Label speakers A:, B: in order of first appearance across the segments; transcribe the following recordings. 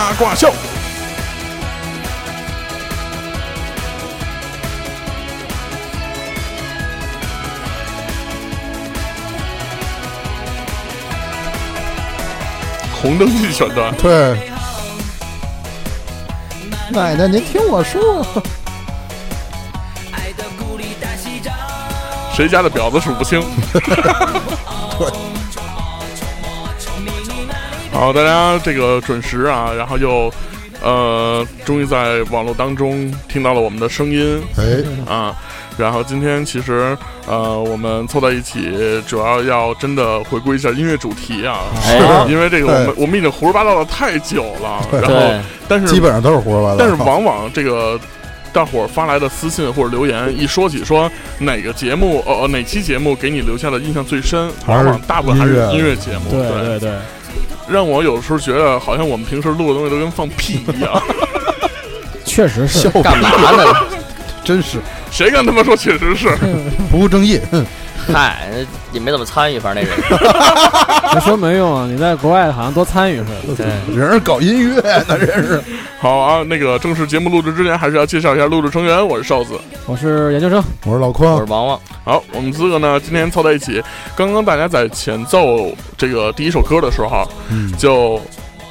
A: 卦秀。红灯区选段，
B: 对，奶奶，您听我说，
C: 爱的鼓里大西张，
A: 谁家的婊子数不清。 好，大家这个准时啊，然后又呃，终于在网络当中听到了我们的声音。
B: 哎，
A: 啊。然后今天其实呃，我们凑在一起，主要要真的回归一下音乐主题啊，
D: 哎
A: 因为这个我们
B: 对
A: 我们已经胡说八道了太久了，
B: 对
A: 然后但是
B: 基本上都是胡说八道。
A: 但是往往这个大伙儿发来的私信或者留言一说起说哪个节目呃呃哪期节目给你留下的印象最深，
B: 还
A: 往
B: 是
A: 往大部分还是
B: 音乐
A: 音乐节目，
E: 对对对，
A: 让我有时候觉得好像我们平时录的东西都跟放屁一 样，
E: 确实是
B: 笑。柄
F: 干嘛呢？
B: 真是
A: 谁敢他妈说确实是？
B: 不务正业，哼
F: 嗨，也没怎么参与，反正那 人。
E: 你说没用啊，你在国外好像多参与似的。
F: 对，
B: 人是搞音乐的，人是
A: 好啊，那个正式节目录制之前，还是要介绍一下录制成员，我是哨子。
E: 我是研究生，
B: 我是老
F: 我
B: 匡
F: 是，王王，
A: 好，我们四个呢，今天凑在一起。刚刚大家在前奏这个第一首歌的时候，
B: 嗯，
A: 就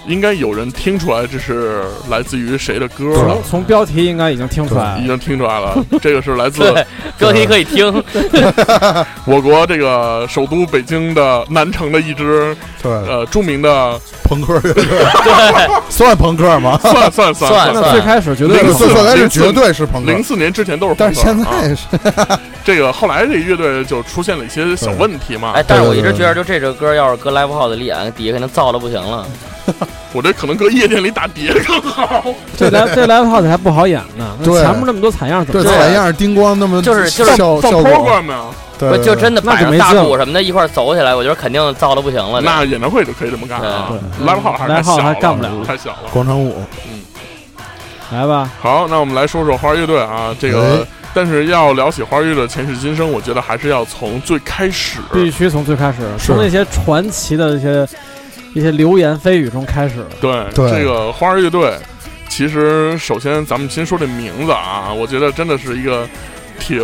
A: 应该有人听出来这是来自于谁的歌
E: 从
A: 了，
E: 从标题应该已经听出来
A: 已
E: 了。
A: 经
B: 哎
A: 听出来了，这个是来自
F: 对，歌迷可以听，
A: 我国这个首都北京的南城的一支
B: 对，
A: 呃著名的，
B: 朋克乐队
F: 对，
B: 算朋克吗？
A: 算算算
F: 算
E: 那最开始绝对
A: 那
B: 这
A: 个
B: 个
E: 是
A: 四
B: 算
A: 个
B: 算来是
A: 零四
B: 绝对是朋克
A: 零，四年之前都是朋克，
B: 但是现
A: 啊
B: 在是
A: 这个后来这乐队就出现了一些小问题嘛，
F: 哎，但是我一直觉得，就这首歌要是搁 live house 里演，底下肯定燥的不行了。
A: 我这可能搁夜店里打碟更好。
E: 这来这 live house 还不好演呢，那
B: 对
E: 前面那么多采样怎
B: 这
E: 么？
F: 对
B: 采样叮咣那么
F: 就是就是
B: 效效
A: 放
B: 果，
A: program 啊，
B: 对
F: 不，
B: 对
F: 就
B: 对
F: 真的
E: 那就
F: 摆上
E: 没
F: 大
E: 劲了
F: 鼓什么的，一块儿走起来，我觉得肯定燥的不行了。
A: 那演唱会就可以这么干啊
E: 对
A: ，live house 还是太
E: Live
A: 小
E: house
A: 了，
E: 还干不了
A: 太小了。
B: 广场舞，
E: 来吧，
A: 好，那我们来说说花儿乐队啊，这个，但是要聊起花儿乐队的前世今生，我觉得还是要从最开始。
E: 必须从最开始，
B: 是
E: 从那些传奇的一些一些流言蜚语中开始。
A: 对，
B: 对
A: 这个花儿乐队，其实首先咱们先说这名字啊，我觉得真的是一个挺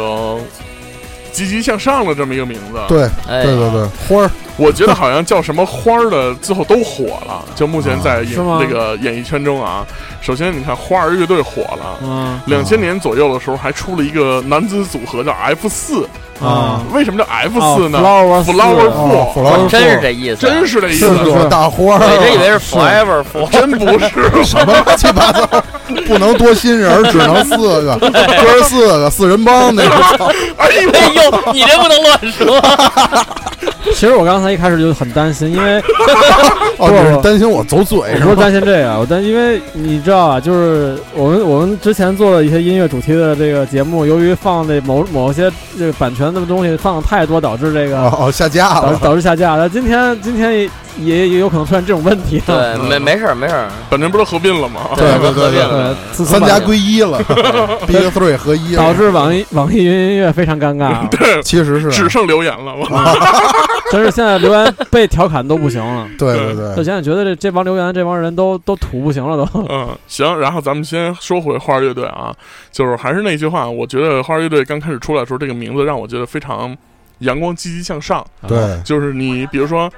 A: 积极向上的这么一个名字。，啊
B: 对
F: 哎
B: 对，对对，花儿
A: 我觉得好像叫什么花儿的，最后都火了。就目前在演
E: 是吗
A: 这个演艺圈中啊，首先你看花儿乐队火了，
E: 嗯
A: 两千年左右的时候，还出了一个男子组合叫 F 四、嗯
E: 啊
A: 为什么叫 F 四呢、
E: ，flower
A: Flower
E: 四
B: 哦
A: Four，、
B: ，flower
F: 真是这意思，啊
A: 真是这意思，
B: 是朵大花
F: 我一直以 为
B: 儿，
F: 是 forever four，
A: 真不是。
B: 什么乱七八糟，不能多新人，只能四个，哥儿四个，四人帮那个，操
A: 哎呦，
F: 哎呦，你这不能乱说，
E: 其实我刚才一开始就很担心，因为
B: 哦，
E: 不
B: 你是担心我走嘴
E: 我
B: 是
E: 不
B: 吗？
E: 是担心这个，我担因为你知道啊，就是我们我们之前做的一些音乐主题的这个节目，由于放的某某些这个版权的东西放的太多，导致这个、
B: 哦哦，下架
E: 导
B: 了
E: 致。导致下架。那今天今天也也也有可能出现这种问题。啊
F: 对，没没事儿没事儿，
A: 本身不是合并了吗？
B: 对对
F: 合
B: 对
F: 并
B: 对
E: 呃
F: 了，，
E: 自
B: 三
E: 从
B: 家
E: 网
B: 归一了，Big Three 合一了，
E: 导致网易网易云音乐非常尴尬，啊
B: 其实是啊
A: 只剩留言了，我
E: 真是现在 留言被调侃都不行了。
B: 对对
E: 就
B: 对，
E: 现在觉得这这帮留言这帮人都都土不行了都。
A: 嗯，行，然后咱们先说回花儿乐队啊，就是还是那句话，我觉得花儿乐队刚开始出来的时候，这个名字让我觉得非常阳光、积极向上。
B: 对
A: 就是你比如说，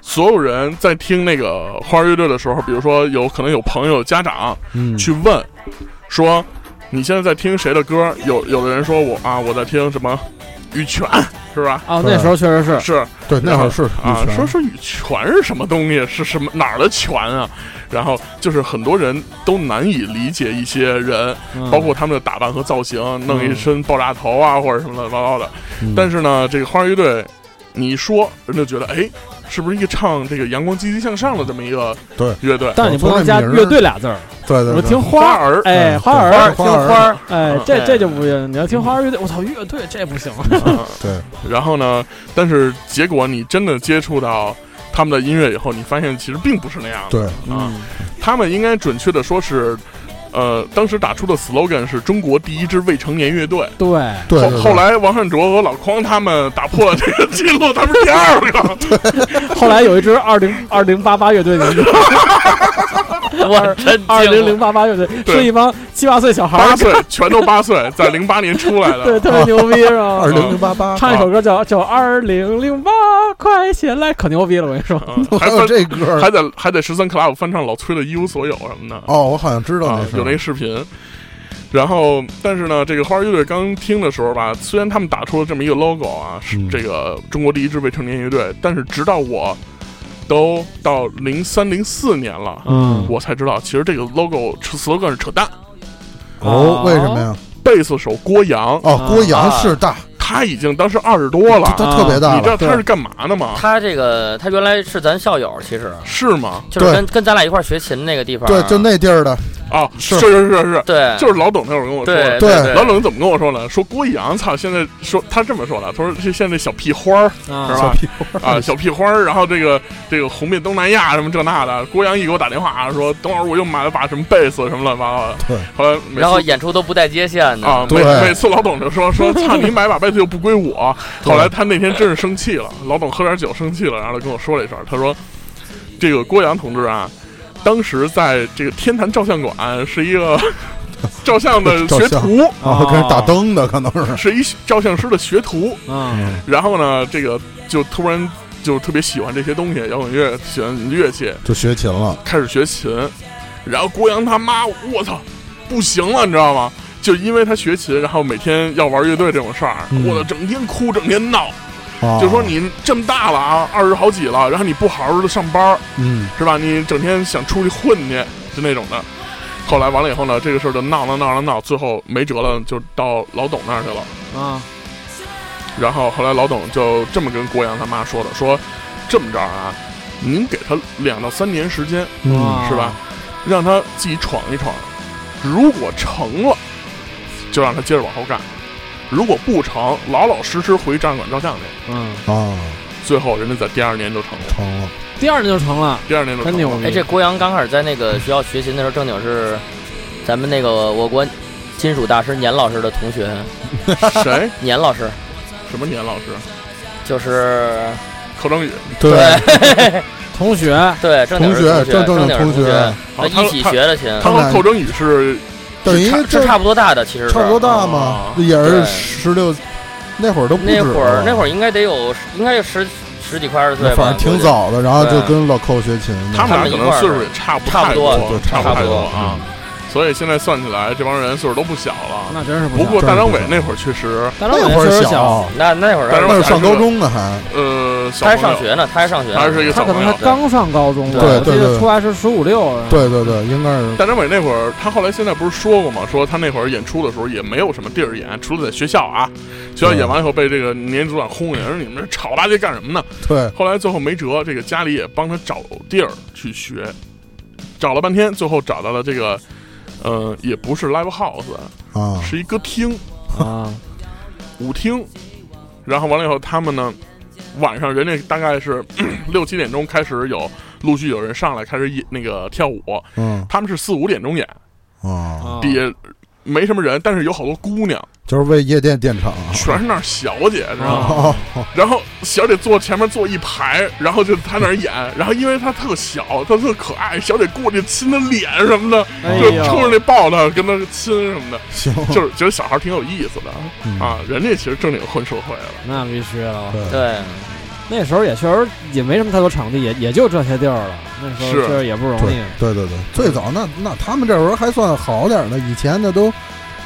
A: 所有人在听那个花儿乐队的时候，比如说有可能有朋友、家长
B: 嗯，
A: 去问，说你现在在听谁的歌？有有的人说我啊，我在听什么羽泉，是吧？
E: 哦，那时候确实是，
A: 是
B: 对那会儿是
A: 啊
B: 羽，泉
A: 说说羽泉是什么东西？是什么哪儿的泉啊？然后就是很多人都难以理解一些人，
E: 嗯
A: 包括他们的打扮和造型，弄一身爆炸
E: 嗯
A: 头啊或者什么乱七八糟的。但是呢，这个花儿乐队，你一说人就觉得哎，是不是一个唱这个阳光积极向上的这么一个
B: 对
A: 乐队？
E: 但是你不能加
B: 从那名儿
E: 乐队俩字儿，
B: 对对
E: 我
B: 对，
E: 听
A: 花
E: 花儿，
A: 儿，
E: 哎，
B: 嗯
E: 花
B: 对
E: 儿，
B: 花
F: 听
B: 儿
F: 花儿，
E: 哎，
A: 啊
E: 这
F: 嗯
E: 这就不一样。你要听花儿乐队，我操，乐队这不行。啊
A: 嗯
B: 对，
A: 然后呢，但是结果你真的接触到他们的音乐以后，你发现其实并不是那样的。
B: 对，
A: 啊，
E: 嗯，
A: 他们应该准确的说是，呃，当时打出的 slogan 是中国第一支未成年乐队。
E: 对，
B: 对
A: 后
B: 对对
A: 后来王善卓和老匡他们打破了这个记录，他们是第二个。
E: 后来有一支二零二零八八乐 队，你知道吗
F: 我真
E: 二
F: 惊
E: 零
F: 了
E: 零八八乐队
A: 对
E: 是一帮七八岁小孩
A: 八
E: 儿，
A: 岁，全都八岁，在零八年出来的。哦
E: 对，特别牛逼，是
A: 啊
E: 吧？
B: 二零零八八，
E: 唱一首歌叫叫《二零零八》，快写来，可牛逼了！我跟你说，
A: 嗯还
B: 还有
A: 翻
B: 这歌儿
A: 还在还在十三 club 翻唱老崔的《一无所有》什么的。
B: 哦，我好像知道
A: 啊
B: 那，是
A: 有那视频。然后，但是呢，这个花儿乐队刚听的时候吧，虽然他们打出了这么一个 logo 啊，是
B: 嗯
A: 这个中国第一支未成年乐队，但是直到我都到零三零四年了，
E: 嗯
A: 我才知道其实这个 logo slogan 是扯淡。
B: 哦，为什么呀？
A: 贝斯手郭阳
B: 哦，郭阳
F: 啊
B: 是大，
A: 他已经当时二十多
B: 他
A: 了，
B: 他特别大
A: 啊你知
B: 了，
A: 道他是干嘛的吗？
F: 他这个他原来是咱校友，其实
A: 是吗？
F: 就是
B: 对
F: 跟跟咱俩一块儿学琴那个地方，
B: 对，就那地儿的，
A: 啊，
B: 是
A: 是是是是，
F: 对，
A: 就是老董那会儿跟我说的
F: 对。
B: 对
A: 老董怎么跟我说呢？说郭阳，操！现在说他这么说的，他说这现在小屁花儿
E: 啊
A: 是吧？啊，小屁花儿，然后这个这个红遍东南亚什么这那的。郭阳一给我打电话说，等会儿我又买了把什么贝斯什么乱七八糟的。
B: 对，
A: 后来每
F: 然后
A: 次
F: 演出都不带接线的
A: 啊，每
B: 对
A: 每次老董就说说，操，你买把贝斯又不归我。
B: 对
A: 后来他那天真是生气了，老董喝点酒生气了，然后他跟我说了一声，他说这个郭阳同志啊，当时在这个天坛照相馆是一 个照相的
B: 照
A: 学
B: 相
A: 徒。
B: 啊，跟人打灯的可能是，
A: 是一照相师的学徒，
E: 啊，
B: 哎
A: 然后呢，这个就突然就特别喜欢这些东西，摇滚乐，喜欢乐器，
B: 就学琴了，
A: 开始学琴。然后郭阳他妈，我操，不行了，你知道吗？就因为他学琴，然后每天要玩乐队这种事儿，
B: 嗯
A: 我操，整天哭，整天闹，
B: 啊，
A: 就说，你这么大了啊，二十好几了，然后你不好好的上班
B: 嗯，
A: 是吧？你整天想出去混去，就那种的。后来完了以后呢，这个事儿就闹了闹了闹，最后没辙了，就到老董那儿去了。
E: 啊，
A: 然后后来老董就这么跟郭阳他妈说的，说这么着啊，您给他两到三年时间，
B: 嗯，
A: 是吧？让他自己闯一闯，如果成了，就让他接着往后干；如果不成，老老实实回站馆照相去。
E: 嗯，
B: 啊，
A: 最后人家在第二年就成了，
B: 成了，
E: 第二年就成了，
A: 第二年就
E: 真
A: 成
E: 牛
A: 了。
E: 逼！
F: 哎，这郭阳刚开始在那个学校学琴的时候，正经是咱们那个我国金属大师年老师的同学。
A: 谁？
F: 年老师
A: 什么年老师？
F: 就是
A: 寇正宇。
B: 对，
E: 同学
F: 对正经是
B: 同学
F: 正
B: 正正经
F: 经是
B: 同
F: 同
B: 学啊
A: 哦
F: 那
A: 他
F: 一起学的琴，
A: 他
B: 他
A: 和寇正宇是
B: 等于
F: 是
B: 这
F: 差不多大的，其实是
B: 差不多大
A: 啊
B: 嘛，也是
F: 对
B: 十六，那会儿都不止
F: 那会儿那会
B: 儿，
F: 儿应该得有应该有十十几块二十岁
B: 啊那
F: 吧，
B: 反正挺
F: 我觉得。
B: 早的，然后就
F: 对
B: 跟老寇学琴，
A: 他们俩可
F: 他们一块
A: 能
F: 儿
A: 岁数也差不
F: 差
A: 太
F: 不多
B: 对
A: 差
F: 差
A: 太
F: 不多嗯
A: 啊。
B: 嗯
A: 所以现在算起来，这帮人岁数都不小了。
F: 嗯
E: 那真是
A: 不
E: 不
A: 过
E: 小
A: 大张伟那会儿确实，
E: 大张伟
B: 那会儿
E: 确实
B: 小，
F: 那那会儿
A: 但
B: 那
A: 是
B: 会儿上高中呢还，
F: 嗯
A: 呃，小
F: 他还
A: 朋友
F: 上学呢，他还上学呢，
A: 他是一个
E: 他
A: 小
E: 可
A: 朋
E: 能还
A: 友。
E: 刚上高中吧，
F: 对
E: 我记
B: 对对
E: 得
B: 对
E: 出来是十五六，是吧，
B: 对对对，应该是
A: 大张伟那会儿，他后来现在不是说过吗？说他那会儿演出的时候也没有什么地儿演，除了在学校啊，学校演完以后被这个年级主管轰人，说你们这吵大街干什么呢？
B: 对，
A: 后来最后没辙，这个家里也帮他找地儿去学，找了半天，最后找到了这个，呃，也不是 live house，
B: 啊，
A: 是一歌厅
E: 啊，
A: 舞厅。然后完了以后，他们呢，晚上人家大概是六七点钟开始有陆续有人上来开始演那个跳舞，
B: 嗯
A: 他们是四五点钟演。
B: 啊，
E: 啊
A: 底下没什么人，但是有好多姑娘，
B: 就是为夜店垫场，
A: 全是那儿小姐，知道吗？
E: 啊
B: 哦，
A: 然后小姐坐前面坐一排，然后就她那儿演，然后因为她特小，她特可爱，小姐过去亲她脸什么的，
E: 哎
A: 就
E: 呦
A: 冲着那抱她，跟她亲什么的，
B: 行，
A: 就是觉得小孩挺有意思的
B: 嗯
A: 啊。人家其实正经混社会了，
E: 那必须了。
B: 对
F: 对，
E: 那时候也确实也没什么太多场地，也也就这些地儿了。那时候
A: 是
E: 确实也不容易
B: 对。对对对，最早那那他们这会儿还算好点儿呢，以前的都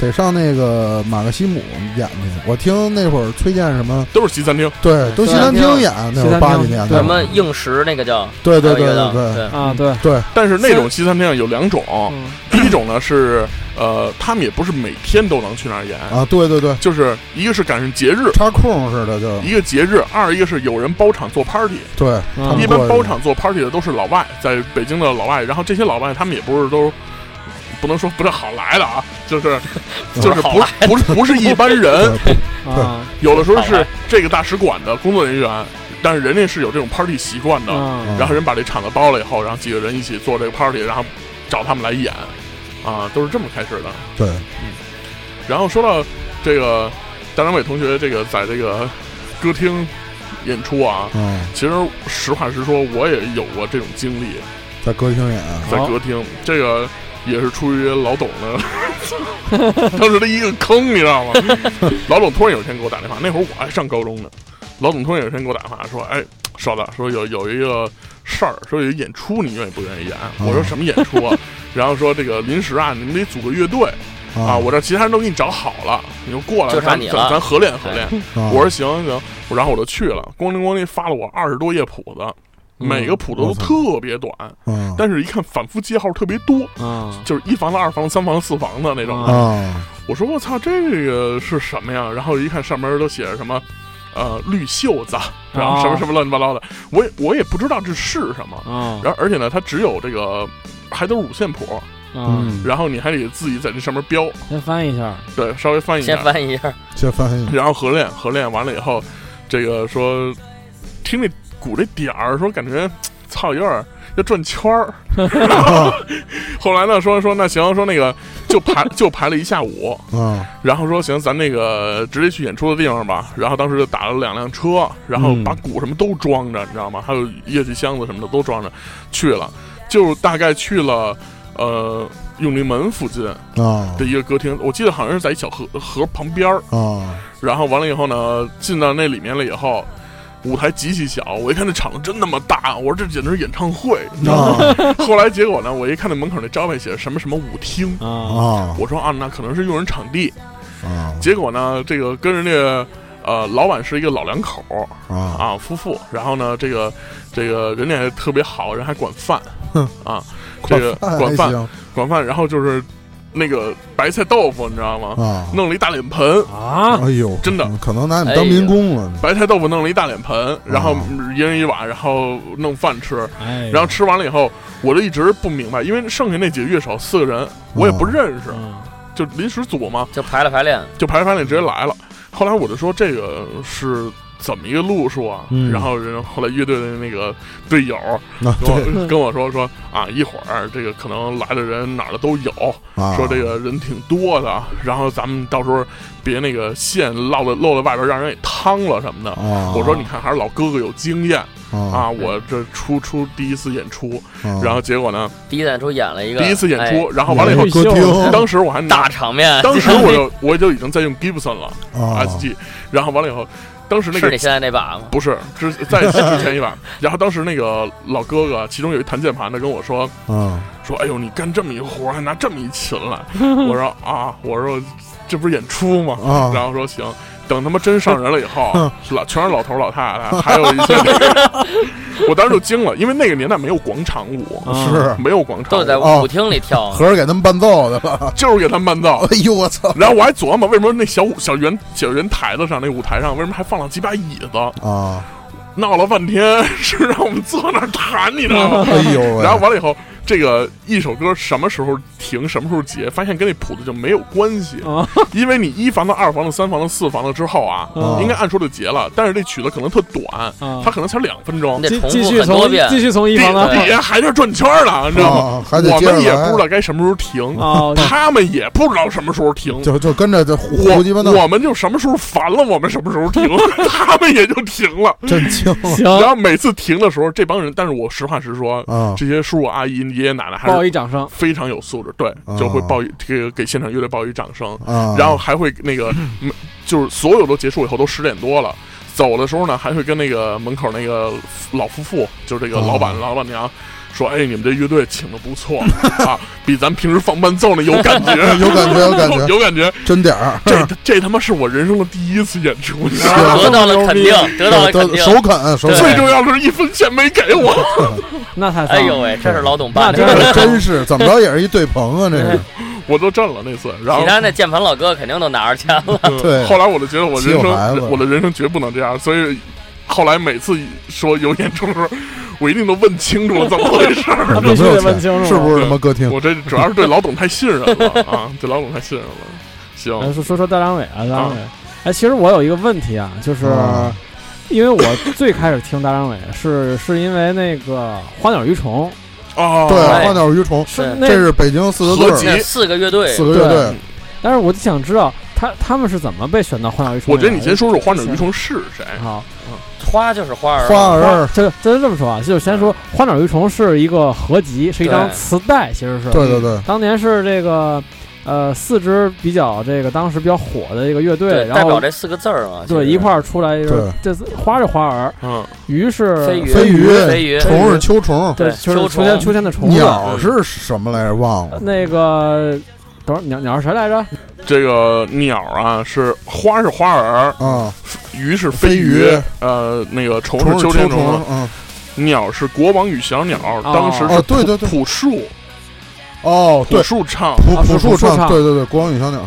B: 得上那个马克西姆演去。我听那会儿崔健什么，
A: 都是西餐厅，
B: 对，都
E: 西
B: 西
E: 餐
B: 餐
E: 厅
B: 厅演那会
E: 西
B: 儿
E: 餐
B: 八
E: 厅
B: 几年
E: 对
B: 的，
F: 什么应时那个叫，
B: 对对
F: 还有一
B: 对
A: 嗯
F: 个叫
B: 对对
F: 对
E: 啊，对，
A: 哦但是那种西餐厅有两种，
E: 嗯
A: 第一种呢是呃，他们也不是每天都能去那儿演，
B: 啊，对对对，
A: 就是一个是赶上节日，
B: 插空似的就
A: 一个节日，二一个是有人包场做 party，
B: 对，
E: 嗯
A: 一
B: 们
A: 般
B: 过去
A: 包场做 party 的都是老外，在北京的老外，然后这些老外他们也不是都。不能说不是好来的啊，就是就是不是不是不是一般人，
B: 对
E: 啊
A: 有的时候
F: 好
A: 是
F: 来
A: 这个大使馆的工作人员，但是人家是有这种 party 习惯的，
E: 啊
B: 嗯
A: 然后人把这场子包了以后，然后几个人一起做这个 party，然后找他们来演，啊，都是这么开始的。
B: 对，
A: 然后说到这个大张伟同学这个在这个歌厅演出啊，
B: 嗯，
A: 其实实话实说，我也有过这种经历，
B: 在歌厅演，啊
A: 在歌厅，这个也是出于老董的当时的一个坑，你知 道吗？老董突然有一天给我打电话，那会儿我还上高中呢。老董突然有一天给我打电话说：“哎，少子，说有有一个事儿，说有一演出，你愿意不愿意演？”
B: 嗯
A: 我说：“什么演出啊？” 然后说：“这个临时啊，你们得组个乐队啊，
B: 啊，
A: 我这其他人都给你找好了，你就过来，
F: 就差
A: 咱
F: 你
A: 咱
F: 了
A: 咱合练合练。”
B: 啊
A: 我说：“行行。”然后我就去了，咣铃咣铃发了我二十多页谱子，每个谱子都
B: 嗯我操
A: 特别短，
B: 嗯
A: 但是一看反复记号特别多，
E: 啊
A: 就是一房子、二房子、三房子、四房子那种。
E: 啊
B: 啊，
A: 我说我操，这个是什么呀？然后一看上面都写着什么，呃，绿袖子，然后什么什么乱七八糟的，我也我也不知道这是什么。
E: 啊
A: 然后而且呢，它只有这个，还都是五线谱，
E: 啊！
B: 嗯，
A: 然后你还得自己在这上面标，
E: 先翻一下，
A: 对，稍微翻译一
F: 先
A: 下，
F: 翻一下，
B: 先翻译，
A: 然后合练合练完了以后，这个说听这鼓这点儿，说感觉操有点儿要转圈儿， 后来呢，说说那行，说那个就排 就排了一下午，
B: 啊，
A: 然后说行，咱那个直接去演出的地方吧。然后当时就打了两辆车，然后把鼓什么都装着，你知道吗？还有乐器箱子什么的都装着，去了，就大概去了。呃，永定门附近
B: 啊
A: 的一个歌厅，我记得好像是在一小河河旁边儿。
B: 啊，
A: 然后完了以后呢，进到那里面了以后，舞台极其小，我一看这场子真那么大，我说这简直是演唱会，你知道吗？
B: 啊
A: 后来结果呢，我一看那门口那招牌写着什么什么舞厅，
E: 啊
B: 啊
A: 我说啊，那可能是用人场地。
B: 啊
A: 结果呢，这个跟人家。呃，老板是一个老两口儿
B: 啊
A: 啊，夫妇。然后呢，这个这个人家也特别好，人还管饭
B: 哼
A: 啊，这个管
B: 还
A: 饭
B: 行
A: 管饭。然后就是那个白菜豆腐，你知道吗？
B: 啊，
A: 弄了一大脸盆，
E: 啊！
B: 哎呦，
A: 真的哎
B: 嗯可能拿你当民工了，
A: 白菜豆腐弄了一大脸盆，然后
B: 哦
A: 一人一碗，然后弄饭吃。
E: 哎，
A: 然后吃完了以后，我就一直不明白，因为剩下那几个乐手四个人，我也不认
B: 哦
A: 识，
E: 嗯
A: 就临时组嘛，
F: 就排了排练，
A: 就排着排练直接来了。后来我就说这个是怎么一个路数啊？
E: 嗯
A: 然后人后来乐队的那个队友
B: 那
A: 跟我
B: 对
A: 跟我说说啊，一会儿这个可能来的人哪儿的都有，
B: 啊，
A: 说这个人挺多的，然后咱们到时候别那个线落在漏在外边，让人给趟了什么的。
B: 啊，
A: 我说你看还是老哥哥有经验
B: 啊
A: 啊，我这初初第一次演出，
B: 啊，
A: 然后结果呢，
F: 第一次演出演了一个，
A: 第一次演
F: 哎
A: 出，然后完了以后
E: 哎，
B: 歌厅
A: 当时我还拿
F: 大，场面，
A: 当时我就我就已经在用 Gibson 了。
B: 啊
A: SG，然后完了以后，当时那
F: 是
A: 个哦
F: 你现在那把吗？
A: 不是之在之前一把，然后当时那个老哥哥，其中有一弹键盘的跟我说
B: 啊
A: 说，哎呦，你干这么一活儿还拿这么一琴来， 我说啊，我说这不是演出吗？
B: 啊
A: 然后说行，等他妈真上人了以后
B: 嗯，
A: 老全是老头儿老太太，还有一些那个，我当时就惊了，因为那个年代没有广场舞，
E: 啊
B: 是
A: 没有广场
F: 嗯都
A: 舞
F: 是，在
B: 哦
F: 舞厅里跳呢，
B: 合着给他们伴奏的 了，
A: 就是给他们伴奏。
B: 哎呦我操
A: 然后我还琢磨，为什么那小舞小圆小圆台子上那舞台上，为什么还放了几把椅子？
B: 啊，
A: 闹了半天是让我们坐那儿弹，你知道吗？
B: 哎 呦喂，
A: 然后完了以后，这个一首歌什么时候停，什么时候结，发现跟那谱子就没有关系
F: 哦
E: 啊，
A: 因为你一房子、二房子、三房子、四房子之后啊，
E: 嗯
B: 啊
A: 应该按说就结了，但是这曲子可能特短，
E: 啊
A: 它可能才两分钟
F: 你，得
E: 继
F: 重
E: 继
F: 复
E: 续
F: 很多
E: 从
F: 遍。
E: 继续从一
A: 底
E: 房到
A: 底下还在转圈呢，你知道吗？
B: 啊，还得
A: 我
B: 接着
A: 们也
B: 来
A: 不知道该什么时候停，
E: 哦，
A: 他们也不知道什么时候停。
B: 就就跟着这胡
A: 我
B: 胡鸡巴弄，
A: 我们就什么时候烦了，我们什么时候 停，他们也就停了。
B: 真 轻
E: 行，
A: 然后每次停的时候，这帮人，但是我实话实说，
B: 啊
A: 这些叔叔阿姨、爷爷奶奶还
E: 报
A: 是
E: 一掌声，
A: 非常有素质，对，
B: 啊
A: 就会报一这个给现场乐队报一掌声，
B: 啊，
A: 然后还会那个，嗯就是所有都结束以后都十点多了。走的时候呢，还会跟那个门口那个老夫妇，就是这个
B: 啊
A: 老板、老板娘，说：“哎，你们这乐队请的不错 啊，比咱平时放伴奏那有感觉，
B: 有感觉有嗯感 觉
A: 有感觉。
B: 真点儿，
A: 这这他妈是我人生的第一次演出，你知道吗
B: 啊
F: 得到了肯定，得到了肯定。
B: 首肯首
F: 对
A: 最
B: 肯，
A: 重要的是一分钱没给 我。”
E: 那太
F: 哎
E: 棒
F: 呦
E: 了
F: 喂，这是老董办
E: 啊那
F: 的，
B: 真是怎么着也是一对棚啊，这是
A: 我都震了那次。然后
F: 其他那键盘老哥肯定都拿着钱了。
A: 嗯
B: 对
A: 后来我就觉得我
B: 欺
A: 人
B: 负孩子
A: 生我的人生绝不能这样，所以后来每次说有演出的时候，我一定都问清楚了怎么回事儿。
B: 有
E: 必须
B: 没有
E: 得问
B: 钱？
E: 清楚
B: 是不是他妈歌 厅？
A: 我这主要是对老董太信任了啊，对老董太信任了。行，
E: 哎说说说大张伟啊，大张
A: 啊
E: 伟，哎，其实我有一个问题啊，就是
B: 啊
E: 因为我最开始听大张伟 是是因为那个花鸟鱼虫，
A: 哦，
B: 对，啊
F: 哎
B: 花鸟鱼虫，
F: 是
E: 那
B: 这是北京四合
A: 合集
B: 队
F: 那四个乐队
B: 四个乐队，
E: 但是我就想知道他他们是怎么被选到花鸟鱼虫
A: 我
E: 里来的。
A: 觉得你先说说花鸟鱼虫是谁。
E: 好，
F: 花就是花儿，
B: 花儿，
E: 这这就这么说啊，就先说花鸟鱼虫是一个合集，是一张
F: 对
E: 磁带，其实是
B: 对对对，
E: 当年是这个呃四支比较这个当时比较火的一个乐队，
F: 对，
E: 然
F: 代
E: 后
F: 表这四个字儿嘛。
E: 对
F: 其实
E: 一块儿出来就是这次花是花儿，
A: 嗯，
E: 鱼是
F: 飞鱼、
B: 飞鱼
F: 飞鱼、
B: 虫是秋虫，
E: 对，
F: 对
E: 就是
F: 秋
E: 秋天
F: 虫
E: 秋天的虫子。
B: 鸟是什么来着？忘了。
E: 那个等会儿鸟鸟是谁来着？
A: 这个鸟啊是花是花儿，
B: 啊，
A: 鱼是飞
B: 飞鱼
A: 呃，那个虫啊是
B: 虫是
A: 秋
B: 秋
A: 天
B: 虫
A: 虫，，
B: 嗯，
A: 鸟是国王与小鸟，当时
B: 哦
A: 是
B: 对对对
A: 朴树
B: 哦，对
A: 朴，树唱，
B: 朴
E: 啊
B: 朴
E: 朴
B: 树
E: 树唱
B: 对对对，国王与小鸟，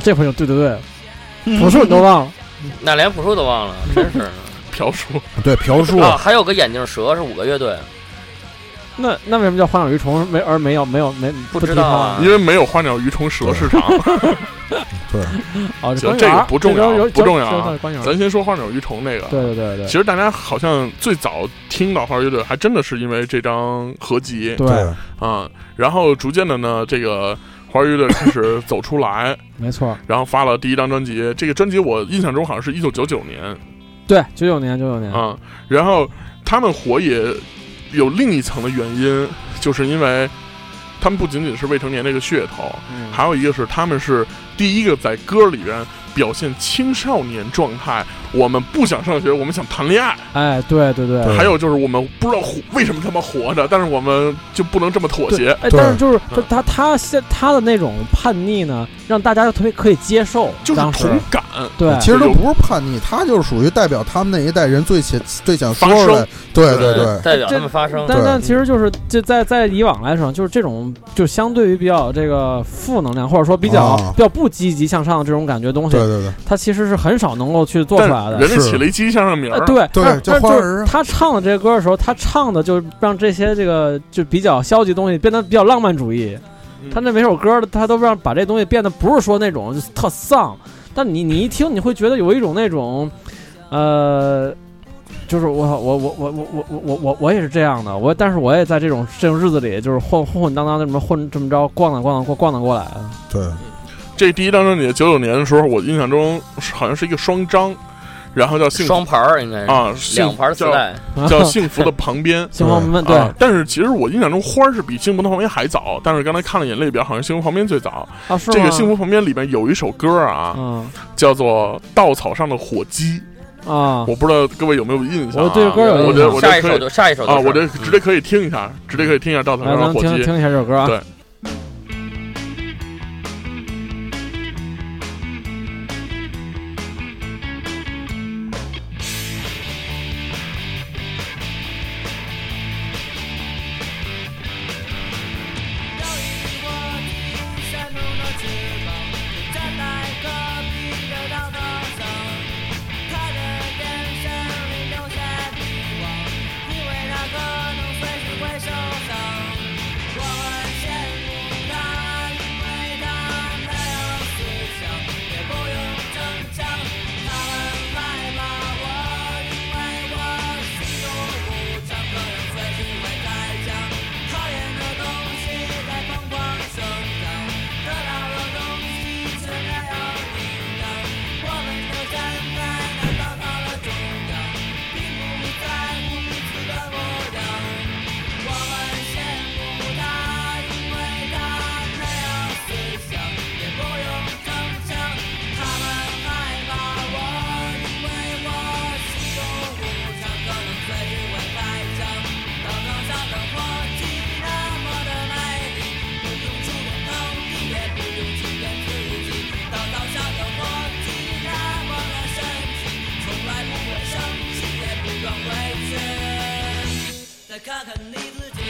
E: 这朋友对对对，朴树你都忘了。
F: 那连朴树都忘了，真是的。
A: 朴树
B: 对，朴树，
F: 啊，还有个眼镜蛇是五个乐队，
E: 那那为什么叫花鸟鱼虫？没而没有没有没
F: 不
E: 提
F: 知道
E: 它
F: 啊
A: 因为没有花鸟鱼虫蛇 市场，
B: 对，
E: 哦，
A: 行
E: 公
A: 这个
E: 园儿
A: 不重
E: 这都
A: 要
E: 有
A: 不重要啊
E: 这都是公园儿
A: 咱先说花鸟鱼虫那个。
E: 对对对对
A: 其实大家好像最早听到花儿乐队，还真的是因为这张合集
E: 对，
A: 啊、然后逐渐的呢，这个花儿乐队开始走出来，
E: 没错儿，
A: 然后发了第一张专辑。这个专辑我印象中好像是一九九九年
E: 对九九年九九年，
A: 啊、然后他们火也有另一层的原因，就是因为他们不仅仅是未成年这个噱头，
E: 嗯
A: 还有一个是他们是第一个在歌里边表现青少年状态，我们不想上学，我们想谈恋爱。
E: 哎，对对对
B: 对
A: 还有就是我们不知道活为什么他妈活着，但是我们就不能这么妥协。
E: 哎，
B: 对
E: 但是就是他
A: 嗯
E: 他他现他的那种叛逆呢，让大家特别可以接受，
A: 就是
E: 当时
A: 同感，
E: 对，
B: 其实都不是叛逆，他就是属于代表他们那一代人最想最想说出来，对对对，
F: 代表他们发声。
E: 但
B: 对
E: 但其实就是就在在以往来说，就是这种就相对于比较这个负能量，或者说比较、
B: 啊
E: 比较不积极向上的这种感觉东西
B: 对，对对，
E: 它其实是很少能够去做出
A: 但
E: 来的。
A: 人家起了一积极向上名
E: 呃
A: 儿，，
E: 对
B: 对
E: 但
B: 就
E: 但
B: 花
E: 就
B: 儿
E: 是
B: 啊
E: 他唱的这个歌的时候，他唱的就让这些这个就比较消极东西变得比较浪漫主义。
A: 嗯
E: 他那每首歌，他都让把这东西变得不是说那种就是特丧，但你你一听，你会觉得有一种那种，呃，就是我我我我我我我我我我也是这样的，我但是我也在这种这种日子里，就是混混混当当的这么混这么着逛荡逛荡过逛荡过来的。。
B: 对，
A: 这第一张专辑九九年的时候，我印象中是好像是一个双张，然后叫幸福
F: 双盘儿应该是
A: 啊，幸
F: 两盘儿磁
A: 叫
F: 带，
A: 叫幸福的旁边
E: 星光
B: 对
E: 不问， 对
A: 啊，但是其实我印象中花儿是比幸福的旁边还早，但是刚才看了眼泪表，好像幸福旁边最早。
E: 啊，是
A: 这个
E: 吗
A: 幸福旁边里边有一首歌啊，
E: 嗯
A: 叫做《稻草上的火鸡》，
E: 啊，
A: 我不知道各位有没有印象啊？
E: 我哦对这歌有
A: 我
E: 印
A: 觉得
E: 象
A: 我觉
F: 下
A: 得
F: 一
A: 可以
F: 首就下一首就
A: 啊，
F: 是
A: 我这直接可以听一下，直接可以听一下《稻草
E: 来
A: 上的
E: 咱们
A: 火
E: 听
A: 鸡》。
E: 听一下这首歌啊
A: 对。
C: 有一窝的山猪的翅膀，站在戈壁的稻草上，它的眼神里留下迷惘，因为它可能随时会受伤。我很羡慕它，因为它没有思想，也不用逞强。它很害怕我，因为我喜怒无常，可能随时会开枪。讨厌的东西在疯狂生长，得到的东西却没有营养。我们就站在那稻草的中央，并不在乎彼此的模样。我们羡慕他，因为他没有思想，也不用逞强。他们害怕我，因为我喜怒无常，可能随时会开枪。稻草上的火鸡那么的美丽，不用触碰头皮，也不用欺骗自己。稻草上的火鸡那么的神奇，从来不会生气，也不装委屈。再看看你自己。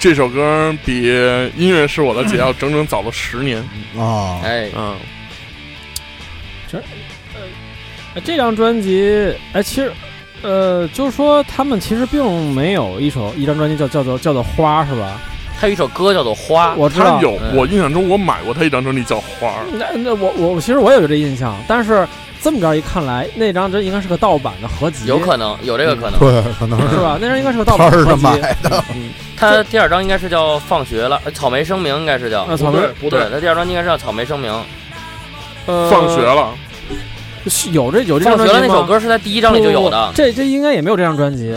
A: 这首歌比《音乐是我的解药》整整早了十年。
B: 啊，
F: 哎，
A: 嗯，
E: 呃这张专辑，哎，其实，呃，就是说他们其实并没有一首一张专辑叫叫做叫做花是吧？
F: 他有一首歌叫做《花》，
E: 我知道
A: 他，有，
F: 嗯
A: 我印象中我买过他一张专辑叫《花儿
E: 那那我我其实我也有这印象，但是这么着一看来，那张真应该是个盗版的合集，
F: 有可能有这个可能。
B: 对，可能
E: 是
B: 是
E: 吧？那张应该是 个盗
B: 摊
E: 版
B: 儿
E: 合
B: 上
E: 集。嗯
B: 买的，
F: 他第二张应该是叫《放学了》，呃草莓声明应该是叫。
B: 啊
E: 那草莓
A: 不对，
F: 他第二张应该是叫《草莓声明》。
E: 呃，
A: 放学了，
E: 是有这有这
F: 放
E: 张
F: 学
E: 专
F: 了
E: 辑
F: 那
E: 吗
F: 首歌是在第一张里就有
E: 不不
F: 的
E: 不。这这应该也没有这张专辑，
A: 《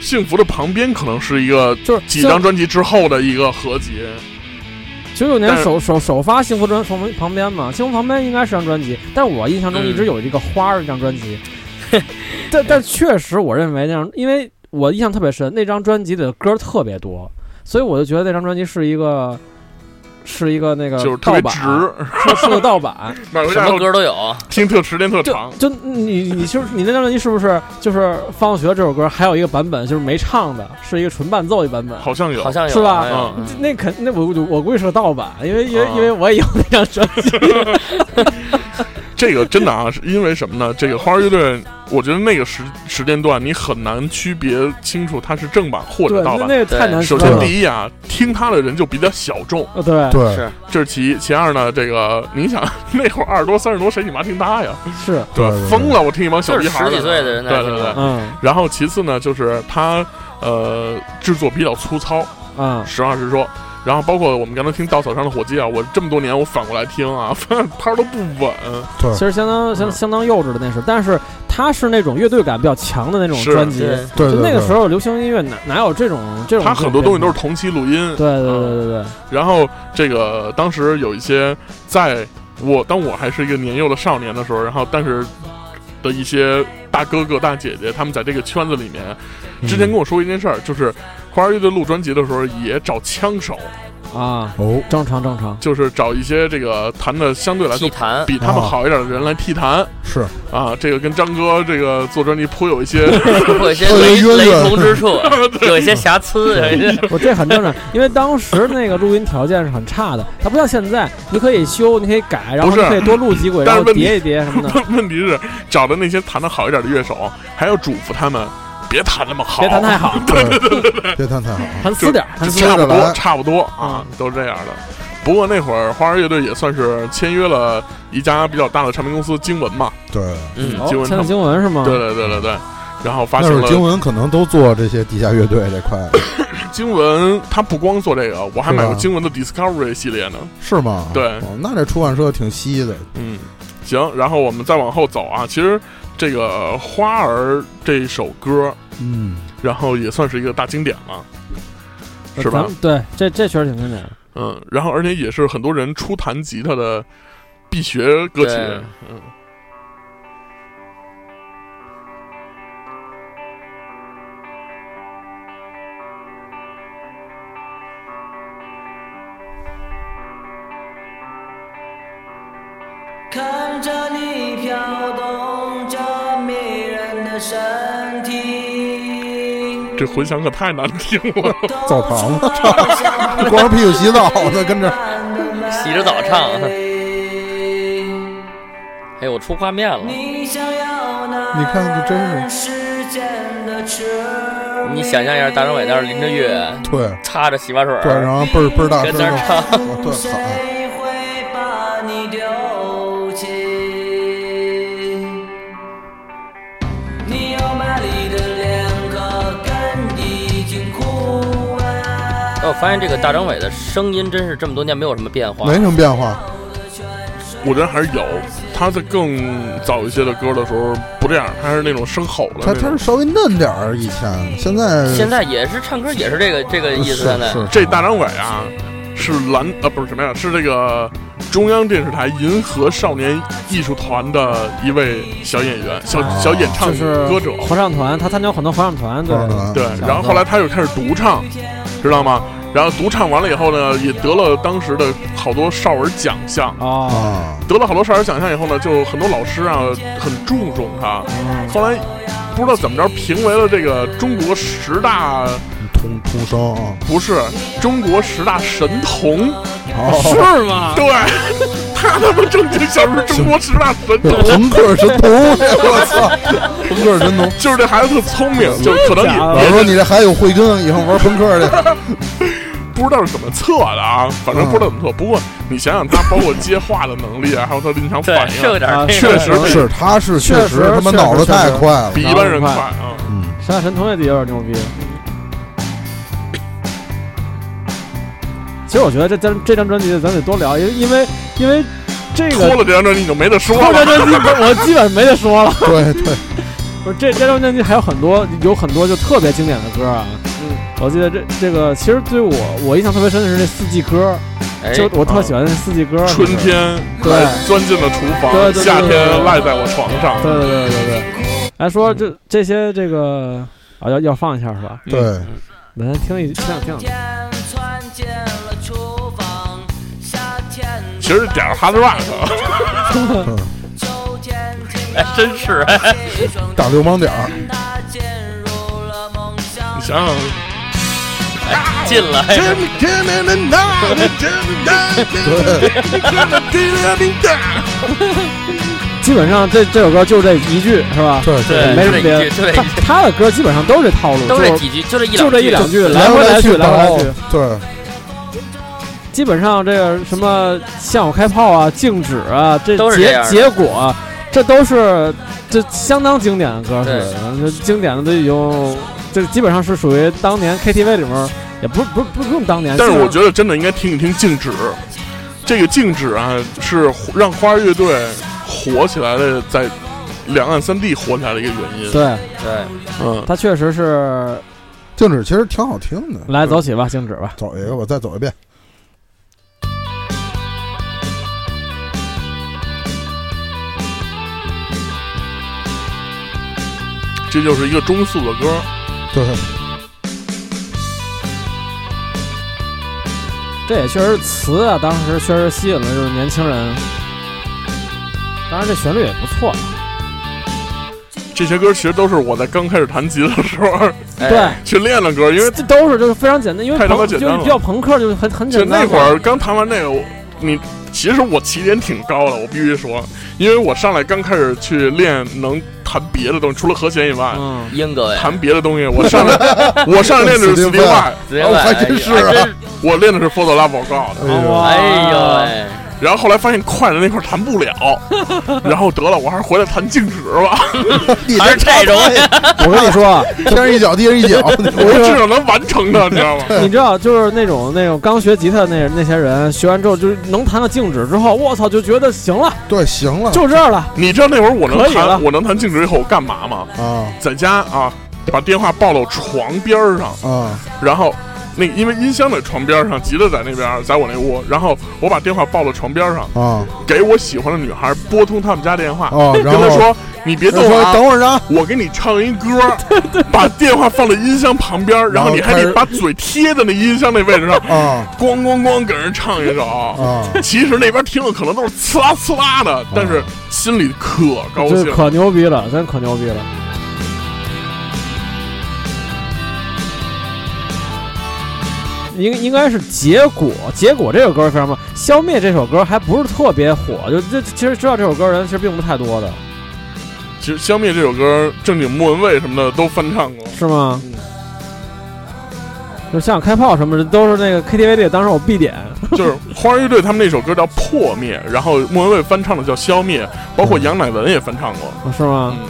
A: 幸福的旁边》可能是一个
E: 就是
A: 几张专辑之后的一个合集。
E: 九九年
A: 但是
E: 首首首发《幸福专》旁边旁边嘛，《幸福旁边》应该是张专辑，但我印
A: 嗯
E: 象中一直有这个花儿这张 专辑，但但确实我认为那张，因为我印象特别深，那张专辑里的歌特别多，所以我就觉得那张专辑是一个是一个那个
A: 就是特
E: 呃盗
A: 别
E: 版，啊
A: 直，
E: 是 是个盗版，
A: 买回
F: 什
A: 家
F: 么
A: 后
F: 歌都有，
A: 听特时间特
E: 就
A: 长。
E: 就你你就是你那张专辑是不是就是放学这首歌还有一个版本就是没唱的，是一个纯伴奏一版本，
A: 好像有，
F: 好像有，哎
E: 是吧
F: 好像有
A: 嗯
E: 那肯那我我估计是个盗版，因为因为
A: 啊
E: 因为我也有那张专辑，
A: 这个真的啊，是因为什么呢？这个花儿乐队，我觉得那个时时间段你很难区别清楚它是正版或者
E: 对，
A: 盗
E: 那
A: 版。
E: 那个太难
A: 首
E: 说
A: 先
E: 了。
A: 第一啊，听它的人就比较小众，
E: 呃，对，
B: 对，
F: 是
A: 这是其一。其二呢，这个你想 那会儿二十多、三十多，谁你妈听他呀？
E: 是，
B: 对
A: 吧
B: 对对
A: 疯了！我听一帮小
F: 就是
A: 屁孩儿
F: 十
A: 在
F: 几
A: 那
F: 岁的人在
A: 对对
F: 听啊
A: 对
F: 的。
E: 嗯
A: 然后其次呢，就是它呃制作比较粗糙，
E: 嗯，
A: 实话实说。然后包括我们刚才听《稻草上的火鸡》啊，我这么多年我反过来听啊，发现拍都不稳。
E: 其实相当相
A: 嗯
E: 相当幼稚的那是，但是他是那种乐队感比较强的那种
A: 是
E: 专辑。
F: 对，
B: 对
E: 就
B: 对，
E: 那个
B: 对
E: 时候流行音乐哪哪有这种这种？
A: 它很多东西都是。同期录音，
E: 对对对对对，
A: 然后这个当时有一些在我当我还是一个年幼的少年的时候，然后但是的一些大哥哥大姐姐，他们在这个圈子里面，之前跟我说过一件事儿，就是花儿乐队录专辑的时候也找枪手，
E: 对啊，
B: 哦，
E: 正常 正常。
A: 就是找一些这个弹的相
B: 嗯
A: 对来
F: 体
A: 说
F: 坛
A: 比他们好一点的人来替弹
B: 是
A: 啊。这个跟张哥这个做专辑颇有一些，
F: 会有一些
B: 特别
F: 雷
B: 冤
F: 雷
B: 冤
F: 同之 处，有一些瑕疵，哎有一些
E: 我这很正常，因为当时那个录音条件是很差的，它不像现在，你可以修，你可以改，然后
A: 不
E: 你
A: 是
E: 可以多录几 轨，
A: 但
E: 然
A: 是
E: 后
A: 问题
E: 叠一叠什么的。
A: 问题是找的那些弹的好一点的乐手，还要嘱咐他们别弹那么好，
E: 别弹太好，
B: 对，别弹太好，
E: 弹
A: 就
E: 死点儿，弹
A: 就
E: 死
B: 接
E: 点
A: 差
E: 儿。
A: 不
E: 嗯
B: 着
A: 多，
B: 来
A: 差不多啊，都是这样的。不过那会儿花儿乐队也算是签约了一家比较大的唱片公司经文嘛，
B: 对，
F: 嗯，
E: 哦
A: 经文
E: 签
A: 唱
E: 的经文是吗？
A: 对对对对对。然后发
B: 那
A: 行
B: 会儿
A: 了
B: 经文可能都做这些地下乐队这块，
A: 经文，他不光做这个，我还买过
B: 是吧
A: 经文的 Discovery 系列呢。
B: 是吗？
A: 对
B: 哦那这出版社挺稀的，
A: 嗯，行，然后我们再往后走啊，其实这个《花儿》这首歌，
B: 嗯，
A: 然后也算是一个大经典了，
E: 呃
A: 是吧
E: 咱们？对，这这确实挺经典的。
A: 嗯，然后而且也是很多人初弹吉他的必学歌曲
F: 对，
A: 嗯。
C: 看着你飘动着迷人的身体，
A: 这混响可太难听了，
B: 澡堂子，光着屁股洗澡呢，跟这儿
F: 洗着澡唱。啊哎呦，我出画面了，
C: 你想要那
B: 你看这真是，
C: 世间的痴
F: 你想象一下，大张伟在那儿淋着雨，
B: 对
F: 擦着洗发水儿，
B: 对，然后倍儿倍儿大
F: 跟
B: 声
F: 那儿
B: 的，
F: 唱，
B: 哦对，好，
C: 谁
A: 哦
C: 会把你丢弃？你有美丽的脸，可根已经枯萎。
F: 哎，我发现这个大张伟的声音真是这么多年没有什么变化
B: 没。什么变化，
A: 我觉得还是有。他在更早一些的歌的时候不这样，他是那种生吼的
B: 他
A: 那
B: 他
A: 种
B: 是。稍微嫩点儿，以前现在
F: 现在也是唱歌，也是这个这个意
B: 是
F: 思。现在
B: 是
A: 这大张伟啊，是蓝啊不是什么呀，是这个中央电视台银河少年艺术团的一位小演员，小
B: 啊
A: 小演唱
E: 哦就是
A: 歌者。
E: 合唱团，他参加很多合唱团，对
B: 合唱团
A: 对，然后后来他又开始独唱，知道吗？然后独唱完了以后呢，也得了当时的好多少儿奖项。
E: 哦，
B: 啊，
A: 得了好多少儿奖项以后呢，就很多老师啊很注重他。后来不知道怎么着评为了这个中国十大
B: 童童声啊。
A: 不是中国十大神童，
B: 哦，
E: 是吗？
A: 对，他他妈正经小时候中国十大神
B: 这
A: 童，
B: 朋克神童，我操，朋克神童。
A: 就是这孩子特聪明，就可能
E: 假的
B: 我
A: 你
B: 说你这还有慧根，以后玩朋克去。
A: 不知道是怎么测的啊，反正不知道怎么测。不过你想想他，包括接话的能力啊，还有他临场
F: 对，
A: 反
F: 是有
A: 应，
F: 点
E: 啊
F: 儿这
A: 确
F: 个。
A: 实比
B: 嗯是，他是
E: 确
B: 确
E: 实
B: 实他妈
E: 确实
B: 脑子
E: 确
B: 太
E: 实
B: 快了。
A: 比一般人快啊。
B: 嗯，
E: 山下神童也得有点牛逼。其实我觉得这张这张专辑咱得多聊，因为因为因为这
A: 脱
E: 个
A: 了这张专辑你就没得说
E: 这张
A: 了。
E: 专辑我基本没得说了。
B: 对对，
E: 不是这这张专辑还有很多有很多就特别经典的歌啊。
D: 嗯，
E: 我记得这这个其实对我我印象特别深的是这四季歌，
F: 哎，
E: 就我特喜欢那四季歌。
A: 啊春天
E: 对
A: 赖钻进了厨
E: 对对
A: 房，
E: 对
A: 夏
E: 对对
A: 天
E: 对
A: 赖在我床上。
E: 对对对对对。来说这这些这个啊要要放一下是吧？
A: 嗯
B: 对，
E: 来咱听一听两听两听。
C: 天窜进了厨房，夏天
A: 其实点儿 hard rock，
B: 嗯
C: 秋天
F: 哎真是哎，
B: 大流氓点儿，
C: 他进入了梦乡
A: 你。想想，
F: 进了，哎
B: 对，
E: 基本上这这首歌就这一句是 吧？
B: 对
F: 对，
E: 没什
F: 就这
E: 么
F: 一
E: 别的
F: 句，就这一
E: 他
F: 句，
E: 他的歌基本上都是这套路，
F: 都这
E: 就
F: 几句，就这一两，
E: 就这一两句，来
B: 回
E: 回来
B: 去
E: 去，来回来
B: 倒
E: 去。，
B: 对，
E: 基本上这个什么向我开炮啊、静止啊，这
F: 都是这
E: 结
F: 样的
E: 结果啊，这都是这相当经典的歌
F: 对
E: 是，这经典的都已经，这基本上是属于当年 KTV 里面，也不是不是不用当年，
A: 但是
E: 基本
A: 我觉得真的应该听一听静止。这个静止啊，是让花儿乐队火起来的，在两岸三地火起来的一个原因。
E: 对
F: 对，
A: 嗯，
E: 他确实是
B: 静止其实挺好听的。
E: 来走起吧，静止吧，
B: 走一个吧，再走一遍。
A: 这就是一个中速的歌。
B: 对，
E: 这也确实词啊，当时确实吸引了就是年轻人，当然这旋律也不错，
A: 这些歌其实都是我在刚开始弹吉的时候
E: 对
F: 哎，。
A: 去练的歌，因为
E: 这都是就是非常简单，因为
A: 太他妈
E: 朋
A: 简
E: 就
A: 单
E: 是
A: 了
E: 比较朋克，就是很很
A: 就
E: 简单
A: 那
E: 嘛。
A: 会儿刚弹完那个，我你其实我起点挺高的，我必须说，因为我上来刚开始去练能弹别的东西，除了和弦以外，
E: 嗯，
F: 英哥呀，
A: 弹别的东西，我上 来我上来练的是
B: Steve
A: Steve Vai，
F: 直接
B: 哦
F: 来
B: 还
F: 哎
B: 真是
F: 还
B: 啊
F: 真
A: 我练的是 f o t o l a 广告的，
B: 哎呦
E: 哇
F: 哎呦喂，
A: 然后后来发现快的那块儿弹不了， 然后得了，我还是回来弹静止吧，
B: 你
F: 还是这种
E: 我跟你 说啊，
B: 天上一脚地上一脚，
A: 我至少能完成它，你知道 吗？
E: 你知道，就是那种那种刚学吉他那那些人，学完之后就是能弹到静止之后，我操，就觉得行了，
B: 对，行了
E: 就这儿了。
A: 你知道那会儿我
E: 可
A: 能
E: 以了
A: 弹我能弹静止以后我干嘛吗？
B: 啊
A: 在家啊，把电话抱到床边儿上，
B: 啊，
A: 然后那个因为音箱在床边儿上，吉他在那边儿，在我那屋，然后我把电话抱到床边儿上，
B: 啊
A: 给我喜欢的女孩拨通他们家电话，
E: 哦
B: 啊，
A: 跟
B: 然后
A: 她说你别动
B: 说
A: 啊。
B: 等会儿啊，
A: 我给你唱一歌， 把电话放在音箱旁边儿，然后你还
B: 然后开
A: 得
B: 始
A: 把嘴贴在那音箱那位置上，
B: 啊
A: 咣咣咣给人唱一首。
B: 啊，
A: 其实那边听的可能都是呲啦呲啦的，但是心里可高
E: 这
A: 兴。
E: 啊可牛逼了，真可牛逼了。应应该是结果，结果这首歌非常棒。消灭这首歌还不是特别火，就这其实知道这首歌的人其实并不太多的，
A: 其实《消灭》这首歌，正经莫文蔚什么的都翻唱 过。
E: 是吗？
A: 嗯
E: 就像开炮什么的，都是那个 KTV 里当时我必点。
A: 就是花儿乐队他们那首歌叫《破灭》，然后莫文蔚翻唱的叫《消灭》，包
E: 嗯
A: 括杨乃文也翻唱过。
E: 哦是吗？
A: 嗯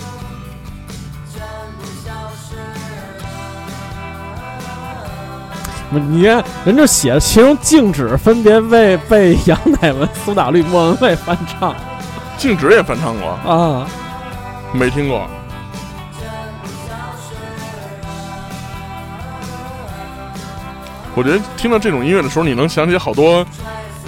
B: 嗯
E: 你看人就写，其中静止分别被被杨乃文、苏打绿、莫文蔚翻唱
A: 静止也翻唱过，
E: 啊。
A: 没听过。我觉得听到这种音乐的时候，你能想起好多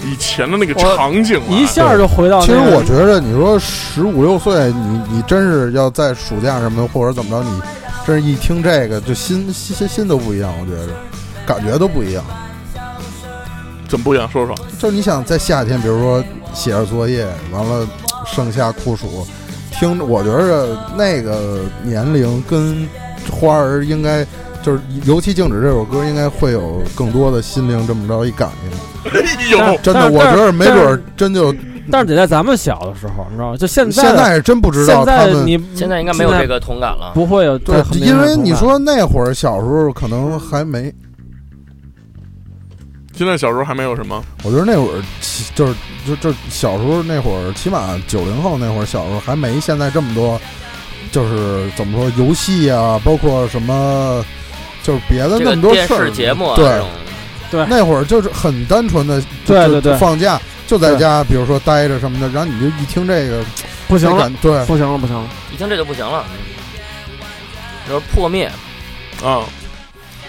A: 以前的那个
E: 我
A: 场景啊来
E: 一下就回到哦
B: 其
E: 那个、
B: 实我觉得你说十五六岁，你你真是要在暑假什么的或者怎么着，你真是一听这个就心心心心都不一样，我觉得感觉都不一样。
A: 怎么不一样？说说，
B: 就是你想在夏天，比如说写着作业，完了盛夏酷暑，听着，我觉着那个年龄跟花儿应该就是尤其静止这首歌，应该会有更多的心灵这么着一感应。
A: 哎呦，
B: 真的，
E: 但是
B: 我觉得没准
E: 但
B: 儿
E: 是
B: 真就
E: 但是得在咱们小的时候，你知道吗？就现在
B: 现
E: 现
B: 在是真不知道他
E: 在
B: 们。
E: 你
F: 现在应该没有
E: 现在
F: 这个同感了。
E: 不会有对
B: 对，
E: 很明显
B: 因
E: 的
B: 为
E: 同
B: 你
E: 感
B: 说那会儿小时候可能还没，
A: 现在小时候还没有什么，
B: 我觉得那会儿起就是就就小时候那会儿，起码九零后那会儿小时候还没现在这么多，就是怎么说游戏啊，包括什么，就是别的
F: 这
B: 那
F: 个
B: 么多
F: 电
B: 事儿
F: 视节目啊，
B: 对
F: 这种
B: 那会儿就是很单纯的，就
E: 对
B: 就
E: 对对
B: 就放假就在家，比如说待着什么的，然后你就一听这个，
E: 不行
B: 这
E: 了，
B: 感对，
E: 不行了，不行了，
F: 一听这就不行了，就是破灭。
A: 啊。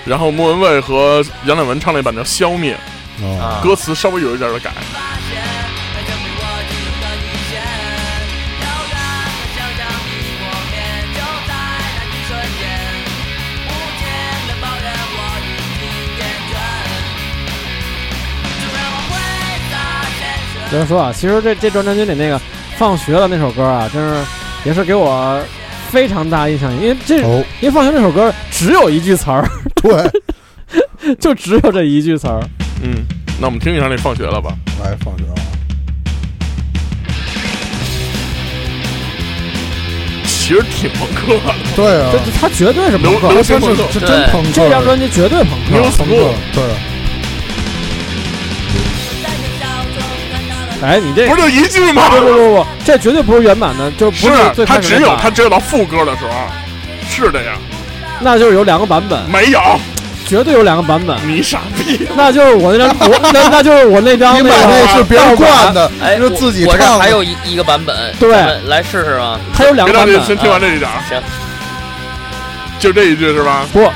A: 然后莫文蔚和杨乃文唱了一版叫《消灭
B: 哦
F: 啊》，
A: 歌词稍微有一点儿的改。
C: 发现，来证明我自由的底线。要让我想象你我变，就在那一瞬间。无解的抱怨我已经厌倦，就让我挥洒现实。
E: 接着说啊，其实这这张专辑里那个《放学了》那首歌啊，真是也是给我非常大印象，因为这、
B: 哦，
E: 因为《放学》那首歌只有一句词儿，
B: 对，
E: 就只有这一句词儿。
A: 嗯，那我们听一下那放学了吧？
B: 来哎放学了，
A: 其实挺朋克的，
B: 对啊
E: 这，这他绝对是朋
A: 流
E: 克，
A: 流行
B: 真
A: 朋
B: 是
A: 克。
B: 是真朋克，
E: 这张专辑绝对朋克。
A: New
B: 朋克
A: School，，
B: 对，啊
E: 哎，你这
A: 不是就一句吗？
E: 不不不不，这绝对不是原版的，就不最
A: 他
E: 开始
A: 只
E: 那
A: 有
E: 版
A: 他只有到副歌的时候啊是这样，
E: 那就是有两个版本，
B: 嗯
A: 没有
E: 绝对有两个版本。
A: 你傻逼。
E: 那就是我那张，我那那就是我那张
B: 你
E: 那
B: 买
E: 个，
B: 那是别人灌的，
F: 哎，
B: 是自己
F: 我我这
B: 唱
F: 儿
B: 的
F: 还有一一个版本，
E: 对
F: 咱们来试试吧。
E: 它有两
A: 别
E: 个
A: 着
E: 版
A: 急，
E: 本，
A: 先听完这一点儿，
F: 行，
A: 就这一句是吧？
E: 不，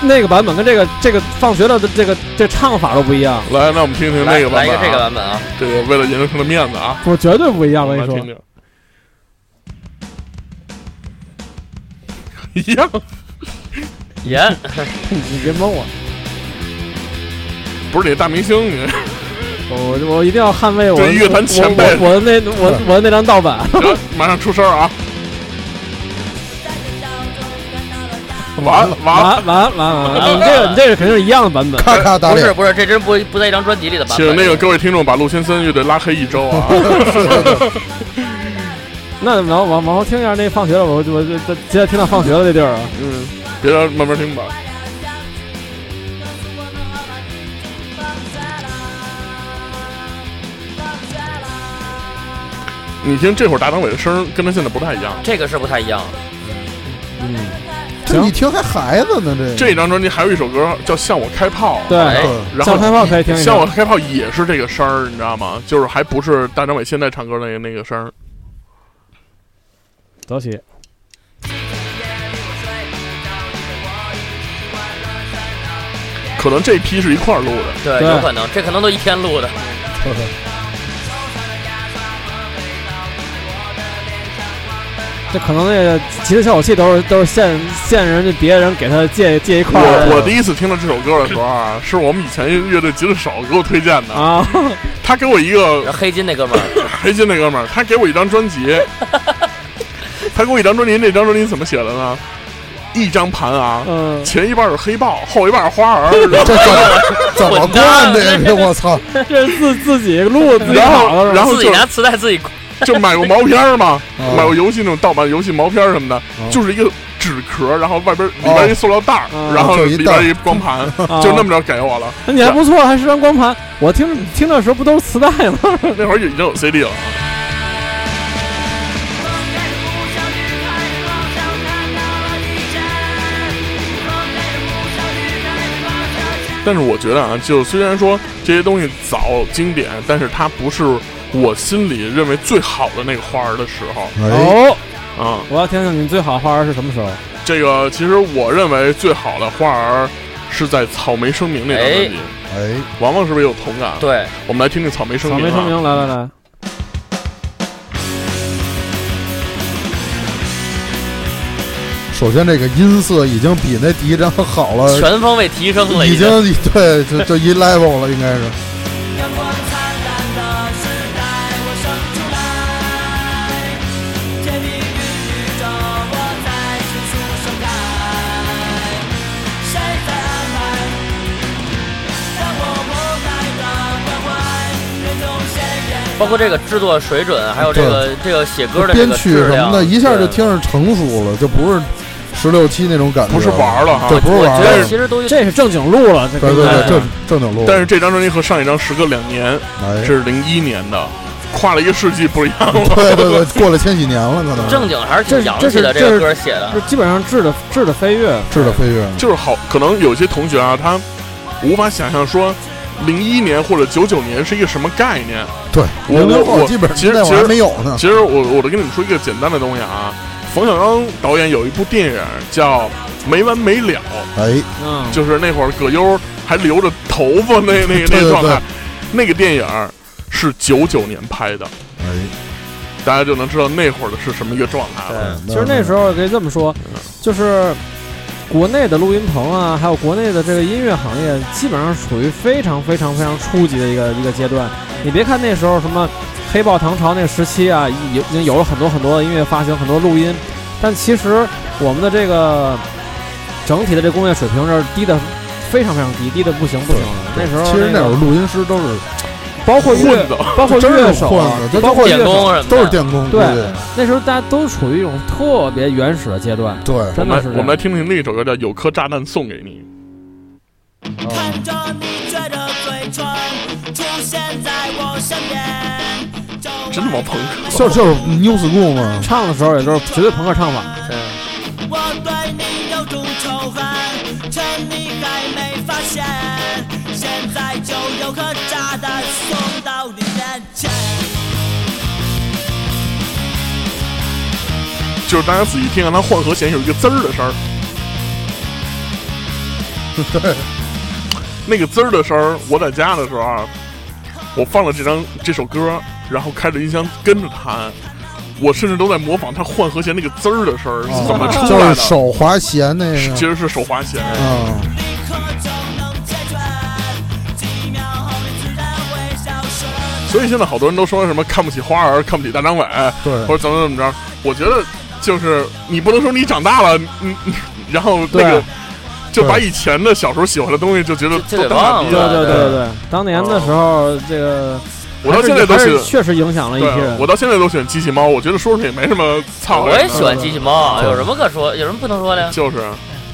E: 那个版本跟这个这个放学了的这个这唱法都不一样，
A: 来，那我们听听
F: 来
A: 那个版
F: 来一
A: 本啊，
F: 个这个版本啊，
A: 这个为了研究生的面子啊，
E: 我绝对不一样。
A: 我
E: 我跟
A: 们
E: 你
A: 来
E: 说
A: 听， 听。一样，
F: 演
E: 你别蒙我，
A: 不是你大明星，你
E: 我我一定要捍卫我
A: 对乐坛前辈嗯
E: 我我我的那我我的那张盗版，
A: 行马上出声啊！完了完了，
E: 完完完完完，你这个你这个肯定是一样的版本。
B: 咔咔打
F: 不是
B: 脸，
F: 不是，这真不不在一张专辑里的版
A: 请
F: 本。
A: 那个各位听众把陆先森乐队拉黑一周啊！
E: 那往往往后听一下那放学了，我我我接着听到放学了这地儿啊，
A: 嗯，别着慢慢听吧。你听这会儿大张伟的声儿跟他现在不太一样，
F: 这个是不太一样，
E: 嗯，
B: 这一听还孩子呢，这
A: 这张专辑还有一首歌叫《向我开炮》，
E: 对，
F: 哎
B: 对
A: 然
E: 小
A: 后
E: 开炮可以听一
A: 向我
E: 下，
A: 开炮也是这个声儿，你知道吗？就是还不是大张伟现在唱歌那个那个声儿。
E: 走起，
A: 可能这批是一块儿录的，
F: 对，
E: 对
F: 有可能，这可能都一天录的。
E: 这可能那个吉他效果器都是都是现现人家别人给他借 借一块儿
A: 我我第一次听到这首歌的时候啊，是我们以前乐队吉他手给我推荐的，
E: 啊，
A: 他给我一个
F: 然后黑金那哥们儿，
A: 黑金那哥们儿，他给我一张专辑， 他给我一张专辑，那张专辑怎么写的呢？一张盘啊，
E: 嗯，
A: 前一半是黑豹，后一半是花儿， 然后
B: 这 怎么怎么灌的呀？这我 操！
E: 这是自自己录自己
A: 然
E: 搞的
A: 后
E: 是吧？
A: 然后
F: 自己
A: 就
F: 拿磁带自己
A: 就买过毛片儿嘛，
B: 啊
A: 买过游戏那种盗版游戏毛片儿什么的，
B: 嗯
A: 就是一个纸壳，然后外边里边一塑料袋儿，
E: 哦
A: 然后
B: 哦啊就一
A: 里
B: 袋
A: 边
B: 儿
A: 一光盘，
E: 啊
A: 就那么着给我了。
E: 你还不错，还是张光盘。我听听的时候不都是磁带吗？
A: 那会儿已经有 CD 了，但是我觉得啊，就虽然说这些东西早经典，但是它不是我心里认为最好的那个花儿的时候
B: 哎，
E: 哦，
A: 啊、
E: 我要听听你最好花儿是什么时候？
A: 这个其实我认为最好的花儿是在《草莓声明》那张专辑。
B: 哎，
A: 王王是不是有同感？，啊
F: 对，
A: 我们来听听《草莓声
E: 草
A: 明
E: 莓》声
A: 啊。
E: 明，来来来，
B: 首先这个音色已经比那第一张好了，
F: 全方位提升了，
B: 呃已经对，就就一 level 了，应该是。
C: 阳光灿烂的时代，我生出来，天地孕育着我在迅速盛开。
F: 包括这个制作水准，还有这个这个写歌的这
B: 编
F: 个
B: 曲
F: 质
B: 什
F: 量
B: 么的，一下就
F: 对
B: 听着成熟了，就不是十六七那种感觉，
A: 不是玩儿了哈
B: 对，不是
F: 我
B: 玩
F: 觉
B: 儿
F: 得
B: 了
F: 其，实都
E: 这是正经录了，这
B: 对对
F: 哎
B: 对，正正经路。
A: 但是这张专辑和上一张时隔两年，
B: 哎
A: 这是零一年的，跨了一个世纪不一样了。
B: 对对对，过了千禧年了，可能
F: 正经还是挺洋
E: 这
F: 气
E: 是
F: 的，
E: 这
F: 个
E: 是
F: 歌写的
E: 就。基本上质的质的飞跃，
B: 质的飞跃，
A: 就是好，可能有些同学啊，他无法想象说，零一年或者九九年是一个什么概念。
B: 对，
A: 我
B: 零零
A: 我
B: 后
A: 我
B: 基本
A: 其
B: 上
A: 实
B: 那会
A: 其
B: 儿
A: 实
B: 还没有呢，
A: 其实我我得跟你们说一个简单的东西啊，冯小刚导演有一部电影叫《没完没了
B: 哎，》，
E: 嗯，
A: 就是那会儿葛优还留着头发 那那
B: 对
A: 那
B: 对
A: 状态，那个电影是九九年拍的，
B: 哎，
A: 大家就能知道那会儿的是什么一个状态了。
B: 嗯
E: 其实那时候可以这么说，就是国内的录音棚啊，还有国内的这个音乐行业，基本上处于非常非常非常初级的一个一个阶段。你别看那时候什么黑豹唐朝那个时期啊，已已经有了很多很多的音乐发行，很多录音，但其实我们的这个整体的这工业水平是低的。非常非常低，低的不行不行了。那时候、
B: 其实
E: 那
B: 那会
E: 个
B: 儿录音师都是
E: 包括乐
A: 混，的，
E: 包括
B: 真是
E: 乐手啊
B: 混子，
E: 包括
F: 电
E: 乐手，
F: 工什么的
B: 都是电工，
E: 对
B: 对
E: 那时候大家都处于一种特别原始的阶段。
B: 对，
A: 我
E: 真
A: 们
E: 的是
A: 来
E: 这样
A: 我们来听听另一首歌叫《有颗炸弹送给你
C: 看着你觉得嘴唇出现在我身边，就》，
A: 真他妈朋克。
B: 就就是 new school 嘛，
E: 唱的时候也都是绝对朋克唱法。
F: 对
C: 我对你有种仇恨，趁你还没发现，现在就有颗炸弹送到你面前。
A: 就是大家仔细听啊，它换和弦有一个滋儿的声儿。那个滋儿的声儿，我在家的时候啊，我放了这张这首歌，然后开着音箱跟着弹，我甚至都在模仿它换和弦那个滋儿的声儿是怎么出
B: 哦就
A: 来
B: 是
A: 的。
B: 手滑弦那
A: 是其实
B: 个，
A: 是手滑弦，
B: 嗯，
C: 立刻就能解决，几秒后你自然会消失。
A: 所以现在好多人都说什么看不起花儿，看不起大张伟，
B: 对
A: 或者怎么怎么着。我觉得就是你不能说你长大了，你你然后那个
E: 对
A: 就把以前的小时候喜欢的东西就觉得
F: 就就
A: 都
F: 给
A: 当傻逼
F: 忘
E: 对
F: 了对
E: 对
F: 对
E: 对，当年的时候，这个
A: 我到现在都
E: 还
A: 喜
E: 是确实影响了一批
A: 对，
E: 人
A: 我。到现在都喜欢机器猫，我觉得说出去也没什么操。
F: 我也喜欢机器猫，
B: 对
F: 有什么可说，有什么不能说的呀？
A: 就是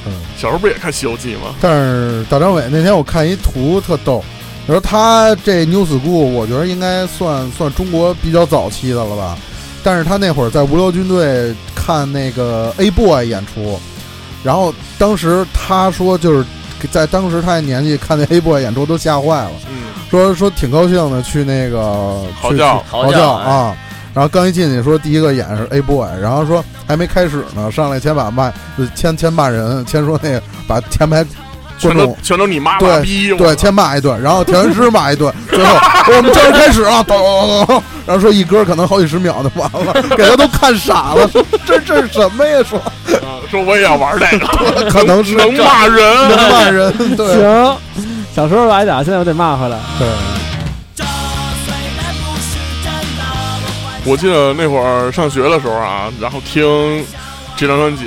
B: 嗯，
A: 小时候不也看《西游记》吗？
B: 但是大张伟那天我看一图特逗，你说他这 New School，我觉得应该算算中国比较早期的了吧。但是他那会儿在无聊军队看那个 A Boy 演出，然后当时他说就是在当时他的年纪看那 A Boy 演出都吓坏了，
A: 嗯，
B: 说说挺高兴的去那个
A: 嚎
B: 去
A: 叫
B: 去
F: 嚎
B: 嚎
F: 叫哎
B: 叫啊。然后刚一进去说第一个演是 A boy，然后说还没开始呢，上来先把骂，呃先先骂人，先说那个把前排
A: 全
B: 观众
A: 都全都你妈
B: 对
A: 妈逼，我
B: 对，先骂一顿，然后调音师骂一顿，最后我们正式开始啊，咚咚咚咚，然后说一歌可能好几十秒就完了，给他都看傻了，说这这是什么呀？说
A: 啊说我也要玩这个，
B: 可能是
A: 能骂人。
B: 能骂人，对
E: 行，小时候挨打，现在我得骂回来。
B: 对，
C: 这虽然不是真的，我幻想
A: 我记得那会儿上学的时候啊，然后听这张专辑，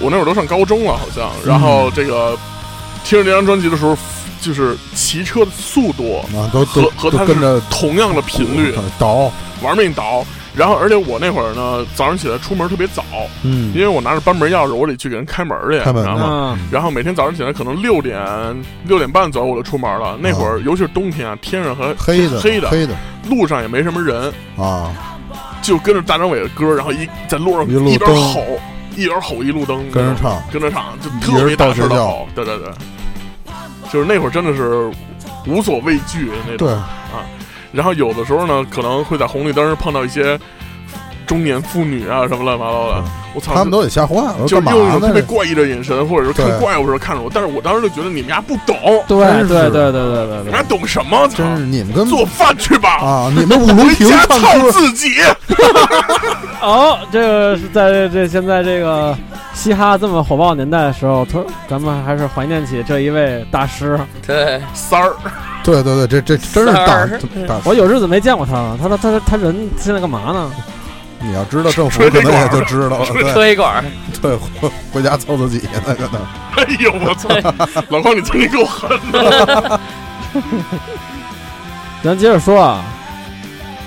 A: 我那会儿都上高中啊了好像，然后这个听着这张专辑的时候，就是骑车的速度
B: 啊，都
A: 和
B: 都
A: 和
B: 都
A: 它
B: 跟着
A: 是同样的频率，
B: 倒，
A: 玩命倒。然后而且我那会儿呢，早上起来出门特别早，因
B: 嗯，
A: 为我拿着班门钥匙，我得去给人开门去，
B: 开门
A: 你知道吗？
E: 嗯，
A: 然后每天早上起来可能六点六点半左右我就出门
B: 啊
A: 了。那会儿尤其是冬天啊，天上和
B: 黑的
A: 黑的
B: 黑的
A: 路上也没什么人，
B: 啊，
A: 就跟着大张伟的歌，然后一在路上
B: 一路
A: 一边
B: 蹬
A: 吼一边吼一路灯，
B: 跟着唱，
A: 跟着唱，就特别大声的吼。对对对，就是那会儿真的是无所畏惧的那种。
B: 对，
A: 然后有的时候呢，可能会在红绿灯上碰到一些中年妇女啊什么乱七八糟的
B: 嗯，
A: 我操，
B: 他们都得吓坏了，我
A: 就
B: 说
A: 是
B: 干嘛
A: 用一种特别
B: 呢？
A: 怪异的眼神，或者是看
B: 对
A: 怪物的时候看着我，但是我当时就觉得你们家不懂，
E: 对
B: 真是
E: 对对
A: 你
E: 对对对对
A: 们家
E: 对，
A: 懂什么？操
B: 真是你们跟
A: 做饭去吧，
B: 啊，你们五龙
A: 回
B: 亭
A: 家
B: 唱
A: 操
B: 歌，
A: 自己。
E: 哦，这个是在这现在这个嘻哈这么火爆的年代的时候，突咱们还是怀念起这一位大师。
F: 对，
A: 三儿，
B: 对对对，这这真是
F: 三
B: 大
F: 儿
B: 大
E: 我有日子没见过他了，他他他他人现在干嘛呢？
B: 你要知道政府
A: 吹
B: 可
A: 这
B: 能
A: 管
B: 也
A: 儿
B: 就知道了，对
F: 车一管儿，
B: 对，回回家凑凑自己那个呢。
A: 哎呦我 操！老高，你真
B: 哦
A: 的够狠的。
E: 咱接着说啊，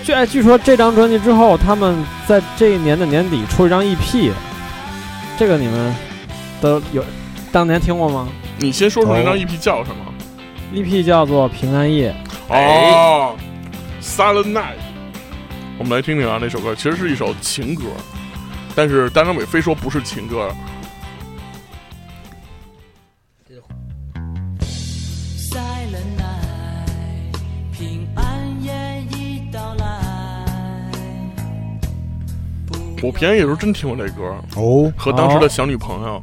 E: 据哎，据说这张专辑之后，他们在这一年的年底出一张 EP，这个你们都有当年听过吗
A: 你先说出那张
B: 哦
A: EP 叫什么？
E: ？EP 叫做《平安夜》，
F: 哎
A: 哦，Silent Night。我们来听听啊，那首歌其实是一首情歌，但是单张伟非说不是情歌，
C: Silent night，平安夜已到来。
A: 我便宜的时候真听过这歌，
B: 哦，
A: 和当时的小女朋友。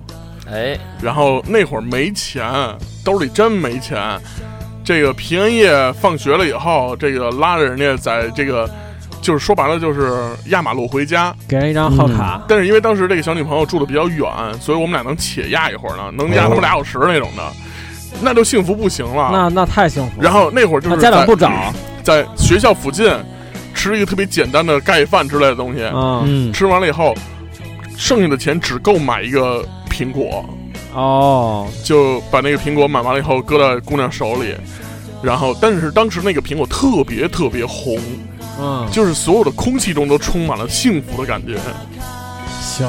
F: 哎，
A: 然后那会儿没钱，兜里真没钱。这个平安夜放学了以后，这个拉着人家在这个，就是说白了就是压马路回家。
E: 给人一张号卡，
A: 但是因为当时这个小女朋友住的比较远，所以我们俩能且压一会儿呢，能压他妈俩小时那种的，那就幸福不行了。
E: 那那太幸福了。
A: 然后那会儿就是
E: 那家长
A: 在
E: 不找
A: 在学校附近吃一个特别简单的盖饭之类的东西，
E: 啊，
F: 嗯，
A: 吃完了以后，剩下的钱只够买一个苹果，
E: 哦，
A: 就把那个苹果买完了以后搁在姑娘手里，然后但是当时那个苹果特别特别红，
E: 嗯，
A: 就是所有的空气中都充满了幸福的感觉，
E: 行。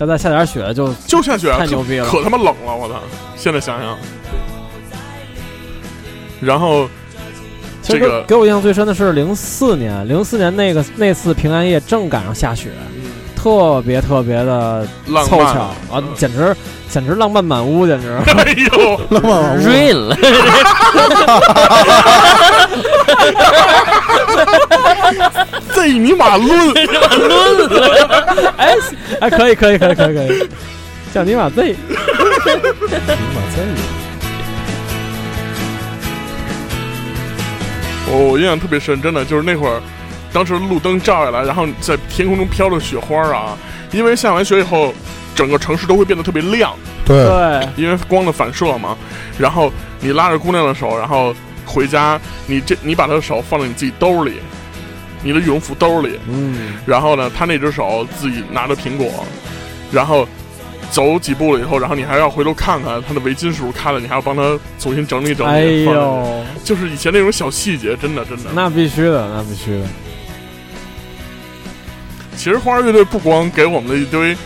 E: 要再下点雪就
A: 就下雪
E: 太牛逼了
A: 可可他妈冷了，我操！现在想想，然后
E: 其实
A: 这个
E: 给我印象最深的是零四年，零四年那个那次平安夜正赶上下雪，特别特别的
A: 浪
E: 凑
A: 漫
E: 巧啊，简直简直浪漫满屋，简直
A: 哎呦，
B: 那么
F: rain 了，
A: 这尼玛抡！
E: 哎哎，可以可以可以可以可以，叫尼玛 Z，
A: 我我印象特别深，真的就是那会儿，当时路灯照下来，然后在天空中飘着雪花啊，因为下完雪以后，整个城市都会变得特别亮，
B: 对，
E: 对，
A: 因为光的反射嘛。然后你拉着姑娘的手，然后回家，你这你把她的手放在你自己兜里，你的羽绒服兜里，
E: 嗯，
A: 然后呢，她那只手自己拿着苹果，然后。走几步了以后，然后你还要回头看看她的围巾是不是开了，你还要帮她重新整理整理。放进
E: 哎
A: 去
E: 呦，
A: 就是以前那种小细节，真的真的。
E: 那必须的，那必须的，
A: 其实花儿乐队不光给我们了一堆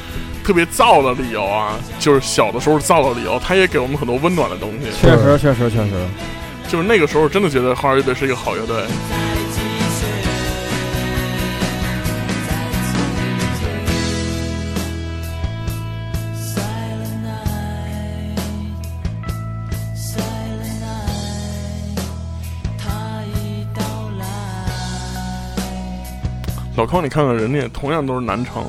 A: 特别燥的理由啊，就是小的时候燥的理由，它也给我们很多温暖的东西。
E: 确实确实确实，
A: 就是那个时候真的觉得花儿乐队是一个好乐队。
C: Silent night, silent night，它已到来。
A: 老康，你看看人家同样都是南城，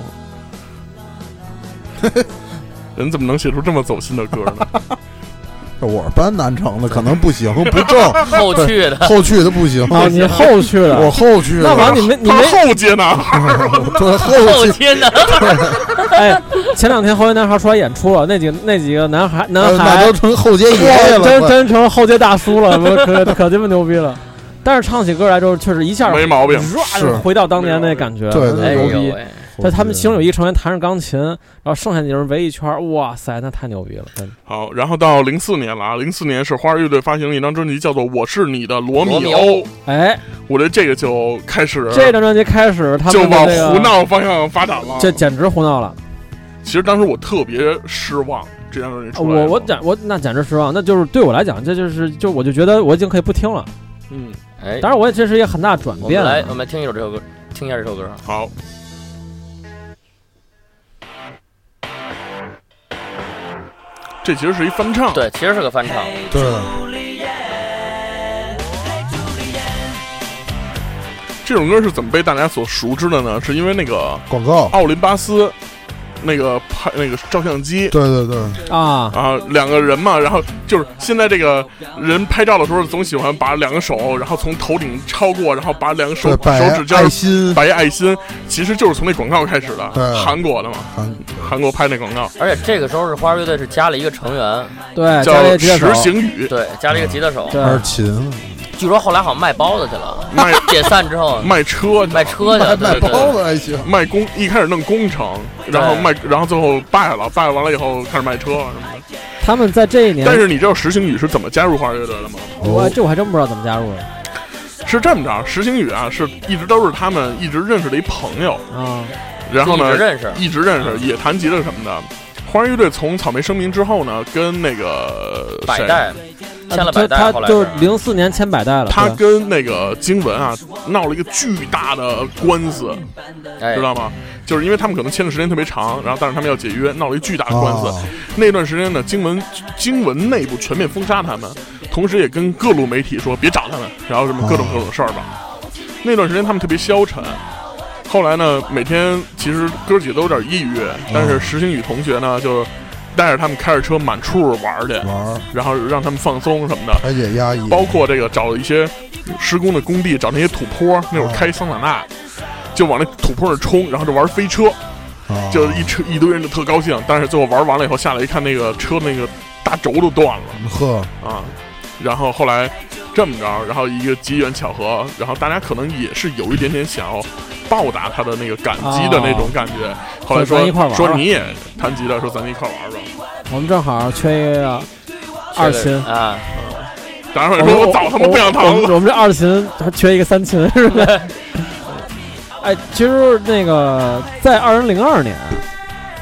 A: 人怎么能写出这么走心的歌呢？
B: 我是搬南城的，可能 不行，不正，
E: 哦
F: 后去的，
B: 后去的不行。
E: 啊，你后去的，
B: 我后去的，
E: 那完你没你
A: 他
E: 没
A: 后街呢？
B: 对后
F: 后
B: 去
F: 天的，
E: 哎，前两天后街男孩出来演出了，那几个那几个男孩男
B: 呃那
E: 孩
B: 都成后街爷爷
E: 哇，
B: 了，
E: 真真成后街大叔了，我可可他妈牛逼了。但是唱起歌来之后，确实一 下
A: 没毛病。
E: 唰
B: 是
E: 就回到当年那感觉，
B: 对对
F: 哎
B: 对
E: 牛
F: 呦
E: 逼。
F: 喂，
E: 但他们其中有一个成员弹着钢琴，然后剩下几人围一圈，哇塞，那太牛逼了，真的。
A: 好，然后到零四年了啊，零四年是花儿乐队发行了一张专辑，叫做《我是你的罗
F: 罗
A: 密
F: 密
A: 欧》
F: 欧。
E: 哎，
A: 我觉得这个就开始
E: 这张专辑开始，他
A: 就
E: 们
A: 往
E: 的这
A: 胡
E: 个
A: 闹方向发展了。
E: 这简直胡闹了。
A: 其实当时我特别失望，这张专辑出来
E: 我
A: 的时候
E: 我简我那简直失望，那就是对我来讲，这就是就我就觉得我已经可以不听了。
A: 嗯
F: 哎，
E: 当然，我也这是一个很大转
F: 我
E: 变
F: 们来，
E: 啊。
F: 我们来听一首这首歌，听一下这首歌。
A: 好，这其实是一翻唱，
F: 对，其实是个翻唱，
B: 对，
A: 这首歌是怎么被大家所熟知的呢？是因为那个
B: 广告，
A: 奥林巴斯那个拍那个照相机。
B: 对对对，
F: 嗯
E: 啊，
A: 啊，两个人嘛，然后就是现在这个人拍照的时候，总喜欢把两个手，然后从头顶超过，然后把两个手
B: 对摆
A: 手指尖
B: 爱心，
A: 摆一爱心，其实就是从那广告开始的，
B: 对
A: 韩国的嘛，
B: 韩
A: 韩国拍那广告
F: 而且这个时候是花儿乐队是加了一个成员，
E: 对，加了一
A: 叫
E: 个吉他手
A: 石行宇，
F: 对，加了一个吉他手。
E: 对，
B: 还是琴，
F: 据说后来好像卖包子去了，
A: 卖
F: 解散之后
A: 卖车去了
F: 卖车去了，对
B: 卖
F: 对
B: 包
F: 对，
B: 子还行，
A: 卖工，一开始弄工程，然后卖，然后最后败了，败完了以后开始卖车什么的。
E: 他们在这一年
A: 但，是你知道石行宇是怎么加入花儿乐队的吗？
E: 我
B: 哦
E: 这我还真不知道怎么加入的。
A: 是这么着，石星宇啊，是一直都是他们一直认识的一朋友，
E: 啊，
A: 然后
F: 就一
A: 呢
F: 直，认识，
A: 一直认识，也弹吉他什么的。花儿乐队从草莓声明之后呢，跟那个
F: 百
A: 谁，啊
F: 代签了百代，
E: 他
F: 后来
E: 就是零四年签百代了，
A: 他
E: 对
A: 跟那个经文啊闹了一个巨大的官司，
F: 哎
A: 知道吗？就是因为他们可能签的时间特别长，然后但是他们要解约，闹了一巨大的官司。
B: 啊
A: 那段时间呢，经文经文内部全面封杀他们，同时也跟各路媒体说别找他们，然后什么各种各种事儿吧。那段时间他们特别消沉。后来呢，每天其实哥几个都有点抑郁，但是石星宇同学呢，就带着他们开着车满处玩儿去，
B: 玩儿
A: 然后让他们放松什么的。
B: 排解压抑，
A: 包括这个找一些施工的工地，找那些土坡，那会儿开桑塔纳，就往那土坡上冲，然后就玩飞车，
B: 啊
A: 就一车一堆人就特高兴，但是最后玩完了以后下来一看，那个车那个大轴都断了
B: 呵，
A: 啊，然后后来这么着，然后一个机缘巧合，然后大家可能也是有一点点想要。报答他的那个感激的那种感觉，后来说
E: 啊咱一块玩啊吧
A: 说你也弹吉他，说咱一块玩吧。
E: 我们正好缺一个二
F: 确实
E: 琴。
F: 啊，
A: 当然说，我早他妈不想弹
E: 我们
A: 了。
E: 我们这二琴还缺一个三琴，是吧？ 哎，其实那个在二零零二年，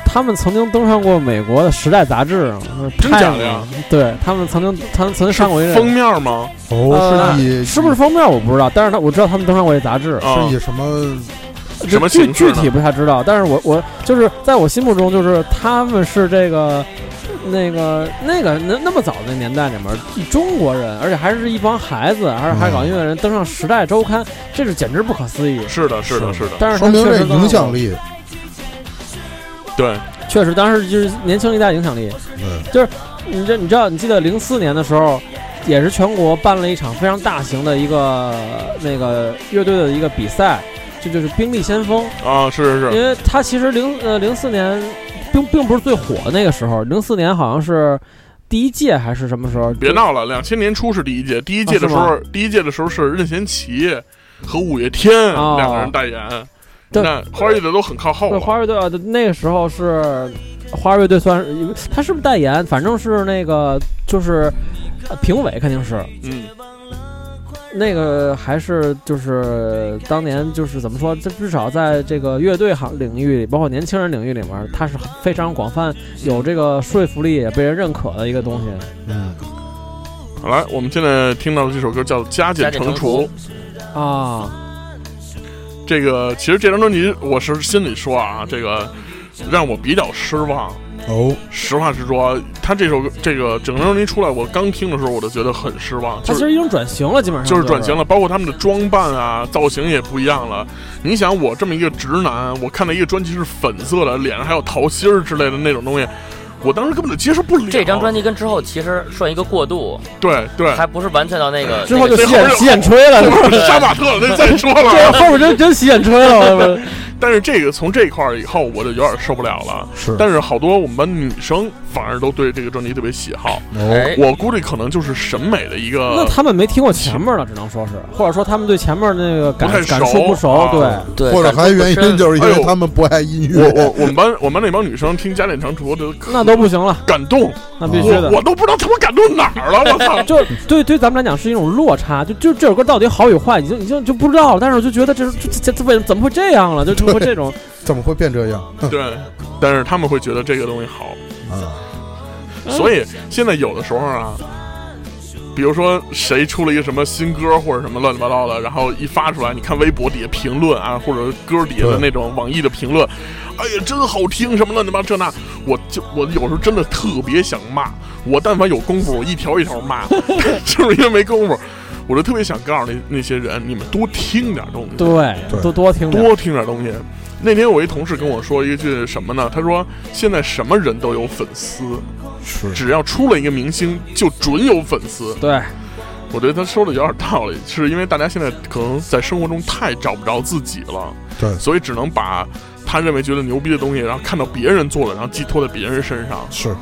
E: 他们曾经登上过美国的《时代》杂志，啊
A: 真
E: 太
A: 假
E: 阳
A: 的呀
E: 嘛对他们曾经，他们曾经上过一个
A: 封面吗？
B: 哦，
E: 呃
B: 是以
E: 是不是封面我不知道，但是他我知道他们登上过这杂志，
A: 啊
B: 是，以什么
E: 这
A: 什么
E: 具
A: 形式
E: 具
A: 呢
E: 体不太知道，但是我我就是在我心目中就是他们是这个。那个、那个、那那么早的年代里面，一中国人，而且还是一帮孩子，还是还搞音乐的人登上《时代周刊》，这是简直不可思议。
A: 嗯是的，是的，
B: 是
A: 是的，
E: 但是他
B: 说明
E: 确
B: 这
E: 实
B: 影响
E: 力，
B: 力？
A: 对。
E: 确实当时就是年轻一代影响力。
B: 嗯，
E: 你这你知道，你记得零四年的时候，也是全国办了一场非常大型的一个那个乐队的一个比赛，这就是兵力先锋。
A: 啊，是是是，
E: 因为他其实零呃零四年并并不是最火的那个时候，零四年好像是第一届还是什么时候？
A: 别闹了，两千年初是第一届，第一届的时候，
E: 啊
A: 第一届的时候是任贤齐和五月天、
E: 哦
A: 两个人代言，
E: 对
A: 那花儿乐队都很靠后
E: 对，
A: 了。
E: 花乐队呃那个时候是花乐队算是他是不是代言？反正是那个就是呃评委肯定是
A: 嗯，
E: 那个呃还是就是当年就是怎么说，这至少在这个乐队行领域里，包括年轻人领域里面，它是非常广泛有这个说服力，也被人认可的一个东西。
B: 嗯，
A: 好来，我们现在听到的这首歌叫《加减乘除》，
E: 啊，
A: 这个其实这张专辑我是心里说啊，这个让我比较失望。
B: 哦，
A: 实话实说，他这首歌这个整张专辑出来，我刚听的时候我就觉得很失望，就
E: 它其
A: 是。
E: 实已经转型了，基本上
A: 就是是转型了，包括他们的装扮啊、造型也不一样了。你想，我这么一个直男，我看到一个专辑是粉色的，脸上还有桃心儿之类的那种东西，我当时根本就接受不了。
F: 这张专辑跟之后其实算一个过渡，
A: 对对，
F: 还不是完全到那个
E: 之后就
F: 那
E: 洗
A: 这后
F: 个
E: 眼
A: 面
E: 洗眼吹了，是 吧
A: 杀马特了，那再说
E: 这个
A: 了。
E: 后面真真洗眼吹了我的妈，
A: 但是这个从这块儿以后，我就有点受不了了。
B: 是，
A: 但是好多我们班女生反而都对这个专辑特别喜好，
B: 哦，
F: 哎
A: 我估计可能就是审美的一
E: 那
A: 个
E: 他们没听过前面了，只能说是，或者说他们对前面那个感
A: 不太
E: 感触
A: 熟
E: 不熟
A: 啊，
E: 对，
F: 对
B: 或者
F: 感触
B: 还
F: 不
B: 原因
F: 深
B: 就是因
A: 哎
B: 为
A: 呦
B: 他们不爱音
A: 我
B: 乐，
A: 我我们班我们班那帮女生听《加减乘除》就可
E: 那都不行了，
A: 感动，
E: 那必须的
A: 我。我都不知道他们感动哪儿了， 我操！
E: 就是对对咱们来讲是一种落差，就就这首歌到底好与坏，已经已经就不知道了。但是我就觉得这这这这为怎么会这样了？就就会这种
B: 怎么会变这样？哼
A: 对，但是他们会觉得这个东西好，
B: 啊，
A: 所
E: 嗯
A: 以现在有的时候啊，比如说谁出了一个什么新歌或者什么乱七八糟的，然后一发出来，你看微博底下评论啊，或者歌底下的
B: 对
A: 那种网易的评论，哎呀，真好听什么乱七八这那，我就我有时候真的特别想骂，我但凡有功夫，我一条一条 骂，就是因为没功夫，我就特别想告诉那那些人，你们多听点东西，
E: 对
B: 对
E: 多多听点
A: 多听点东西。那天我一同事跟我说一句什么呢？他说现在什么人都有粉丝，
B: 是
A: 只要出了一个明星，就准有粉丝。
E: 对
A: 我觉得他说的有点道理，是因为大家现在可能在生活中太找不着自己了，
B: 对
A: 所以只能把他认为觉得牛逼的东西，然后看到别人做的，然后寄托在别人身上。
B: 是，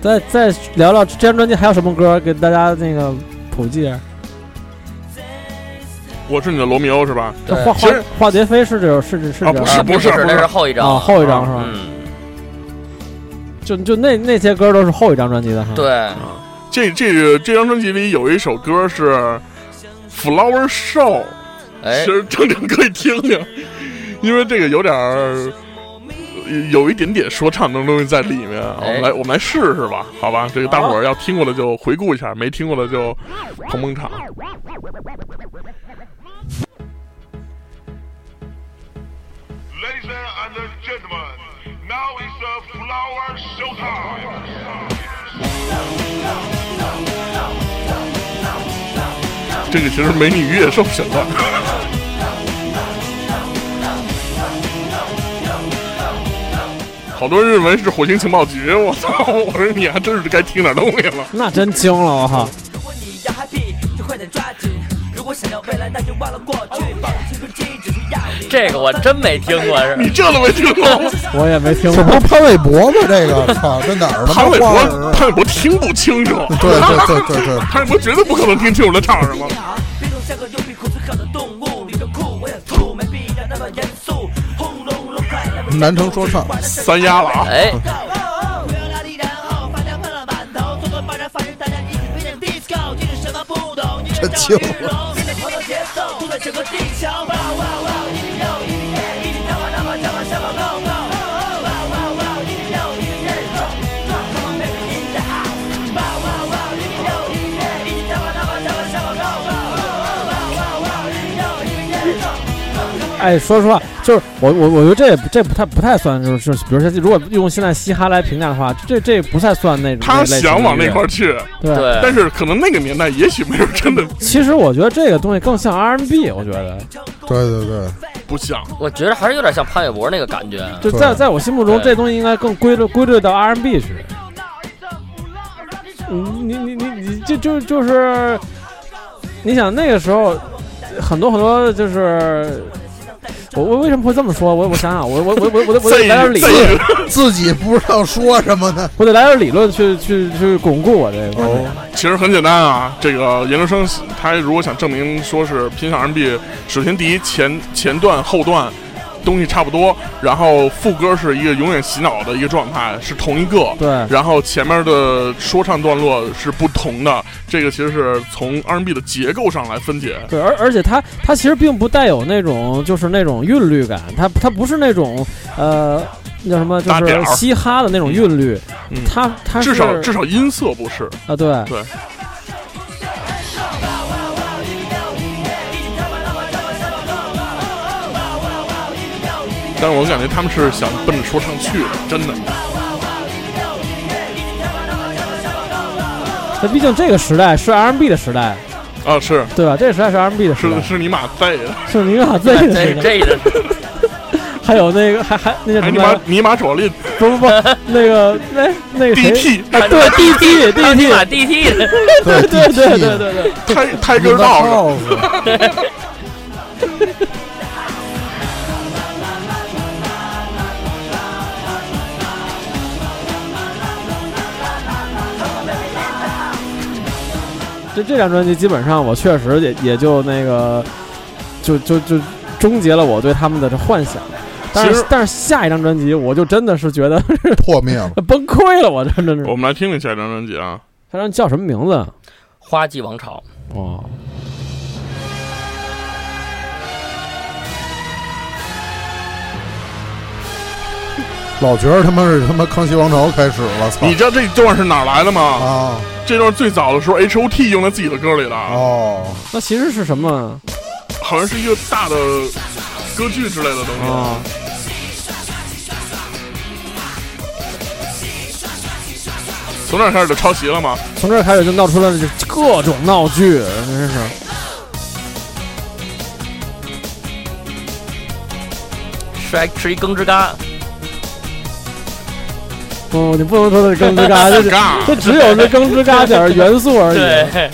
E: 再再聊聊这张专辑还有什么歌给大家那个普及一下。
A: 我是你的罗密欧是吧？
E: 这
F: 对
E: 化
A: 其
E: 化
A: 实
E: 化蝶飞是这首是是是
A: 啊
E: 这
A: 不
F: 啊
A: 是
E: 首
F: 不
A: 不是
F: 那
A: 不是
F: 是后一
E: 啊
F: 张，
E: 后一张是吧？
F: 嗯，
E: 就就那那些歌都是后一张专辑的哈。
F: 对，
A: 啊这这个这张专辑里有一首歌是《Flower Show》，
F: 哎
A: 其，实正正可以听听，因为这个有点儿，有一点点说唱的东西在里面啊。我
F: 哎
A: 们来，我们来试试吧，好吧？这个大伙儿要听过的就回顾一下，没听过的就捧捧场。
G: Ladies and gentlemen, now is a flower showtime.
A: 这个其实美女与野兽神了。好多人认为是火星情报局，我操！我说你还真是该听点东西了。
E: 那真惊了，我靠！
H: 如果你要 happy，就快点抓紧；如果想要未来，那就忘了过去。放弃不羁，只是要你。
F: 这个我真没听过，
A: 你
F: 是
A: 这都没听过？
E: 我也没听
B: 这不
E: 过
B: 是。潘玮柏吗？ 这个操，这哪儿的
A: 潘玮
B: 花
A: 柏
B: 儿啊，
A: 潘玮柏听不清楚。
B: 对对对对 对，
A: 潘玮柏绝对不可能听清楚他唱什么。
H: 别总像个有鼻孔最好的动物，你的酷，我想吐，没必要那么严肃。轰隆隆，快乐地
B: 南城说唱，
A: 三丫了啊！
F: 哎，
H: 不要压力，然后发家快乐馒头，做个爆炸发人，大家一起飞点 disco，这是什么不懂？你
B: 这
H: 这
B: 就
H: 叫鱼龙，现在狂到节奏，吐在整个地球。哇哇哇，一起跳，一起耶，一起跳吧，跳吧，跳吧，跳吧，go go。哇哇哇，一起跳，一起耶，drop drop come on baby in the house。哇哇哇，一起跳，一起耶，一起跳吧，跳吧，跳吧，跳吧，go go。哇哇哇，一起跳，一起耶，drop drop come on。
E: 哎，说实话，就是我我我觉得这也不这不太不太算，就是就是，比如说，如果用现在嘻哈来评价的话，这这不太算那种。
A: 他
E: 那类型的
A: 想往
E: 音
A: 那
E: 乐
A: 块儿去，
E: 对。
F: 对
A: 但，是可能那个年代也许没有真的
E: 其实我觉得这个东西更像 R&B，我觉得
B: 对对对，
A: 不像。
F: 我觉得还是有点像潘玮柏那个感觉。
E: 就
B: 对
E: 在在我心目中，
F: 对
E: 这东西应该更归类归类到 R&B 去。嗯你你你你就就就是，你想那个时候，很多很多就是，我我为什么会这么说？我我想想，我我我我我得 我
A: 再
E: 得来点
A: 一
E: 理
A: 再
E: 论，
A: 一
B: 自己不知道说什么呢。
E: 我得来点理论去去去巩固我这个观点。
A: 其实很简单啊，这个研究生他如果想证明说是偏向 R&B，首先第一前前段后段东西差不多，然后副歌是一个永远洗脑的一个状态，是同一个。
E: 对，
A: 然后前面的说唱段落是不同的，这个其实是从 R&B 的结构上来分解。
E: 对，而而且它它其实并不带有那种就是那种韵律感，它它不是那种呃那叫什么就
A: 大点
E: 是
A: 儿
E: 嘻哈的那种韵律，
A: 嗯，
E: 它它
A: 至少至
E: 少
A: 少音色不是。
E: 啊对
A: 对但是我感觉他们是想奔着说唱去的，真的。
E: 那毕竟这个时代是 R&B 的时代，
A: 啊，是
E: 对吧？这个时代是 R&B 的时代
A: 是，是你妈在的，
E: 是尼玛最的
F: 这
E: 时代，
F: 这人
E: 还有那个还还那叫
A: 哎
E: 什
A: 你
E: 么
A: 妈
E: 来着？
A: 你妈主力
E: 不不不，那个那 那个谁
A: DT
E: 啊？ 对，DT
F: 他尼
E: DT，
F: 玛 DT 的，
B: 对
E: 对对对对
B: 对，
E: 对对，
A: 泰泰
B: 一
A: 戈道
E: 这这张专辑基本上我确实也也就那个就就就终结了我对他们的这幻想。但
A: 其
E: 是
A: 实
E: 但是下一张专辑我就真的是觉得
B: 破灭了。
E: 崩溃了，我真的是。
A: 我们来听听下一张专辑啊，
E: 他让叫什么名字？
F: 花季王朝，
E: 哦，
B: 老觉得他妈是他妈康熙王朝开始了，操
A: 你知道这段是哪儿来的吗？
B: 啊
A: 这段最早的时候 H O T 用在自己的歌里
E: 啊
A: 了，
B: 哦，
E: 那其实是什么
A: 好像是一个大的歌剧之类的东西。
E: 啊？
A: 从那儿开始就抄袭了吗？
E: 从这儿开始就闹出了这各种闹剧，真是。
F: 摔吃一羹吱嘎，
E: 哦，你不能说它是更吱嘎，就是
A: 嘎
E: 它只有这更吱嘎点儿元素而已。
F: 对，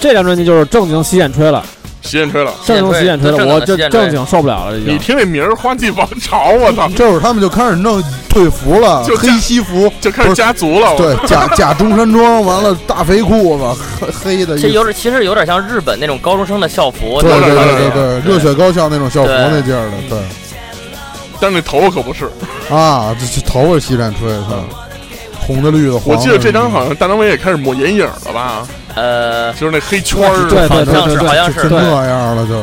E: 这张专辑就是正经洗剪吹了，
A: 洗眼吹了。
E: 正宗洗剪吹
F: 正
E: 的，
F: 宗
E: 我
F: 的
E: 这
F: 洗剪吹
E: 正经受不了了，已
A: 你
E: 经。
A: 听这名儿，花季王朝，我操，
E: 嗯
B: 这会儿他们就开始弄队服了，
A: 啊就
B: 黑
A: 加
B: 西服，
A: 就开始加足了。我
B: 对， 假假中山装，完了大肥裤子，黑黑的，
F: 这有点，其实有点像日本那种高中生的校服。
B: 对
F: 那种
B: 对
A: 有点
F: 感
B: 对
F: 觉
B: 对对，热血高校那种校服
F: 对
B: 那劲儿的，对
A: 但是那头发可不是。
B: 啊，这这头发西战吹，操，红的绿的黄的，
A: 我记得这张好像大张伟也开始抹眼影了吧？
F: 呃，
A: 就是那黑圈儿。
E: 对对
F: 好像
E: 对
F: 是
E: 对，
F: 好像
B: 就是就那样了，就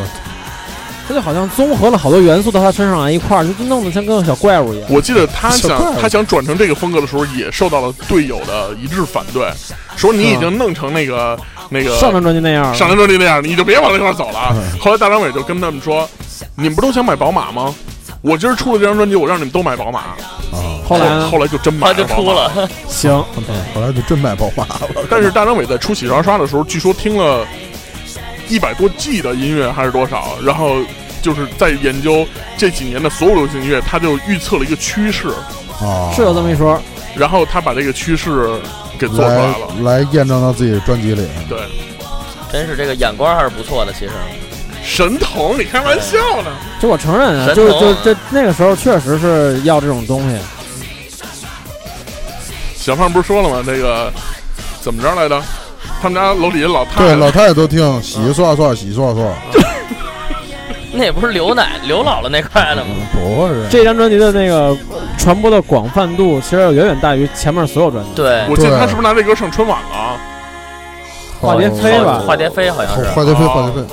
E: 他就好像综合了好多元素到他身上来一块儿，就弄得像跟个小怪物一样。
A: 我记得他
B: 小怪
A: 想
B: 物
A: 他想转成这个风格的时候，也受到了队友的一致反对，说你已经弄成那个那个
E: 嗯上张专辑那样，
A: 上来就那样，你就别往那块儿走了啊
B: 嗯。
A: 后来大张伟就跟他们说：“你们不都想买宝马吗？我今儿出了这张专辑，我让你们都买宝马。
B: 啊，
E: 后来呢
A: 后来就真买
F: 他
A: 了，
F: 就出。了，
E: 行，
B: 后来就真买宝马了，
A: 但是大张伟在出《洗刷刷》的时候，据说听了一百多 G 的音乐还是多少，然后就是在研究这几年的所有流行音乐，他就预测了一个趋势，
B: 啊，
E: 是有这么一说。
A: 然后他把这个趋势给做出来
B: 来
A: 了。
B: 来验证到自己的专辑里，
A: 对，
F: 真是这个眼光还是不错的。其实
A: 神童，你开玩笑呢？
E: 就我承认啊，
F: 神
E: 就
F: 童
E: 就
F: 啊
E: 这那个时候确实是要这种东西。
A: 小胖不是说了吗？那个怎么着来着？他们家楼底下老太
B: 对，
A: 太
B: 老太太都听洗刷刷洗刷刷，
F: 那不是刘奶刘姥姥那块的吗？
B: 不是，
E: 这张专辑的那个呃传播的广泛度，其实要远远大于前面所有专辑。
F: 对，
A: 我记得
B: 对
A: 他是不是拿这歌上春晚了啊？
F: 哦
E: 化蝶飞吧
F: 化蝶飞好像是
B: 化蝶飞，化蝶飞，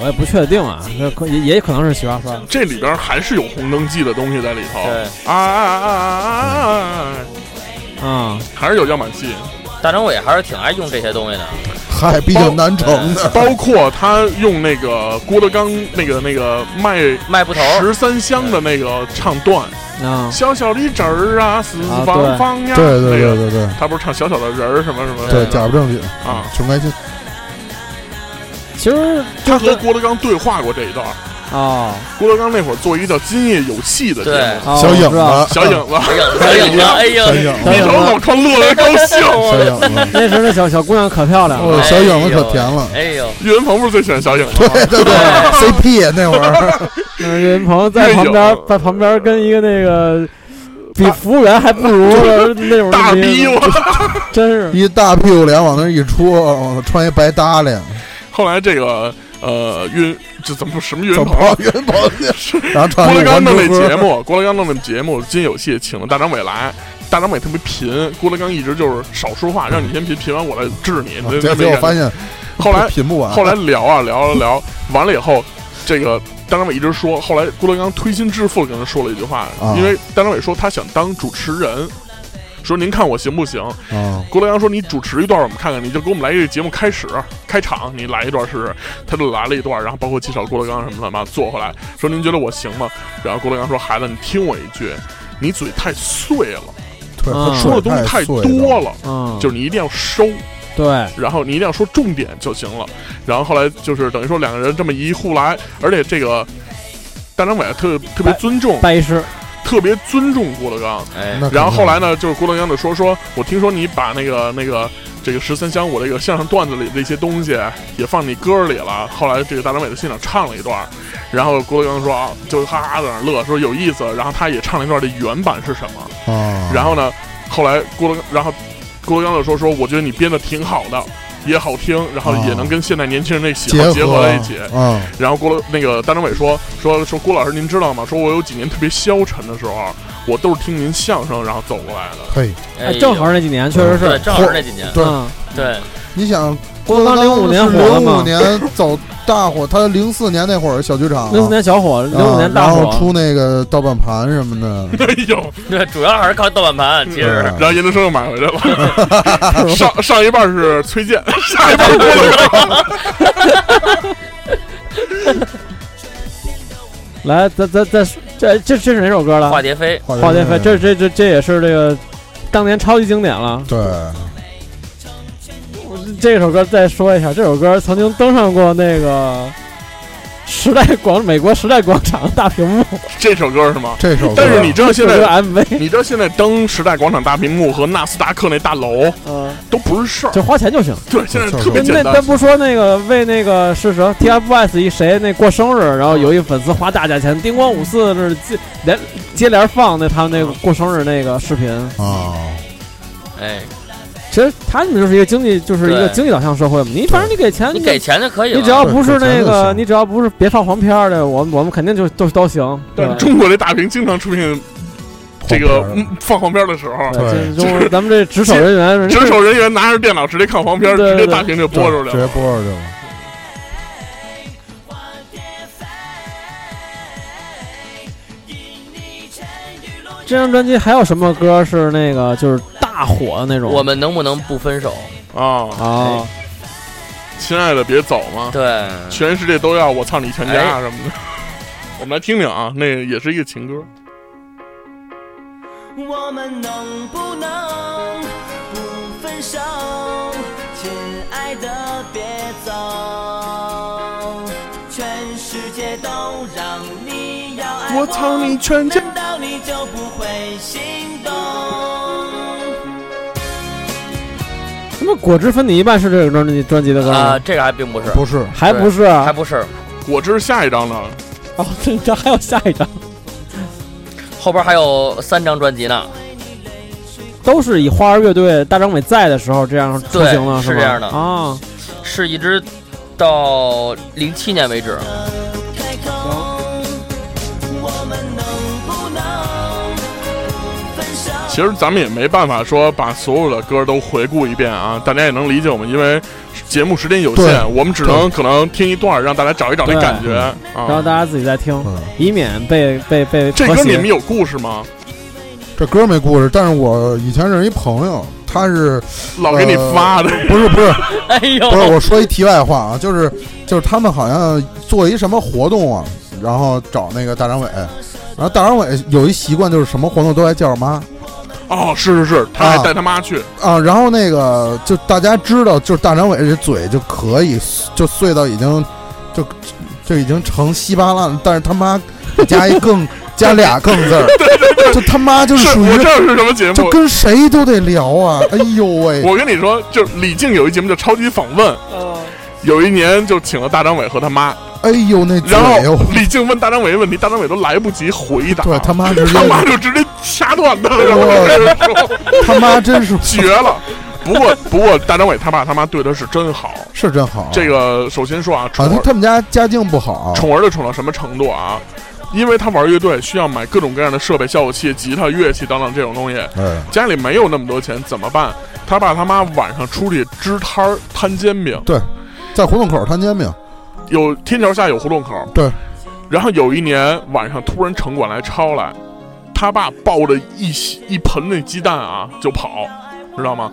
E: 我也不确定啊，那可也也可能是洗刷刷。
A: 这里边还是有红灯记的东西在里头。
F: 对
A: 啊啊啊啊啊啊！
E: 啊、
A: 还是有样板戏，
F: 大张伟还是挺爱用这些东西的。
B: 嗨，毕竟南城的，
A: 哦包括他用那个郭德纲那个那个卖
F: 卖布头，
A: 十三香的那个唱段，
E: 啊，
A: 小小的人儿啊，四
E: 啊
A: 方
E: 对
A: 方呀，
B: 对对
A: 那
B: 对
A: 个
B: 对对
A: 他不是唱小小的人儿什么什么
B: 对，
A: 的
B: 假不正经，
A: 啊？
B: 穷开心，
E: 其实就
A: 他
E: 是
A: 和郭德纲对话过这一段。
E: 啊，
A: 郭德纲那会儿做一个叫《今夜有戏》的节
F: 对
A: 目，
E: 啊
B: 小影
E: 我知道
B: 子，
A: 哦小影子，
F: 哎呀，小影子，哎呀
B: 小，影
A: 那时
B: 子，
A: 候老穿乐的高兴
B: 小
A: 啊。
B: 影子，
E: 那时候那小小姑娘可漂亮了。
B: 哦，小影子可甜了。
F: 哎呦，
A: 岳云鹏不是最喜欢小影子
B: 对
A: 吗？
B: 对对，CP 那会儿，
E: 那岳云鹏在旁
A: 哎
E: 边
A: 呦，
E: 在旁边跟一个那个比服务员还不如的那种
A: 大
E: 人
A: 逼我。
E: 真是
B: 一大屁股脸往那儿一戳，我穿一白搭脸，
A: 后来这个呃岳这怎么什么岳啊云
B: 怎
A: 鹏？
B: 么云鹏去？然后
A: 郭
B: 唱
A: 德纲弄那
B: 那
A: 节目，郭德纲弄那节目，今有戏请了大张伟来，大张伟特别贫，郭德纲一直就是少说话，让你先贫，贫完我来治你。那
B: 啊结
A: 那
B: 结果
A: 那
B: 发
A: 个
B: 现
A: 后来
B: 品不完，
A: 后来聊啊聊啊聊，完了以后，这个大张伟一直说，后来郭德纲推心置腹的跟他说了一句话
B: 啊，
A: 因为大张伟说他想当主持人。说您看我行不行？
B: 啊，
A: 郭德纲说你主持一段，我们看看，你就给我们来一个节目开始开场，你来一段试试。他就来了一段，然后包括介绍郭德纲什么的嘛，坐回来说您觉得我行吗？然后郭德纲说孩子，你听我一句，你嘴太碎了，
B: 对，
E: 嗯
B: 他
A: 说的东西太多了，
E: 嗯，
A: 就是你一定要收，
E: 对，
A: 然后你一定要说重点就行了。然后后来就是等于说两个人这么一互来，而且这个大张伟特特别尊重，
E: 拜师
A: 特别尊重郭德纲。
F: 哎，
B: 那
A: 然后后来
B: 呢？
A: 呢，就是郭德纲就说说，我听说你把那个那个这个十三香我这个相声段子里的一些东西也放你歌里了。后来这个大张伟在现场唱了一段，然后郭德纲说啊，就哈哈在那儿乐，说有意思。然后他也唱了一段这原版是什么。
B: 啊，
A: 然后呢，后来郭德纲，然后郭德纲就说说，我觉得你编的挺好的，也好听，然后也能跟现代年轻人的喜
B: 结
A: 好
B: 合
A: 结合在一起。
B: 啊，
A: 然后郭德那个大张伟说说说郭老师您知道吗？说我有几年特别消沉的时候，我都是听您相声然后走过来的。
B: 可以，
F: 哎
E: 哎，正好那几年确实
F: 对，
E: 是，
F: 正好那几年，
B: 对
E: 嗯，
F: 对，
B: 你想
E: 郭德纲
B: 零
E: 05年啊火了
B: 零
E: 嘛
B: 五年走大火，他零四年那会儿小剧场，
E: 零四年小火，零五年大
B: 啊然
E: 火
B: 后，出那个盗版盘什么的，
A: 哎呦，
F: 对，主要还是靠盗版盘，其实
A: 然后研究生又买回来了，上上一半是崔健，下一半是郭德纲。
E: 来，咱咱咱这这这是哪首歌了？
F: 化蝶飞，
E: 花
B: 花
E: 店费，这这这这也是这个当年超级经典了。
B: 对
E: 我这首歌再说一下，这首歌曾经登上过那个时代广美国时代广场大屏幕，
A: 这首歌是吗？
B: 这首歌，
A: 但是你知道现
E: 这个
A: 在，
E: MV，
A: 你知道现在登时代广场大屏幕和纳斯达克那大楼
E: 嗯，
A: 都不是事儿，
E: 就花钱就行。
A: 对，现在
B: 就是
A: 特别
E: 那
A: 简
E: 那
A: 单
E: 咱。不说那个为那个是什么 TFBOYS 一谁那过生日，然后有一粉丝花大价钱，叮咣五四这是接连接连放那他们那个过生日那个视频。
B: 啊，
F: 哎，
E: 其实他们就是一个经济，就是一个
F: 对
E: 经济导向社会嘛。你反正你给钱，
F: 你
E: 你
F: 给钱就可以了。
E: 你只要
B: 对
E: 不
B: 给
E: 是
B: 钱
E: 那
B: 就
E: 个，
B: 行
E: 你只要不是别放黄片儿的，我们我们肯定就都都行。对
A: 但，中国这大屏经常出现这个嗯放黄片的时候，
E: 对，
B: 对
E: 这中咱们这值守人员，
A: 值守人员拿着电脑直接看黄片，
E: 对
A: 直接
E: 对对
A: 大屏就播出来
B: 直接
A: 了。
B: 播出去了。
E: 这张专辑还有什么歌是那个就是大火的那种？
F: 我们能不能不分手？
A: 啊，
E: 啊，
A: 亲爱的，别走嘛！
F: 对，
A: 全世界都要我操你全家
F: 哎
A: 什么的。我们来听听啊，那也是一个情歌。
H: 我们能不能不分手？亲爱的，别走，全世界都让你要爱我，
A: 全
H: 难道你就不会心动？
E: 什么果汁分你一半是这个专辑专辑的歌
F: 啊，
E: 吗？
F: 这个还并不是，
B: 不是，
E: 还不是啊
F: 还？不是，
A: 果汁下一张呢？
E: 哦，这这还有下一张，
F: 后边还有三张专辑呢。
E: 都是以花儿乐队大张伟在的时候这样出行的，
F: 对
E: 吗
F: 是这样的
E: 啊。
F: 是一直到零七年为止。
H: 开口，我们能不能不分手？
A: 其实咱们也没办法说把所有的歌都回顾一遍啊，大家也能理解我们，因为节目时间有
B: 对
A: 限，我们只能可能听一段，让大家找一找那
E: 对
A: 感觉
E: 然后
A: 啊。
E: 大家自己再听，
B: 嗯，
E: 以免被被被
A: 这
E: 和
A: 歌
E: 谐
A: 你们有故事吗？
B: 这歌没故事，但是我以前认识一朋友，他 是
A: 老给你发的，
B: 不是不是
F: 哎
B: 不是？
F: 呦，
B: 我说一题外话啊，就是就是他们好像做一什么活动啊，然后找那个大张伟，然后大张伟有一习惯就是什么活动都爱叫着妈
A: 哦，是是是，他还
B: 啊
A: 带他妈去，
B: 啊，然后那个就大家知道，就是大张伟这嘴就可以就碎到已经就就已经成稀巴烂，但是他妈加一 更加俩更字儿，就他妈就是
A: 是
B: 属
A: 我
B: 于
A: 知道是什么节
B: 就
A: 目。
B: 跟谁都得聊啊，哎呦喂，
A: 我跟你说，就是李静有一节目叫《超级访问》，有一年就请了大张伟和他妈，
B: 哎呦那嘴
A: 然后
B: 哟，
A: 李静问大张伟问题，大张伟都来不及回答，
B: 对他妈直接
A: 他妈就直接掐断他了，然后开始说
B: 他妈真 是
A: 绝了。不过不过，大张伟他爸他妈对他是真好。
B: 是真好，
A: 这个首先说啊，
B: 啊，
A: 宠
B: 他
A: 儿
B: 他们家家境不好，
A: 宠儿的宠到什么程度啊？因为他玩乐队需要买各种各样的设备、效果器、吉他、乐器等等这种东西，
B: 哎，
A: 家里没有那么多钱怎么办？他爸他妈晚上出去支摊儿摊煎饼，
B: 在胡同口摊煎饼，
A: 有天桥下有胡同口，
B: 对。
A: 然后有一年晚上突然城管来抄来，他爸抱着一洗一盆那鸡蛋啊就跑，知道吗？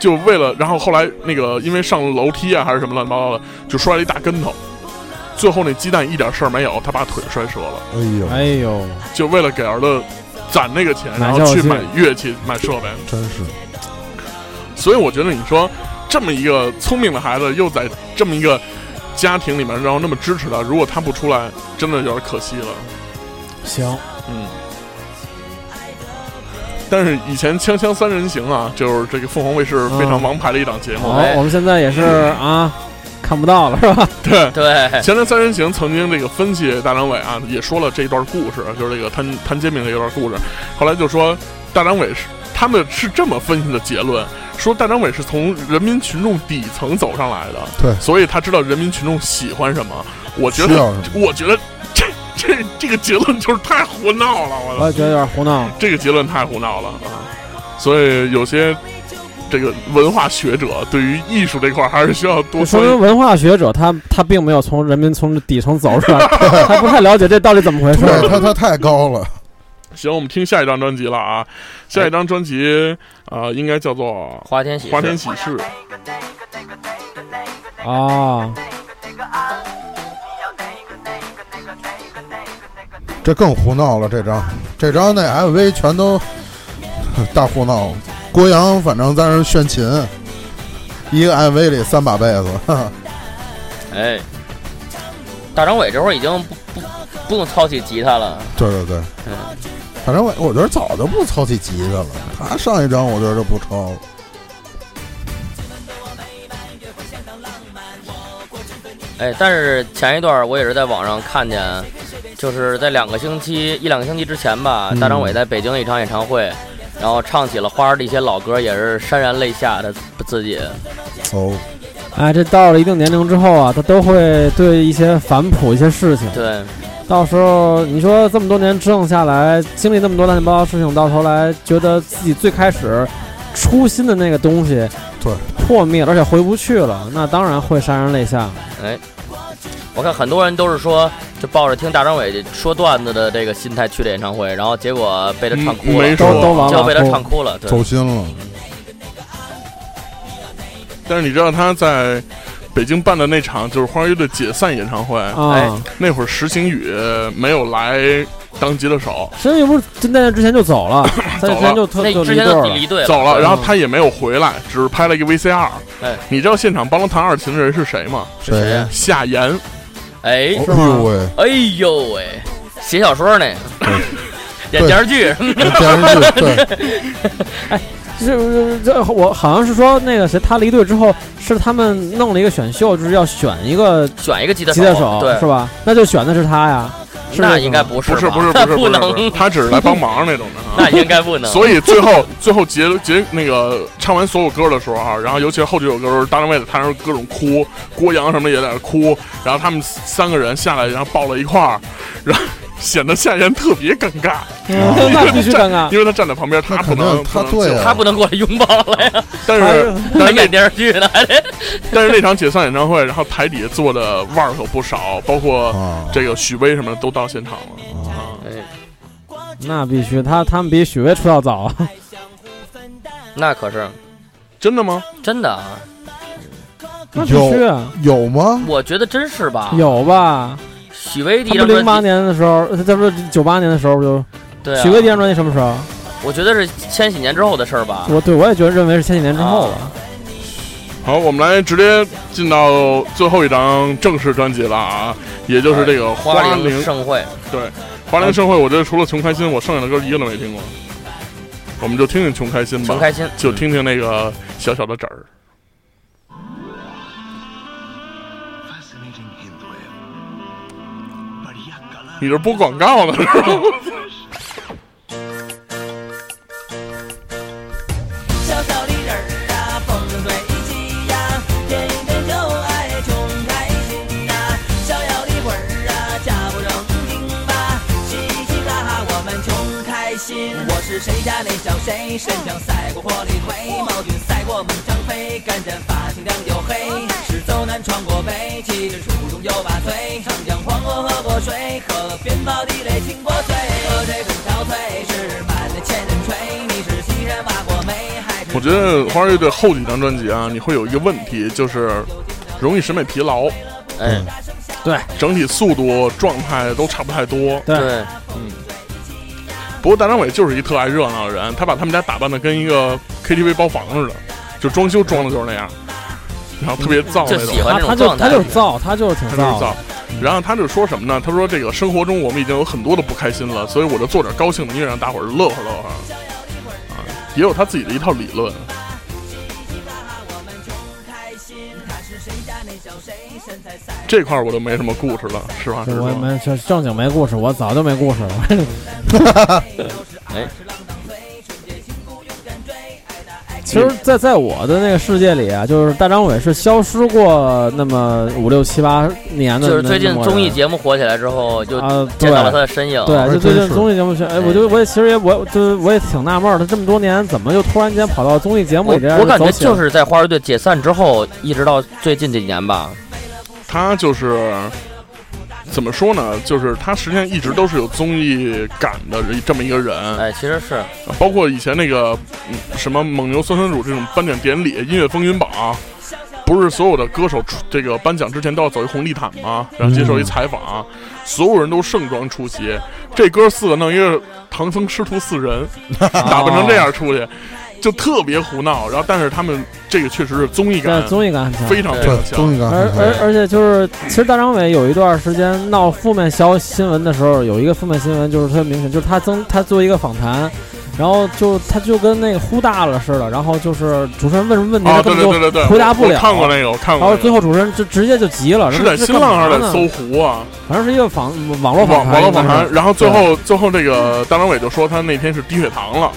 A: 就为了，然后后来那个因为上楼梯啊还是什么乱七八糟的，就摔了一大跟头。最后那鸡蛋一点事儿没有，他把腿摔折了。
B: 哎呦，
E: 哎呦，
A: 就为了给儿子攒那个钱，
E: 买
A: 然后去
E: 教具
A: 买乐器、买设备。
B: 真是
A: 所以我觉得你说这么一个聪明的孩子，又在这么一个家庭里面，然后那么支持他，如果他不出来，真的有点可惜了。
E: 行，
A: 嗯。但是以前《锵锵三人行》啊，就是这个凤凰卫视非常
E: 嗯
A: 王牌的一档节目。
E: 好，我们现在也是啊，看不到了是吧？
A: 对，
F: 对，
A: 《锵锵三人行》曾经这个分析大张伟啊，也说了这一段故事，就是这个摊摊煎饼这一段故事。后来就说大张伟是他们是这么分析的结论，说大张伟是从人民群众底层走上来的，
B: 对
A: 所以他知道人民群众喜欢什么。我觉
B: 需
A: 得，
B: 要什么？
A: 我觉得这这这个结论就是太胡闹了，我
E: 我
A: 操
E: 也觉得有点胡闹。
A: 这个结论太胡闹了啊！所以有些这个文化学者对于艺术这块儿还是需要多
E: 说
A: 关注
E: 明文化学者他他并没有从人民从底层 走出来，他不太了解这到底怎么回事儿。
B: 对他他太高了，
A: 行，我们听下一张专辑了啊，下一张专辑啊、呃应该叫做
F: 花天喜
A: 《
F: 事
A: 花天喜事》。
E: 啊，
B: 这更胡闹了。这张这张那 MV 全都 大胡闹，郭阳反正在那儿炫琴，一个 MV 里三把被子，
F: 哎，大张伟这会儿已经不不不用操起吉他了，
B: 对对对
F: 嗯，
B: 反正我我觉得早就不操起吉他了，他上一张我觉得就不抄了。
F: 哎，但是前一段儿我也是在网上看见，就是在两个星期一两个星期之前吧，
B: 嗯
F: 大张伟在北京一场演唱会，然后唱起了花儿的一些老歌，也是潸然泪下的自己。
B: 哦，
E: 哎，这到了一定年龄之后啊，他都会对一些反哺一些事情。
F: 对，
E: 到时候你说这么多年折腾下来，经历那么多乱七八糟的事情，到头来觉得自己最开始初心的那个东西，
B: 对，
E: 破灭了，而且回不去了，那当然会潸然泪下。
F: 我看很多人都是说，就抱着听大张伟说段子的这个心态去的演唱会，然后结果被他唱哭了
A: 没，
E: 都
A: 说
E: 都完
F: 结果被他
E: 了，
F: 唱哭了。对，
B: 走心了，
A: 但是你知道他在北京办的那场就是花儿乐队解散演唱会，
E: 啊、
F: 哎
A: 那会儿石行宇没有来当吉他手，
E: 沈宇不是在那之前就走了，在那之前就特
F: 那
E: 就
F: 之
E: 离
F: 前
E: 队
F: 就
E: 了。
F: 离队了，嗯
A: 走了，
E: 对
A: 然后他也没有回来，只是拍了一个 VCR。
F: 哎
A: 你知道现场帮他弹二琴的人是谁吗？
B: 谁呀？
A: 夏言，
F: 啊哎
B: 哦哎呦喂，
F: 哎呦喂，写小说呢， 演电视剧，嗯
B: 电视剧对，
E: 这这我好像是说那个谁，他离队之后是他们弄了一个选秀，就是要选一个
F: 选一个吉他
E: 吉他
F: 手，
E: 手
F: 对
E: 是，吧？那就选的是他呀，是
F: 那
E: 这
F: 应
E: 个
F: 该
E: 吗
F: 不是
A: 不是
F: 吧，
A: 不是不
F: 那
A: 是不是，不是
F: 能，
A: 他只是来帮忙那种的啊。
F: 那应该 不能。
A: 所以最后最后结结那个唱完所有歌的时候啊，然后尤其是后几首歌的时候，大张伟在台上各种哭，郭阳什么的也在那哭，然后他们三个人下来，然后抱了一块儿，然后显得夏言特别尴尬，
E: 嗯 那必须尴 尬。
A: 因为他站在旁边，他
B: 啊
A: 不
B: 那肯
A: 能
B: 定
A: 不
B: 他
A: 能
B: 对
A: 进
F: 他
B: 啊，
F: 不能过来拥抱了呀，
A: 但
E: 还
A: 是
E: 是
A: 但
F: 还
A: 是那
F: 演电视剧呢，还得
A: 但是那场解散演唱会，然后台底下坐的腕儿可不少，包括
B: 啊，
A: 这个许巍什么的都到现场了啊。
F: 哎
E: 那必须，他他们比许巍出道早 啊。
F: 那可是
A: 真的吗？
F: 真的啊，
E: 那必须啊，
B: 有吗？
F: 我觉得真是吧。
E: 有吧？
F: 许巍第
E: 他
F: 一
E: 们
F: 张
E: 零八
F: 专辑，
E: 年的时候，呃这不是九八年的时候不就？
F: 对啊
E: 许，巍第一张专辑什么时候？
F: 我觉得是千禧年之后的事儿吧。啊
E: 我对我也觉得认为是千禧年之后啊了。
A: 好，我们来直接进到最后一张正式专辑了啊，也就是这个
F: 哎花
A: 花
F: 铃
A: 铃
F: 盛会，
A: 华联盛会，我这除了《穷开心》，我剩下的歌一个都没听过。我们就听听《穷开心》吧，
F: 穷开心，
A: 就听听那个小小的纸儿。你这播广告呢是吧？
H: 小小的人儿啊，风生水起呀，天天就爱穷开心呐、逍遥的魂儿啊，假不正经吧，嘻嘻哈哈我们穷开心。我是谁家那小谁，身强赛过火力灰，毛军赛过猛张飞，干战发青亮又黑，是走南闯过北，气质出众又拔萃，长江黄河喝过水，喝了鞭炮地雷亲过嘴，喝这种憔悴是满的千人锤，你是西山挖过煤还是？
A: 我觉得花儿乐队后几张专辑啊，你会有一个问题，就是容易审美疲劳，
F: 哎，
A: 整体速度、状态都差不太多。
E: 对
F: 对，
A: 不过大张伟就是一特爱热闹的人，他把他们家打扮的跟一个 KTV 包房似的，就装修装的就是那样，然后特别燥那
F: 嗯就
A: 种
F: 喜。欢
E: 他
F: 这
E: 他就他就
F: 种状态。
E: 是造，他就是挺
A: 他就是
E: 造
A: 造
E: 的。。
A: 然后他就说什么呢？他说这个生活中我们已经有很多的不开心了，所以我就做点高兴的音乐让大伙儿乐呵乐呵。啊，也有他自己的一套理论。这块儿我就没什么故事了，是吧？是
E: 我也
A: 吧？
E: 没就正经没故事，我早就没故事哎了。 其实在，在我的那个世界里啊，就是大张伟是消失过那么五六七八年的，
F: 就是最近
E: 那么人
F: 综艺节目火起来之后，就
E: 啊，
F: 见到了他
E: 对
F: 的身影。
E: 对，就最
B: 还真
E: 近
B: 是
E: 综艺节目选，哎，我就我也其实也我就是我也挺纳闷儿的，这么多年怎么就突然间跑到综艺节目
F: 我
E: 里这样
F: 我感觉
E: 走起来
F: 就，是在花儿乐队解散之后，一直到最近几年吧，
A: 他就是怎么说呢？就是他实际上一直都是有综艺感的这么一个人。
F: 哎，其实是
A: 包括以前那个嗯什么蒙牛酸酸乳这种颁奖典礼、音乐风云榜啊，不是所有的歌手出这个颁奖之前都要走一红地毯吗？然后接受一采访啊，所有人都盛装出席。这哥四个弄一个唐僧师徒四人，打扮成这样出去，就特别胡闹。然后，但是他们这个确实是综艺感
E: 对综艺感很强。
A: 非常非
B: 啊对
A: 常，强
B: 综。艺感
E: 而
B: 很
E: 而
B: 强。
E: 而且就是，其实大张伟有一段时间闹负面消新闻的时候，有一个负面新闻就是特别明显，就是他曾他做一个访谈，然后就他就跟那个呼大了似的，然后就是主持人问什么问题，
A: 啊，
E: 他
A: 对
E: 根
A: 对
E: 本
A: 对
E: 就
A: 对对，
E: 回答不了
A: 我看过那个，我看
E: 然
A: 过
E: 后
A: 那
E: 最
A: 个。
E: 后主持人就直接就急了，
A: 是
E: 这
A: 在
E: 这
A: 新浪还是
E: 干嘛
A: 在搜
E: 呢
A: 狐啊？
E: 反正是一个访网络
A: 网
E: 访谈，
A: 网络访
E: 应该
A: 谈，
E: 是
A: 然后最后最后这个大张伟就说他那天是低血糖了，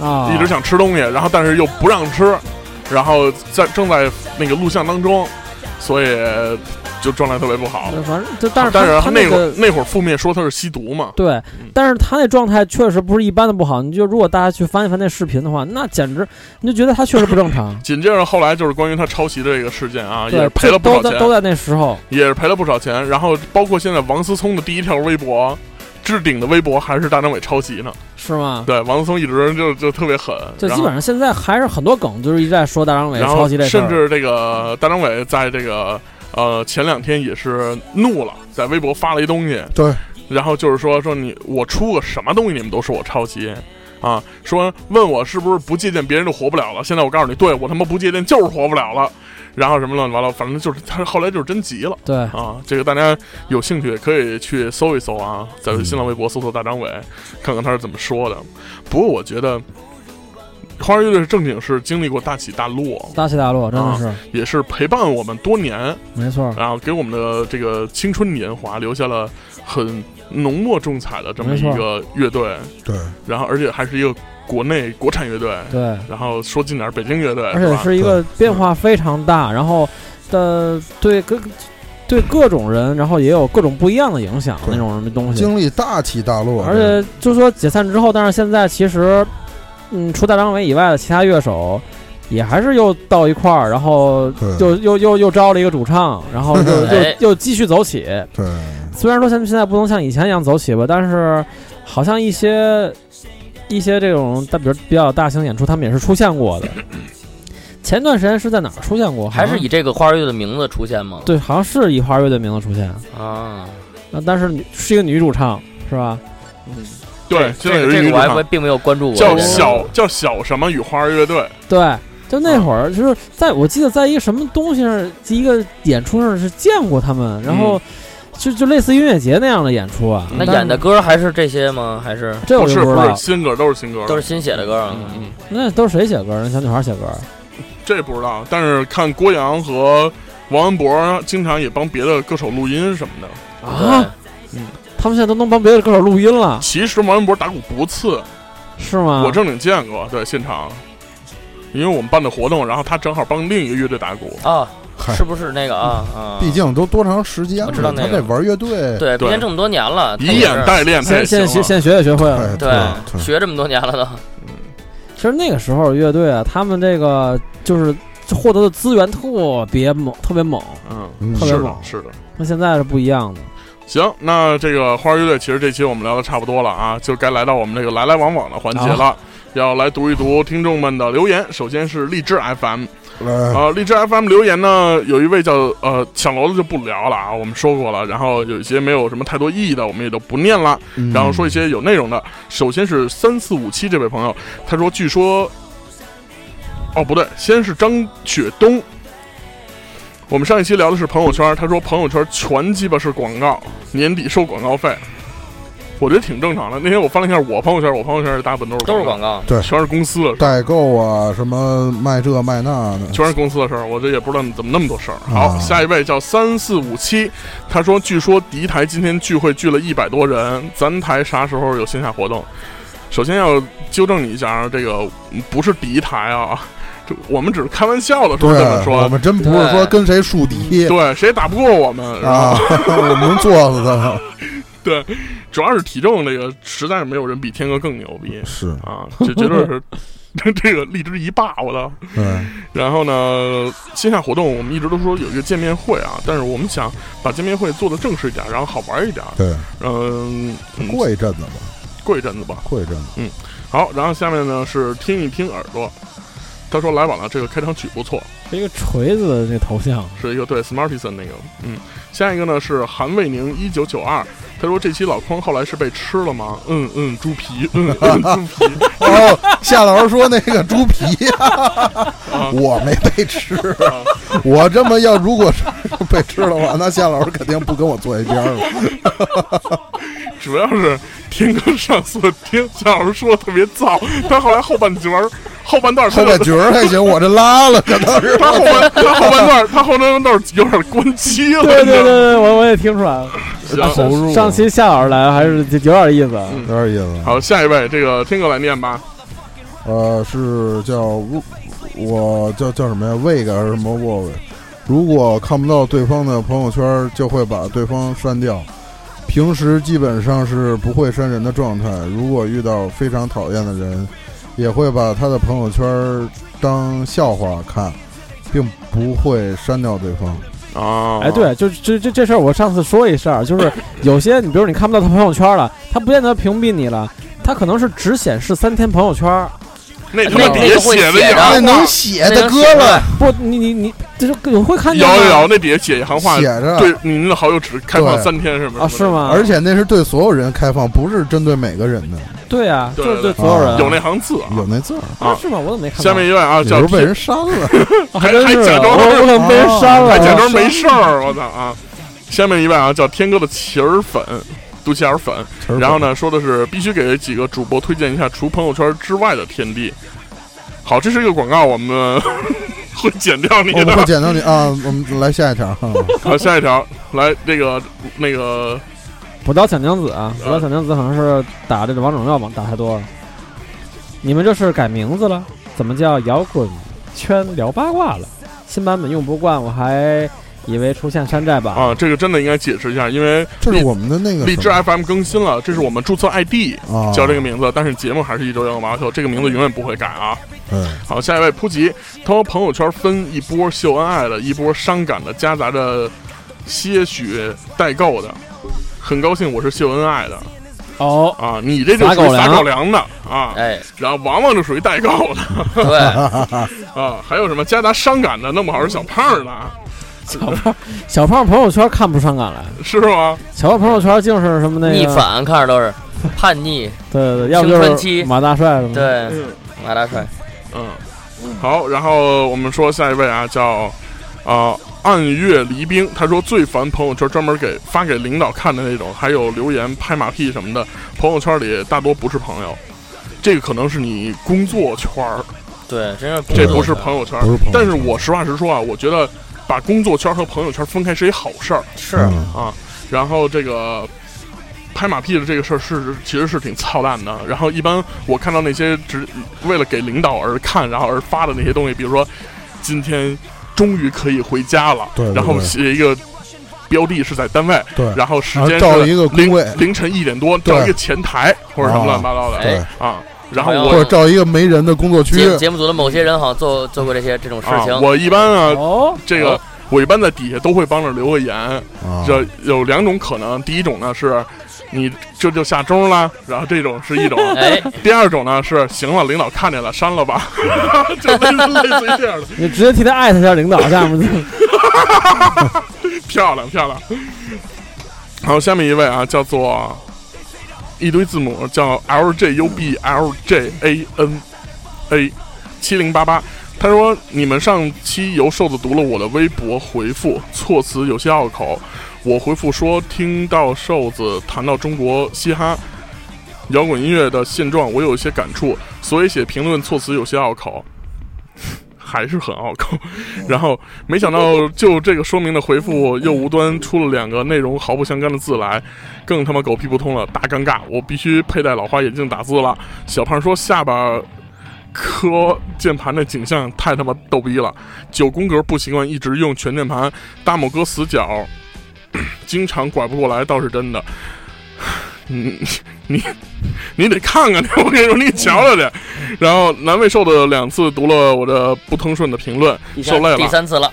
E: 啊，
A: 一直想吃东西，然后但是又不让吃，然后在正在那个录像当中，所以就状态特别不好。
E: 对反正就嗯但是
A: 啊但
E: 他
A: 是
E: 他
A: 那
E: 那
A: 会儿
E: 个
A: 那会儿负面说他是吸毒嘛，。
E: 对，但是他那状态确实不是一般的不好。你就如果大家去翻一翻那视频的话，那简直你就觉得他确实不正常
A: 紧接着后来就是关于他抄袭这个事件啊，也
E: 对
A: 是，赔了不
E: 都
A: 少
E: 在都
A: 钱，
E: 在那时候，
A: 也是赔了不少钱。然后包括现在王思聪的第一条微博。置顶的微博还是大张伟抄袭呢，
E: 是吗？
A: 对，王思聪一直就就特别狠，
E: 就
A: 然
E: 基
A: 后
E: 本上现在还是很多梗，就是一直在说大张伟
A: 然后
E: 抄袭这事儿
A: 甚至这个大张伟在这个呃前两天也是怒了，在微博发了一东西，
B: 对，
A: 然后就是说说你我出个什么东西，你们都说我抄袭。啊，说问我是不是不借鉴别人就活不了了？现在我告诉你，对我他妈不借鉴就是活不了了。然后什么乱七八糟，反正就是他后来就是真急了
E: 对，
A: 啊。这个大家有兴趣也可以去搜一搜啊，在
E: 嗯
A: 新浪微博搜索大张伟，看看他是怎么说的。不过我觉得花儿乐队正经是经历过大起大落，
E: 大起大落真的
A: 啊呃
E: 是
A: 也是陪伴我们多年，
E: 没错，
A: 然后给我们的这个青春年华留下了很浓墨重彩的这么
E: 没错
A: 一个乐队，
B: 对，
F: 嗯
A: 然后而且还是一个国内国产乐队，
E: 对，
A: 然后说近点儿北京乐队，
E: 而且
A: 吧？
E: 是一个变化非常大，然后的对各对各种人，然后也有各种不一样的影响，
B: 对
E: 那种什么东西。
B: 经历大起大落，
E: 而且就说解散之后，但是现在其实，嗯，除大张伟以外的其他乐手，也还是又到一块儿，然
A: 嗯
E: 后
B: 对
E: 又又又又招了一个主唱，然后 又
F: 哎
E: 又又继续走起。
B: 对
E: 虽然说现现在不能像以前一样走起吧，但是好像一些一些这种大，比如比较大型演出，他们也是出现过的。前段时间是在哪儿出现过？
F: 嗯还是
B: 啊
E: 好像
F: 以这个花儿乐队的名字出现吗？
E: 对，好像是以花儿乐队名字出现，
F: 啊，
E: 那但是女是一个女主唱，是吧？
A: 对，现
F: 这
A: 在有
F: 个
A: 一
F: 这
A: 个
F: 个
A: 乐
F: 我还
A: 团
F: 不并没有关注过这
A: 叫
F: 件事。
A: 小叫小什么与花儿乐队，
E: 对，就那会儿，就是在我记得在一个什么东西上，一个演出上是见过他们，然后就就类似音乐节那样的演出啊。
F: 嗯那
E: 但
F: 演的
E: 是
F: 歌还是这些吗？还是
E: 这我
A: 不
E: 就是知
A: 不
E: 道
A: 是，新歌，都是新歌，
F: 都是新写的歌啊？
A: 嗯嗯，
E: 那都是谁写歌？那小女孩写歌？
A: 这不知道，但是看郭阳和王安博经常也帮别的歌手录音什么的。
B: 嗯
E: 啊，他们现在都能帮别的歌手录音了，
A: 其实王安博打鼓不次，
E: 是吗？
A: 我正经见过，对现场，因为我们办的活动，然后他正好帮另一个乐队打鼓，
F: 对啊，
B: 嗨嗯
F: 是不是那个啊？啊
B: 毕竟都多长时间了，
F: 我知道那
B: 他
F: 个
B: 这玩乐队，啊
F: 对，
A: 对
F: 毕竟这么多年了，他也
A: 以嗯演
F: 是
A: 代练，他也
E: 啊现
A: 行啊
E: 现现
A: 了。
E: 现学也学会了。
B: 哎对
F: 对，学这么多年了都。
E: 其实那个时候乐队啊，他们这个就是获得的资源特别猛，特别猛，
A: 嗯，
B: 嗯
E: 特别
A: 是的
E: 猛，
A: 是的。
E: 跟现在是不一样的。
A: 行，那这个花儿乐队，其实这期我们聊的差不多了啊，就该来到我们这个来来往往的环节
E: 啊
A: 了。要来读一读听众们的留言，首先是荔枝 FM
B: 来
A: 啊、荔枝 FM 留言呢，有一位叫呃抢楼的就不聊了啊，我们说过了，然后有一些没有什么太多意义的，我们也都不念了。
B: 嗯
A: 然后说一些有内容的。首先是三四五七这位朋友，他说据说，哦不对，先是张雪东。我们上一期聊的是朋友圈，他说朋友圈全鸡巴是广告，年底收广告费，我觉得挺正常的。那天我翻了一下我朋友圈，我朋友圈大部分都是
F: 都是
A: 广
F: 广
A: 告，
F: 告。
B: 告
A: 全是公司的事儿，
B: 代购啊，什么卖这卖那的，
A: 全是公司的事儿，我这也不知道怎么那么多事儿。
B: 啊
A: 好，下一位叫三四五七，他说据说敌台今天聚会聚了一百多人，咱台啥时候有线下活动？首先要纠正你一下，这个嗯不是敌台啊，这我们只是开玩笑的时候这么
B: 对，我
A: 说。
B: 们真不是说跟谁树敌
A: 对，谁也打不过我们，然
B: 啊
A: 后，
B: 我们做死他，
A: 主要是体重这个，实在是没有人比天哥更牛逼
B: 是，
A: 啊，就绝对是 这个荔枝一霸，我操！
B: 对，
A: 然后呢，线下活动我们一直都说有一个见面会啊，但是我们想把见面会做的正式一点，然后好玩一点。
B: 对，
A: 嗯，
B: 过一阵子吧，
A: 过一阵子吧。
B: 过一阵子，
A: 好，然后下面呢是听一听耳朵。他说来晚了，这个开场曲不错，
E: 这一个锤子的这头像，
A: 是一个对 Smartison 那个。嗯，下一个呢是韩卫宁一九九二，他说这期老匡后来是被吃了吗？嗯嗯，猪皮，嗯嗯，猪皮。
B: 哦，夏老师说那个猪皮，我没被吃，我这么要如果是被吃的话，那夏老师肯定不跟我坐一边儿了。
A: 主要是天哥上次听夏老师说的特别燥，他后来后半截儿，后半段儿他
B: 后
A: 就
B: 半角儿还行，我这拉了，可能是
A: 他后半他后半段儿他后半段儿有点关机了，
E: 对对对对，我我也听出来 了。
A: 行。
B: 入
E: 上期夏老师来还是有点意思。
A: 啊
B: 有点意思。
A: 好，下一位，这个天哥来念吧。
B: 呃，是叫乌我叫叫什么呀？魏个还是什么沃伟？如果看不到对方的朋友圈，就会把对方删掉。平时基本上是不会删人的状态。如果遇到非常讨厌的人，也会把他的朋友圈当笑话看，并不会删掉对方。
A: 啊，
E: 哎，，对，就是这这这事儿，我上次说一 事儿，就是有些你，比如你看不到他朋友圈了，他不见得屏蔽你了，他可能是只显示三天朋友 圈儿。哎
A: 那他妈底下写了一
F: 啊
B: 那
A: 行
B: 能
A: 话，
B: 写
F: 那
B: 的哥
F: 能写出
B: 了
F: 来，
E: 不，你你你，就是有会看
A: 有
E: 见吗
A: 有有，那底下写一行话
B: 写，着
A: 对，您的好友只开放
B: 对
A: 三天，是吗？
E: 啊，是？吗？
B: 而且那是对所有人开放，不是针对每个人的。
E: 对啊，
A: 对
E: 就是对
A: 对
E: 所有人
B: 啊
A: 有那行字啊。
B: 有那字儿，
E: 啊是吗？我怎么没看到？啊
A: 下面一位啊，
B: 你
A: 叫
B: 是被人删了。
E: 还真
A: 还
E: 是
A: 假
E: 我
A: 装啊
E: 我可能啊被人删了，
A: 还假
E: 我
A: 装没事儿，我操啊！下面一位啊，叫天哥的旗儿粉，肚脐眼儿粉。然后呢，说的是必须给几个主播推荐一下除朋友圈之外的天地。好，这是一个广告，我们会剪掉 你
B: 我们会
A: 的。
B: 捡到你啊！我们来下一条 哈。
A: 好，下一条，来那个那个
E: 补刀小娘子啊，补刀小娘子好像是打这个王者荣耀吧，打太多了。你们这是改名字了？怎么叫摇滚圈聊八卦了？新版本用不惯，我还以为出现山寨版。
A: 啊，这个真的应该解释一下，因为
B: 这是我们的那个
A: 荔枝
B: 什
A: FM 更新了，这是我们注册 ID
B: 么啊，
A: 叫这 个名字，但是节目还是一周摇滚八卦秀，这个名字永远不会改啊。
B: 嗯，
A: 好，下一位，普吉，他说朋友圈分一波秀恩爱的，一波伤感的，夹杂着些许代购的。很高兴我是秀恩爱的
E: 哦，
A: 啊，你这就
E: 撒
A: 属于
E: 狗粮
A: 撒狗粮的啊，
F: 哎，
A: 然后王王就属于代购的
F: 对，
A: 啊，还有什么夹杂伤感的，弄不好是小胖的啊，
E: 小胖，小胖朋友圈看不出伤感来，
A: 是吗？
E: 小胖朋友圈净是什么那个
F: 逆，
B: 啊
F: 反看着 都是叛逆，
E: 对对，要不
F: 青春
E: 就是
F: 期
E: 马大帅什
B: 嗯
E: 么的。
F: 对，马大帅，
A: 嗯，好，然后我们说下一位啊，叫啊、暗月离冰，他说最烦朋友圈专门给发给领导看的那种，还有留言拍马屁什么的，朋友圈里大多不是朋友。这个可能是你工作圈儿，
F: 对，真是
A: 这
F: 作
A: 不是
F: 的
A: 朋友圈儿
B: 不。是朋 友圈
A: 但是我实话实说啊，我觉得把工作圈儿和朋友圈儿分开是一好事儿。
F: 是
B: 嗯
A: 啊，然后这个拍马屁的这个事儿是其实是挺操蛋的。然后一般我看到那些只为了给领导而看，然后而发的那些东西，比如说今天终于可以回家了，
B: 对对
A: 然后
B: 对
A: 写一个。标的是在单位，
B: 对
A: 然后时
B: 然后
A: 间
B: 照
A: 是
B: 一个工
A: 凌
B: 位
A: 凌晨一点多，照
B: 对
A: 一个前台或者什么
B: 啊
A: 乱七八糟的，
F: 对
A: 啊，然后
F: 好像
B: 或者
A: 我
B: 照一个没人的工作区，
F: 哎节节目组的某些人好像做做过这些这种事
A: 啊，
F: 情，
A: 我一般啊，
E: 哦，
A: 这个
F: 哦
A: 我一般在底下都会帮着留个言，
B: 啊
A: 这有两种可能，第一种呢是，你这就下周了，然后这种是一种；
F: 哎，
A: 第二种呢是，行了，领导看见了，删了吧， 就类似类似于这样的，
E: 你直接替他艾特一下领导，下 面就
A: 漂亮漂亮。然后下面一位啊，叫做一堆字母，叫 L J U B L J A N A 七零八八。他说：“你们上期由瘦子读了我的微博回复，措辞有些拗口。我回复说，听到瘦子谈到中国嘻哈摇滚音乐的现状，我有一些感触，所以写评论措辞有些拗口，还是很拗口。然后没想到就这个说明的回复，又无端出了两个内容毫不相干的字来，更他妈狗屁不通了，大尴尬！我必须佩戴老花眼镜打字了。小胖说下巴磕键盘的景象太他妈逗逼了，九宫格不习惯，一直用全键盘。大拇哥死角，经常拐不过来，倒是真的。你你你得看看去，我跟你说，你瞧瞧去。然后难为受的两次读了我的不通顺的评论，受累了。
F: 第三次了，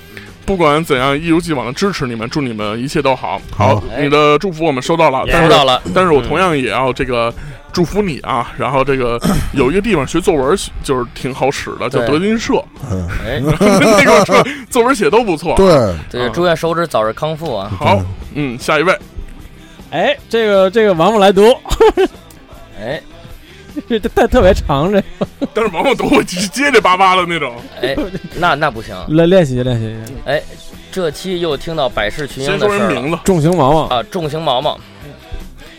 A: 不管怎样，一如既往的支持你们，祝你们一切都好。
B: 好嗯
F: 哎
A: 你的祝福我们收到了，啊但
F: 收
A: 是
F: 到了，
A: 但是我同样也要这个祝福你啊。然后这 个有一个地方学作文就是挺好使的，叫
F: 对
A: 德云 社，
F: 哎，
A: 那个作作文写都不错。
B: 对，
A: 嗯
F: 对，祝愿手指早日康复啊！
A: 好，嗯，下一位，
E: 哎，这个这个王木来读，
F: 哎
E: 这这太特别长，这
A: 但是王宝懂我结结巴巴的那种。
F: 哎，那那不行。
E: 来练习练习一下。
F: 哎，这期又听到百事群英
A: 先
F: 的
A: 说
F: 事
A: 人
F: 儿了
A: 名字，
E: 重型毛毛，
F: 啊，重型毛毛。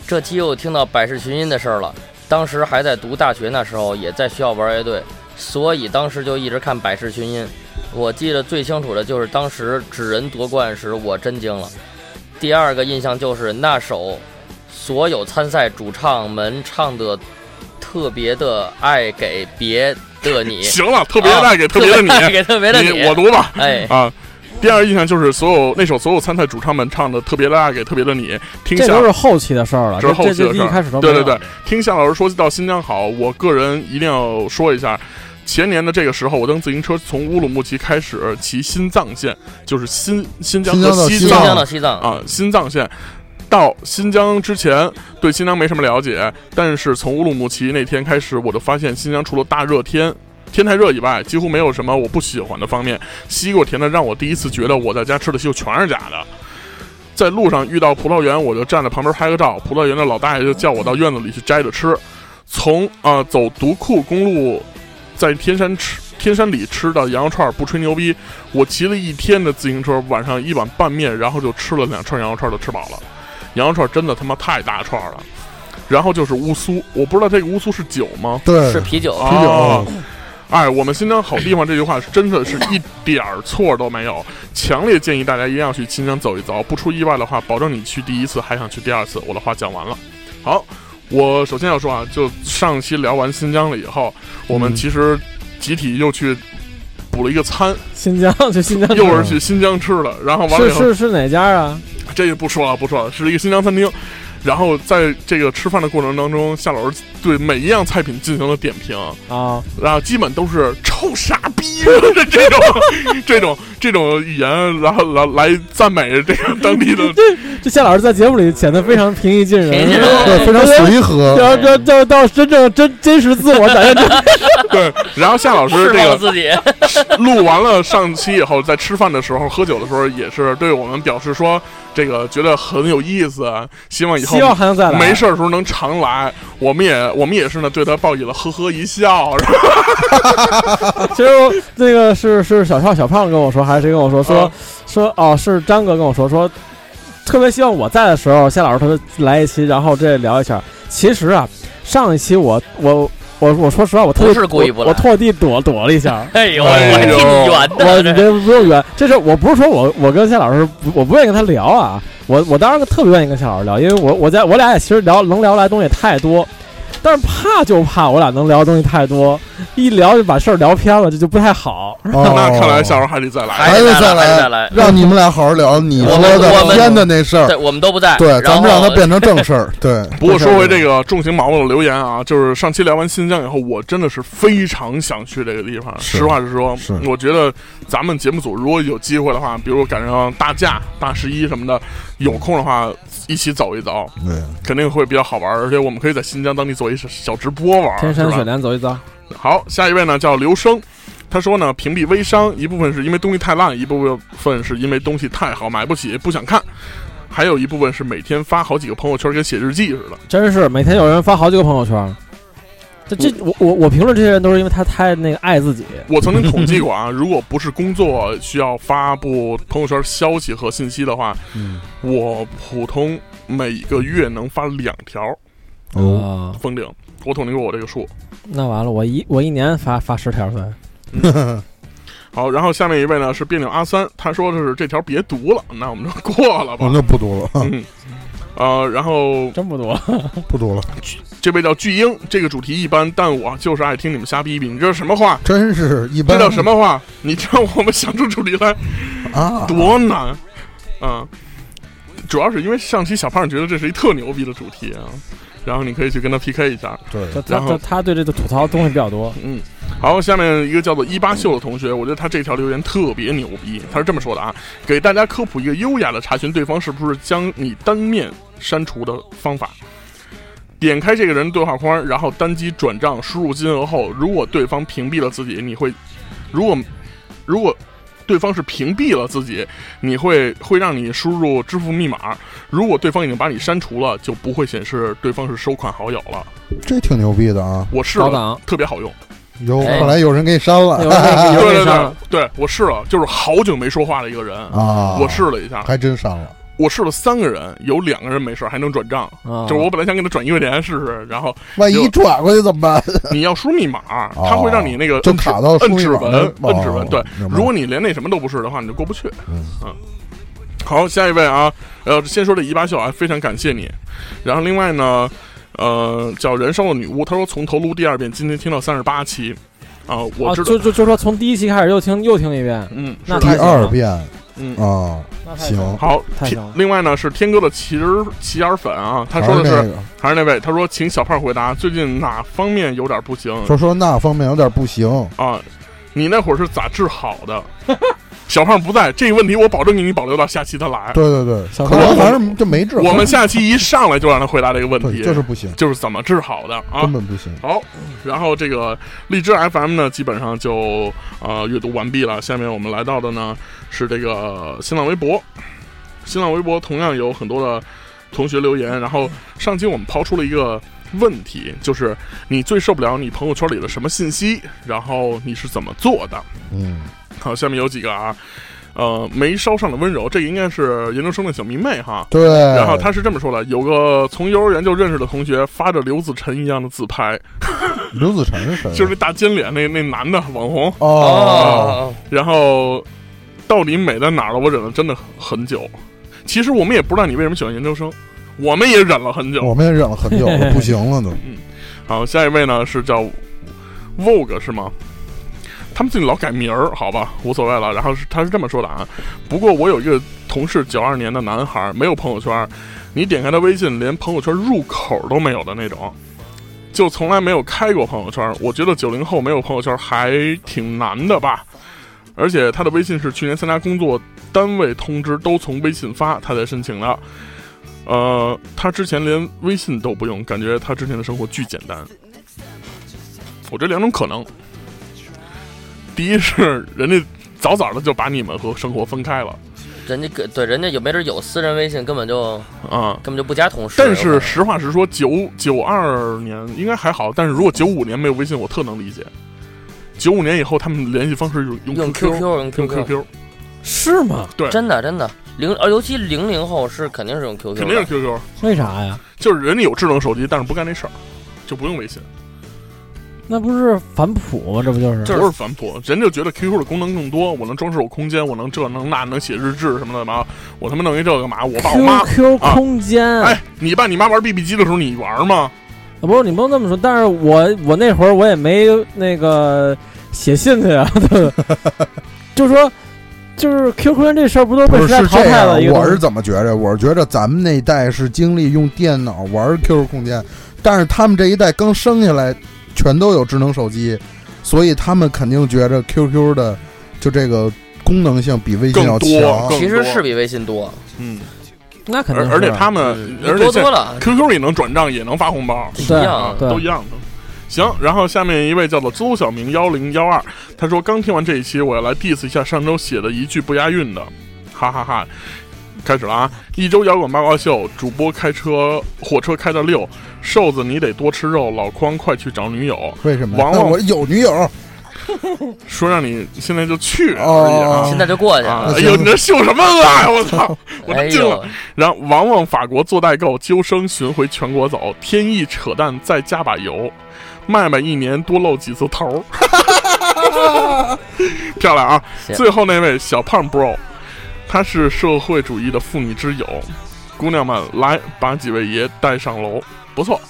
F: 这期又听到百事群英的事儿了。当时还在读大学，那时候也在学校玩乐队，所以当时就一直看百事群英。我记得最清楚的就是当时纸人夺冠时，我真惊了。第二个印象就是那首，所有参赛主唱们唱的特别的爱给别的你，
A: 行了，特别带给
F: 啊
A: 特别的你，
F: 爱给特别的
A: 你我读吧
F: 哎，
A: 啊。第二印象就是所有那首所有参赛主唱们唱的特别的爱给特别的你，听
E: 这
A: 下
E: 都是后期的事儿了，
A: 这
E: 这
A: 是后期
E: 这
A: 的
E: 这
A: 事儿
E: 一开始都没
A: 对
E: 有
A: 对对，听夏老师说到新疆好，我个人一定要说一下，前年的这个时候，我蹬自行车从乌鲁木齐开始骑新藏线，就是新新疆
B: 新
A: 和
B: 疆到
A: 西
B: 西
F: 新疆
A: 藏
F: 到西藏，
A: 啊，新藏线。到新疆之前，对新疆没什么了解，但是从乌鲁木齐那天开始，我就发现新疆除了大热天。天太热以外，几乎没有什么我不喜欢的方面。西瓜甜的让我第一次觉得我在家吃的西瓜全是假的。在路上遇到葡萄园，我就站在旁边拍个照。葡萄园的老大爷就叫我到院子里去摘着吃。从啊、走独库公路，在天山吃天山里吃的羊肉串，不吹牛逼，我骑了一天的自行车，晚上一碗拌面，然后就吃了两串羊肉串，就吃饱了。羊肉串真的他妈太大串了。然后就是乌苏，我不知道这个乌苏是酒吗？
B: 对
F: 是，啤酒，
B: 啤酒
A: 哦哎，我们新疆好地方这句话是真的是一点儿错都没有，强烈建议大家一定要去新疆走一遭，不出意外的话，保证你去第一次还想去第二次。我的话讲完了，好，我首先要说啊，就上期聊完新疆了以后，我们
E: 嗯
A: 其实集体又去补了一个餐，
E: 新疆去新疆，啊
A: 又是去新疆吃的，然后完了
E: 是
A: 以后，
E: 是是哪家啊？
A: 这就不说了，不说了，是一个新疆餐厅。然后在这个吃饭的过程当中，夏老师对每一样菜品进行了点评，
E: 啊，
A: 然后基本都是臭傻 逼啊的这种、这种、这种语言，然后来来赞美这个当地 的。
E: 这夏老师在节目里显得非常平易近人，
F: 平易近人
B: 对，非常随和，
E: 要要要到真正真真实自我展现
A: 哎
E: 出来。
A: 对，然后夏老师
F: 释
A: 这
F: 放
A: 个
F: 了自己，
A: 录完了上期以后，在吃饭的时候、喝酒的时候，也是对我们表示说，这个觉得很有意思，希望以后
E: 希望还能再来。
A: 没事儿的时候能常来。我们也我们也是呢，对他报以了呵呵一笑。然后
E: 其实我那个是是小胖小胖跟我说，还是谁跟我说说、
A: 啊
E: 说哦，是张哥跟我说说，特别希望我在的时候，夏老师特别来一期，然后这聊一下。其实啊，上一期我我我我说实话，我特地
F: 不是故意不来
E: 我，我特地躲躲了一下。
F: 哎呦，我
A: 哎
F: 还
A: 呦
F: 替你圆
E: 我
F: 的，
E: 你
F: 这
E: 别不用圆，这事儿我不是说我我跟夏老师不我不愿意跟他聊啊，我我当然特别愿意跟夏老师聊，因为我我在我俩也其实聊能聊来的东西也太多，但是怕就怕我俩能聊的东西太多，一聊就把事儿聊偏了，这就不太好。
B: 哦
A: 那看来夏老师还得再来。啊
F: 还得
B: 再
F: 来，还得
B: 来
F: 再来。
B: 让你们俩好好聊你
F: 我
B: 说
F: 们我
B: 的
F: 们
B: 偏的那事儿
F: 对，，我们都不在。
B: 对，咱们
F: 然后
B: 让它变成正事儿，对，
A: 不过说回这个重型毛毛的留言啊，就是上期聊完新疆以后，我真的是非常想去这个地方。
B: 是
A: 实话实说
B: 是，
A: 我觉得咱们节目组如果有机会的话，比如赶上大假、大十一什么的，有空的话一起走一走，
B: 对，
A: 肯定会比较好玩。而且我们可以在新疆当地做一小小直播玩，
E: 天山
A: 啊是吧
E: 雪莲走一遭，
A: 好，下一位呢叫刘生，他说呢，屏蔽微商，一部分是因为东西太烂，一部分是因为东西太好买不起不想看，还有一部分是每天发好几个朋友圈跟写日记似的。
E: 真是每天有人发好几个朋友圈。这这
A: 嗯
E: 我我我评论这些人都是因为他太那个爱自己，
A: 我曾经统计过啊，如果不是工作需要发布朋友圈消息和信息的话，
B: 嗯，
A: 我普通每个月能发两条嗯
B: 哦，
E: 啊，
A: 封顶。我统计过我这个数。
E: 那完了，我一我一年发发十条算，
F: 嗯
A: 好，然后下面一位呢是别扭阿三，他说的是这条别读了，那我们就过了
B: 我
A: 吧
B: 们。就哦不读了，
A: 嗯，呃，然后
E: 真不多。
B: 不读了，
A: 这位叫巨婴，这个主题一般，但我就是爱听你们瞎逼逼。你知道什么话？
B: 真是一般。
A: 这叫什么话？你让我们想出主题 来，
B: 啊？
A: 多难啊！主要是因为上期小胖觉得这是一特牛逼的主题啊，然后你可以去跟他 PK 一下。
B: 对，
E: 他他
A: 然后
E: 他他对这个吐槽的东西比较多，
A: 嗯，好，下面一个叫做一八秀的同学，我觉得他这条留言特别牛逼，他是这么说的啊，给大家科普一个优雅的查询对方是不是将你单面删除的方法。点开这个人对话框，然后单击转账，输入金额后，如果对方屏蔽了自己，你会，如果如果对方是屏蔽了自己，你会会让你输入支付密码。如果对方已经把你删除了，就不会显示对方是收款好友了。
B: 这挺牛逼的啊！
A: 我试
E: 高
A: 了，
E: 档，
A: 特别好用。
B: 有
F: 哎
B: 后来有人给你删了
E: 有人 给你
A: 对
E: 有人给
A: 对
E: 你删了
A: 对，对我试了，就是好久没说话的一个人。
B: 啊！
A: 我试了一下，
B: 还真删了，
A: 我试了三个人，有两个人没事儿还能转账。
E: 啊
A: 就是我本来想给他转一块钱试试，然后
B: 万一转过去怎么办？
A: 你要输密码，他会让你那个
B: 啊 就
A: 摁指
B: 卡到输
A: 呃摁
B: 密
A: 指
B: 码
A: 纹，
B: 了
A: 摁指纹。
B: 哦
A: 对，
B: 明白
A: 如果你连那什么都不是的话，你就过不去。
B: 嗯
A: 好，下一位啊，呃，先说这一八笑啊，非常感谢你。然后另外呢，呃，叫燃烧的女巫，她说从头撸第二遍，今天听到三十八期，啊、我
E: 啊
A: 知道，
E: 就就就说从第一期开始又听又听一遍，
A: 嗯，是
E: 那
A: 的
B: 第
E: 太行
B: 二
E: 了
B: 遍
A: 嗯。
B: 啊，
E: 那太
B: 行
E: 了。
A: 好，
E: 太
A: 天
E: 行了
A: 另外呢是天哥的旗儿旗眼粉啊，他说的
B: 还
A: 是
B: 那个
A: 还是那位，他说请小胖回答最近哪方面有点不行
B: 说说那方面有点不行，
A: 啊？你那会儿是咋治好的？ 小胖不在，这个问题我保证给你保留到下期他来。
B: 对对对，
E: 小
B: 可
E: 哥
B: 能还是就没治好，
A: 哎我们下期一上来就让他回答这个问
B: 对
A: 题，
B: 就是不行，
A: 就是怎么治好的啊
B: 根？本不行。
A: 好，然后这个荔枝 FM 呢，基本上就呃阅读完毕了。下面我们来到的呢是这个呃新浪微博，新浪微博同样有很多的同学留言。然后上期我们抛出了一个问题，就是你最受不了你朋友圈里的什么信息，然后你是怎么做的？
B: 嗯，
A: 好，下面有几个啊，呃，没捎上的温柔，这个应该是研究生的小迷妹哈。
B: 对。
A: 然后他是这么说的：有个从幼儿园就认识的同学发着刘子晨一样的自拍，
B: 刘子晨是谁？啊
A: 就是那啊大尖脸那那男的网红，
B: 哦，
F: 哦，
A: 然后到底美在哪儿了？我忍了真的很久。其实我们也不知道你为什么喜欢研究生，我们也忍了很久。
B: 我们也忍了很久 了，不行了都。
A: 好，下一位呢是叫 Vogue 是吗？他们自己老改名儿，好吧，无所谓了。然后是他是这么说的啊，不过我有一个同事，九二年的男孩，没有朋友圈，你点开他微信，连朋友圈入口都没有的那种，就从来没有开过朋友圈。我觉得九零后没有朋友圈还挺难的吧。而且他的微信是去年参加工作单位通知都从微信发，他才申请的。呃，他之前连微信都不用，感觉他之前的生活巨简单。我这两种可能，第一是人家早早的就把你们和生活分开了
F: 人家给对人家有没准有私人微信，根本就
A: 啊、
F: 根本就不加同事。
A: 但
F: 有
A: 是
F: 可能
A: 实话实说，九九二年应该还好，但是如果九五年没有微信，我特能理解。九五年以后，他们联系方式用
F: 用 QQ 用
A: 用
F: QQ，
E: 是
A: 嗯
E: 吗？
F: 真的真的零呃，尤其零零后是肯定是用 QQ，
A: 肯定是
F: 的
A: QQ，
E: 为啥呀？
A: 就是人家有智能手机，但是不干这事儿，就不用微信，
E: 那不是反哺吗？这不就是？
A: 不是反哺，人就觉得 QQ 的功能更多，我能装饰我空间，我能这能那，能写日志什么的嘛，我他妈弄一这个干嘛？我爸我妈
E: QQ
A: 啊
E: 空间，
A: 哎，你爸你妈玩 BB 机的时候你玩吗？
E: 啊不是你不能这么说，但是我我那会儿我也没那个写信去啊，对吧 就是说，就是 QQ 空间这事儿不都是被
B: 不
E: 时
B: 是
E: 代
B: 是
E: 淘
B: 这
E: 汰
B: 样
E: 了一，个东
B: 我
E: 西？
B: 是怎么觉着？我是觉着咱们那一代是经历用电脑玩 QQ 空间，但是他们这一代刚生下来，全都有智能手机，所以他们肯定觉着 QQ 的就这个功能性比微信要
A: 更多，
B: 强。
A: 更
F: 其实
A: 多
F: 是比微信多，
A: 嗯，
E: 那肯定
A: 而
E: 是，啊
A: 而且他们，而且
F: 多
A: 现
F: 多了
A: QQ 也能转账，也能发红包，
F: 一
E: 对
F: 样。啊
E: 对
A: 都一样的。行，然后下面一位叫做邹小明幺零幺二，他说刚听完这一期，我要来 diss 一下上周写的一句不押韵的，哈哈哈开始了啊！一周摇滚八卦秀，主播开车，火车开到六，瘦子你得多吃肉，老匡快去找女友，
B: 为什么？
A: 往
B: 那
A: 往
B: 我有女友
A: 说让你现在就去而已啊！
B: 哦
F: 现，在就过去
A: 啊
F: 了，
A: 哎呦，你这秀什么恩爱？我操！我
F: 哎
A: 真惊了。
F: 呦，
A: 然后往往法国做代购，究生巡回全国走，天意扯淡再加把油，卖卖一年多露几次头儿， 漂亮啊！
F: 行
A: 最后那位小胖 bro，她是社会主义的妇女之友，姑娘们来把几位爷带上楼，不错，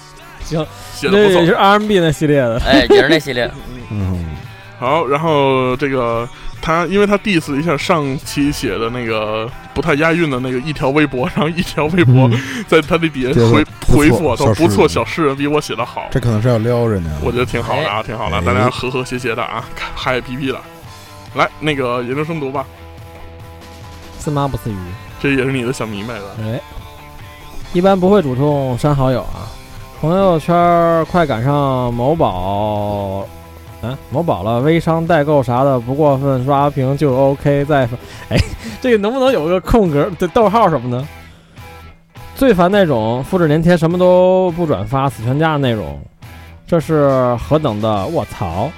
E: 行，
A: 写的
E: 那
A: 不错
E: 也，是 R&B 那系列 的，
F: 哎，也是那系列，
B: 嗯，
A: 好，然后这个他，因为他 diss 一下上期写的那个不太押韵的那个一条微博，然后一条微
F: 嗯
A: 博
E: 嗯
A: 在他那底下
B: 结果
A: 回
B: 不错
A: 回复我，他说不
B: 小诗人
A: 错，小诗人比我写的好，
B: 这可能是要撩人家。
A: 我觉得挺好的啊，挺好的，
B: 哎
A: 大家和和谐谐的啊，嗨嗨皮皮的。来，那个研究生读吧，
E: 似妈不似鱼。
A: 这也是你的小迷妹了。
E: 哎，一般不会主动删好友啊。朋友圈儿快赶上某宝啊，某宝了，微商代购啥的不过分，刷屏就 OK 再发。 哎，这个能不能有个空格、这逗号什么的？最烦那种复制粘贴什么都不转发，死全家的那种，这是何等的卧槽！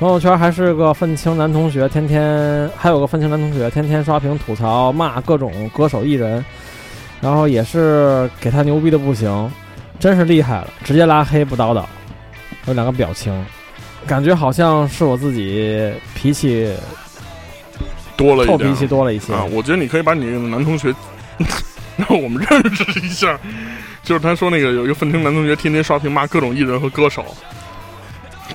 E: 朋友圈还是个愤青男同学，天天还有个愤青男同学，天天刷屏吐槽骂各种歌手艺人，然后也是给他牛逼的不行，真是厉害了，直接拉黑不倒倒，有两个表情，感觉好像是我自己脾气
A: 多了
E: 臭
A: 一点
E: 脾气多了一些，
A: 啊。我觉得你可以把你那个男同学 让我们认识一下，就是他说那个有一个愤青男同学天天刷屏骂各种艺人和歌手，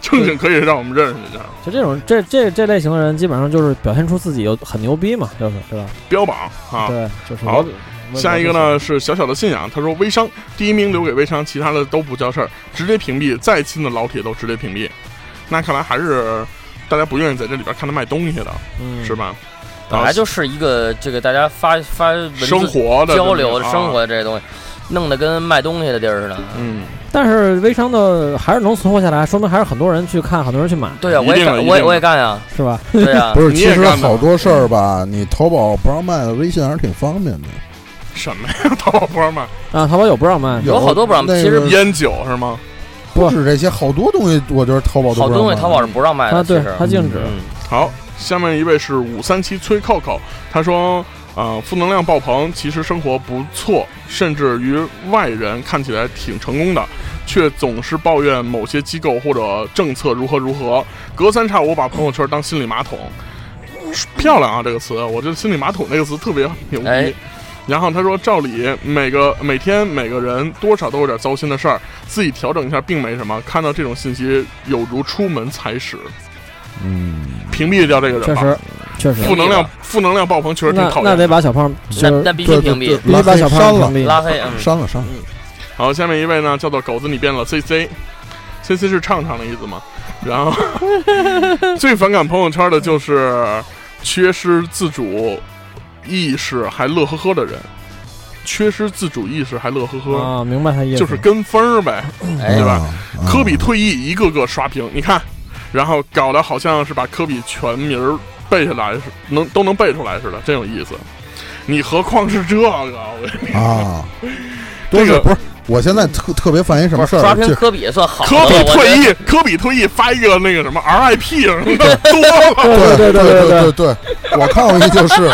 A: 正经可以让我们认识一下。
E: 就这种这这这类型的人，基本上就是表现出自己有很牛逼嘛，就是对吧？
A: 标榜啊，
E: 对，就是
A: 好
E: 我。我
A: 下一个？呢是小小的信仰，他说微商第一名留给微商，其他的都不叫事儿，直接屏蔽，再亲的老铁都直接屏蔽。那看来还是大家不愿意在这里边看他卖东西的，
E: 嗯，
A: 是吧？
F: 本来就是一个这个大家发发文字
A: 生活的
F: 交流、
A: 这么一个
F: 生活
A: 啊，
F: 的这些东西，弄得跟卖东西的地儿似的。
A: 嗯，
E: 但是微商的还是能存活下来，说明还是很多人去看，很多人去买，
F: 对呀、
A: 一定
F: 我
A: 的
F: 也干，
A: 一定
F: 我也
A: 的
F: 我也干呀，
E: 是吧？
F: 对啊 呀、
B: 不是，
A: 你
B: 其
A: 也
B: 实
A: 干呢
B: 好多事儿吧，你淘宝不让卖的，微信还是挺方便的。
A: 什么呀？ 淘宝不让卖
E: 啊，淘宝有不让卖，
F: 有好多不让
B: 那个
F: 其实
A: 烟酒是吗？
B: 不止这些，好多东西我觉得淘宝都
F: 好
B: 不
F: 东西
B: 让卖
F: 淘宝是不让卖
A: 哎
F: 的，
E: 啊，
F: 其
E: 对
F: 实，。
E: 它禁止。
F: 嗯，
A: 好，下面一位是五三七崔扣扣，他说，呃，负能量爆棚，其实生活不错，甚至于外人看起来挺成功的，却总是抱怨某些机构或者政策如何如何，隔三差五把朋友圈当心理马桶。漂亮啊，这个词，我觉得“心理马桶”这个词特别牛逼。
F: 哎
A: 然后他说，照理每个每天每个人多少都有点糟心的事儿，自己调整一下并没什么。看到这种信息，有如出门踩屎，
B: 嗯，
A: 屏蔽掉这个人吧。
E: 确实，确实。
A: 负能量负能量爆棚确实挺
E: 那
A: 讨
E: 那
A: 厌的。
E: 得把小胖，就
F: 那
E: 是
F: 那必须
B: 对
F: 屏
B: 对
F: 蔽
B: 对，
E: 必须把小
B: 拉黑
E: 胖
B: 删了
E: 屏蔽。
F: 拉黑。嗯，
B: 删了删了，
A: 好，下面一位呢叫做狗子你变了 C C。C C 是唱唱的意思嘛？然后 最反感朋友圈的就是缺失自主意识还乐呵呵的人，缺失自主意识还乐呵呵，
E: 啊，明白他意思。
A: 就是跟风儿呗。
F: 哎
A: 对，吧
B: 嗯？
A: 科比退役，一个个刷屏，你看，然后搞得好像是把科比全名儿背下来，是能都能背出来似的，真有意思。你何况是这个？我跟你
B: 啊，多
A: 这
B: 是
A: 个
B: 不是？我现在特特别烦一什么事
F: 刷
B: 儿，
F: 屏
B: 就
F: 科比也算好的
A: 科
F: 了。
A: 比
F: 我觉
A: 退
F: 得
A: 役，科比退役发一个那个什么 RIP 什么的，多了。
B: 对
E: 对对
B: 对
E: 对
B: 对对，我看过一就是。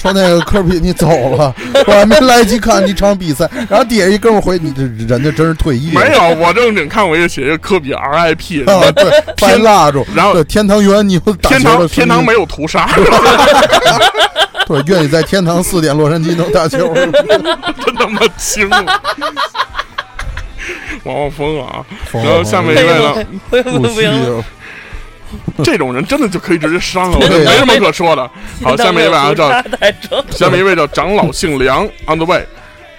B: 说那个科比你走了，我还没来得及看一场比赛，然后底下一哥们儿回你这人家真是退役了，
A: 没有，我正经看过一个写一个科比 RIP，
B: 啊，对，拍蜡烛，
A: 然后
B: 对天堂原来你有打
A: 天
B: 球的
A: 堂
B: 声
A: 天堂
B: 音
A: 没有屠 杀，
B: 对，愿意在天堂四点洛杉矶能打球，
A: 真他妈 清楚。王望峰啊，然后下面一
F: 哎
A: 位
F: 呦
A: 呢，
F: 不行
B: 我
F: 不行不
B: 去
F: 行，，
A: 这种人真的就可以直接删了，我
B: 对啊
A: 没什么可说的。好，下面一位啊，叫
F: 太正
A: 下面一位叫长老，姓梁，on the way。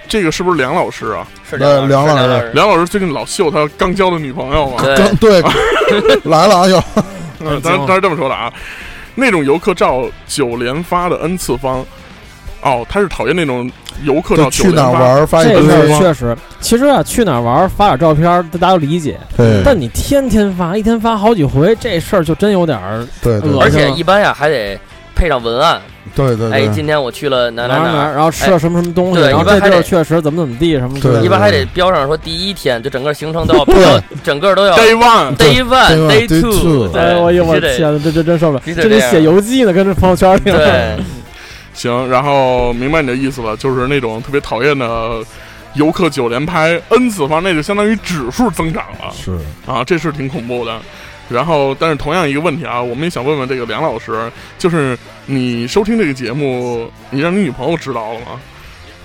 A: 这个是不是梁老师啊？
F: 是
B: 呃梁
F: 梁老
B: 老师
F: 师
A: 梁老师最近老秀他刚交的女朋友嘛？啊
F: 对
B: 刚对 来了啊，又
A: 嗯，他他是这么说的啊，那种游客照九连发的 n 次方，哦，他是讨厌那种游客照
B: 就
A: 九
B: 去
A: 连
B: 哪儿
A: 发，
B: 玩儿发现
E: 这
B: 都
E: 事
B: 是
E: 儿确实，其实啊，去哪儿玩儿发点照片儿，大家都理解。
B: 对
E: 但你天天发，一天发好几回，这事儿就真有点儿
B: 对对
F: 而
B: 对
F: 且一般呀还得配上文案。
B: 对对
F: 哎，
B: 对，
F: 今天我去了哪
E: 哪儿
F: 哪
E: 哪
F: 哪
E: 啊儿，然后吃了什么什么东西，
F: 啊对
E: 然后
F: 一般
E: 这
F: 还
E: 地
F: 得
E: 儿确实怎么怎么地什么之
B: 对
E: 类的。
F: 一般还得标上说第一天，就整个行程都要
B: 对
F: 标，整个都要
A: day one，
F: day one
B: one，
F: day
B: day
F: two
B: two。
F: 对
E: 哎，我呦我
F: 必须得
E: 天呐，这这真受不了！
F: 必须得
E: 这
F: 这
E: 得
F: 样
E: 写游记呢，跟这朋友 圈儿里。
F: 对，
A: 行，然后明白你的意思了，就是那种特别讨厌的游客九连拍 n 次方，那就相当于指数增长了
B: 是
A: 啊，这是挺恐怖的。然后，但是同样一个问题啊，我们也想问问这个梁老师，就是你收听这个节目，你让你女朋友知道了吗？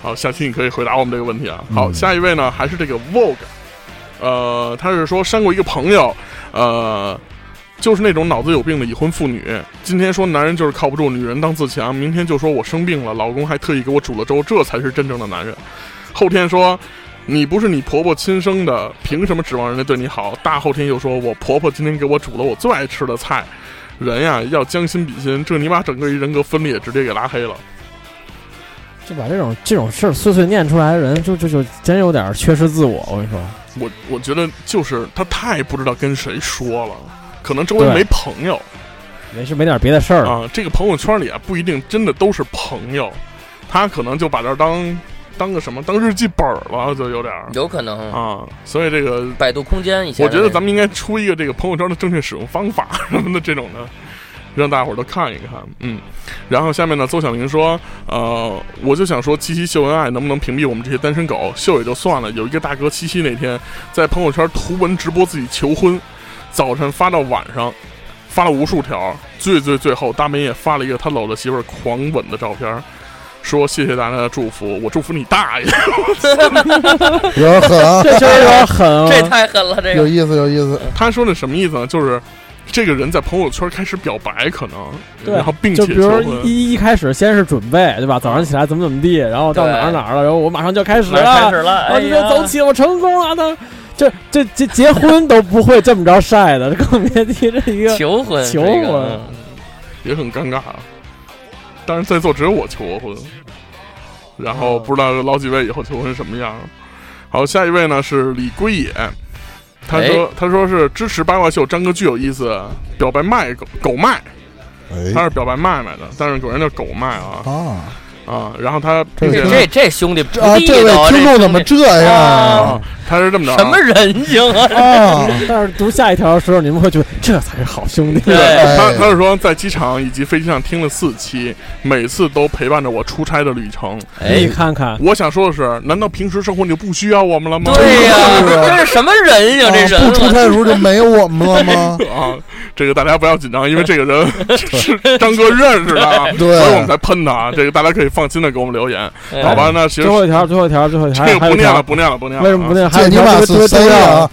A: 好，下期你可以回答我们这个问题啊。好，
B: 嗯
A: 下一位呢还是这个 Vogue，呃，他是说删过一个朋友，呃，就是那种脑子有病的已婚妇女，今天说男人就是靠不住，女人当自强，明天就说我生病了，老公还特意给我煮了粥，这才是真正的男人，后天说。你不是你婆婆亲生的，凭什么指望人家对你好？大后天又说我婆婆今天给我煮了我最爱吃的菜，人呀要将心比心，这你把整个一人格分裂直接给拉黑了。
E: 就把这种这种事儿碎碎念出来的人，就就就真有点儿缺失自我。我跟你说，
A: 我我觉得就是他太不知道跟谁说了，可能周围
E: 对
A: 没朋友
E: 没事没点别的事
F: 哦
E: 儿，
A: 啊。这个朋友圈里啊，不一定真的都是朋友，他可能就把这儿当当个什么当日记本儿了，就有点儿
F: 有可能。
A: 啊。所以这个，
F: 百度空间以前
A: 我
F: 的
A: 觉
F: 那
A: 得
F: 个，
A: 咱们应该出一个这个朋友圈的正确使用方法 什么的这种的。让大伙儿都看一看，嗯，然后下面呢，邹小明说，呃，我就想说，七夕秀恩爱能不能屏蔽我们这些单身狗？秀也就算了，有一个大哥七夕那天在朋友圈图文直播自己求婚，早晨发到晚上，发了无数条，最最最后大明也发了一个他搂着媳妇儿狂吻的照片儿，说谢谢大家的祝福，我祝福你大爷。
B: 有点狠 啊，
E: 这确实有点狠。 啊
F: 这太狠了，这
B: 有
F: 个
B: 意思，有意思。
A: 他说的什么意思呢？就是这个人在朋友圈开始表白，可能，
E: 对
A: 然后并
E: 就
A: 且
E: 比
A: 求
E: 如
A: 婚。
E: 一一开始先是准备，对吧？早上起来怎么怎么地，然后到
F: 对
E: 哪儿哪儿了，然后我马上就要开始
F: 马上开
E: 了
F: 始，了，
E: 啊，
F: 哎
E: 这就
F: 呀，
E: 走起，我成功了那这这这结婚都不会这么着晒的，这更别提这一个
F: 求婚，
E: 求
F: 这个
E: 婚
F: 嗯
A: 也很尴尬。但是在座只有我求过婚，然后不知道老几位以后求婚什么样。好，下一位呢是李归野，他
F: 哎
A: 说、他说是支持八卦秀，张哥巨有意思，表白麦狗狗麦，他
B: 哎
A: 是表白麦麦的，但是有人叫狗麦啊
B: 啊，
A: 啊，然后他并
B: 这
A: 且
B: 个
A: 呢
F: 这这兄弟不
B: 这啊，
F: 地
B: 这
F: 道
A: 哦
B: 位听众怎么
F: 这兄
B: 这样啊？
A: 他是这么着、
F: 弟
A: 啊，
F: 什么人 性 啊？
B: 啊，
E: 但是读下一条的时候，你们会觉得这才是好兄弟。
F: 对
A: 他
B: 哎
A: 他是说在机场以及飞机上听了四期，每次都陪伴着我出差的旅程。
F: 哎
E: 你看看，
A: 我想说的是，难道平时生活你就不需要我们了吗？
F: 对呀、
B: 是啊
F: 这是什么人性？
B: 啊
F: 这人
B: 不出差的时候就没有我们了吗？
A: 啊，这个大家不要紧张，因为这个人 是张哥认识的啊，所
B: 对
A: 以我们才喷他啊。这个大家可以放心的给我们留言，
F: 哎
A: 好吧？那其
E: 最
A: 实
E: 后一条，最后一条，最后一条，
A: 这个
E: 还有
A: 不
E: 一
A: 念了，
E: 条，
A: 不念了，不念了啊。
E: 为什么不念？还有
B: 这
E: 一
B: 尼
E: 条
B: 玛
E: 特别
B: 是
E: 特别
B: 谁
E: 重要
B: 啊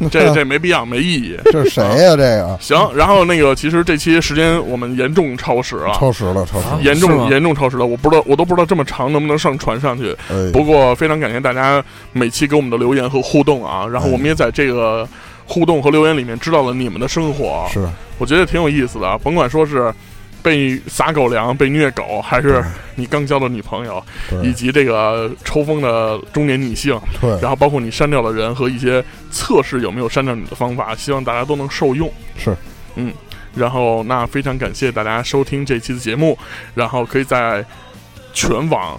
E: 的，？
A: 这这没必要，没意义。
B: 这是谁呀？这个
A: 行，然后那个其实这期时间我们严重超时了。
B: 超时了，超时了。
A: 严
E: 是吗
A: 重严重超时了，我不知道，我都不知道这么长能不能上传上去。
B: 哎，
A: 不过非常感谢大家每期给我们的留言和互动
B: 嗯
A: 啊，然后我们也在这个互动和留言里面知道了你们的生活，啊
B: 是
A: 我觉得挺有意思的啊，甭管说是。被撒狗粮、被虐狗，还是你刚交的女朋友，以
B: 对
A: 及这个抽风的中年女性，
B: 对
A: 然后包括你删掉的人和一些测试有没有删掉你的方法，希望大家都能受用。
B: 是，
A: 嗯，然后那非常感谢大家收听这期的节目，然后可以在全网，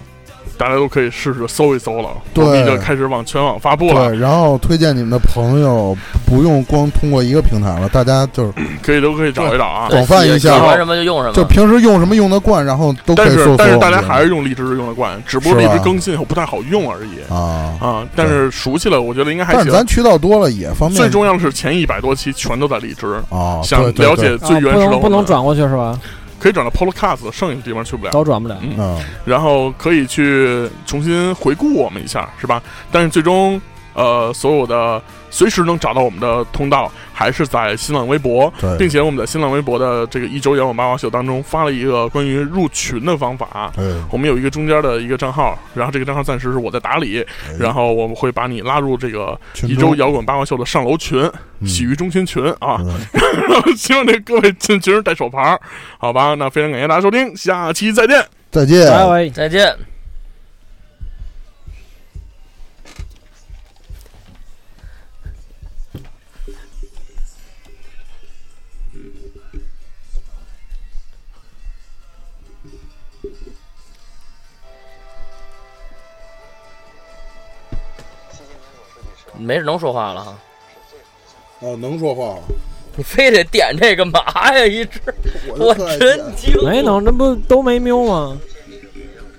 A: 大家都可以试试搜一搜了，
B: 对
A: 我们已经开始往全网发布了，
B: 对，然后推荐你们的朋友，不用光通过一个平台了，大家就是
A: 可以都可以找一找啊。
F: 对
B: 广泛一
F: 喜
B: 下
F: 喜欢什么就用什么，
B: 就平时用什么用得惯，然后都可
A: 但
B: 以
A: 是
B: 搜索我们这个。
A: 但是大家还是用荔枝用得惯，只不过
B: 是
A: 荔
B: 吧
A: 枝更新以后不太好用而已
B: 啊，
A: 啊。但是熟悉了，我觉得应该还
B: 但是
A: 行
B: 咱。渠道多了也方便。
A: 最重要的是前一百多期全都在荔枝，
B: 啊，
A: 想
B: 对对
A: 了
B: 对
A: 解最原
E: 啊
A: 始
E: 不
A: 的
E: 能不
A: 我
E: 能
A: 们
E: 转过去是吧？
A: 可以转到 Podcast，剩下的地方去不了。
E: 都转不了。
B: 嗯，
A: 然后可以去重新回顾我们一下，是吧？但是最终，呃，所有的随时能找到我们的通道还是在新浪微博，
B: 对，
A: 并且我们在新浪微博的这个一周摇滚八卦秀当中发了一个关于入群的方法。
B: 哎，
A: 我们有一个中间的一个账号，然后这个账号暂时是我在打理，然后我们会把你拉入这个一周摇滚八卦秀的上楼群、
B: 嗯
A: 洗浴中心群啊。
B: 滚，
A: 希望这各位进群时带手牌儿，好吧？那非常感谢大家收听，下期再见。
B: 再见，
E: 拜拜。
F: 再见。没事，能说话了哈。
B: 哦，能说话了，
F: 你非得点这干嘛呀？一直我真惊。
E: 没能，这不都没瞄吗？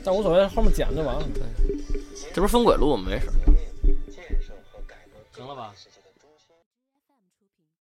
E: 但无所谓，后面剪就完了。
F: 这不是分轨路吗？没事。行了吧？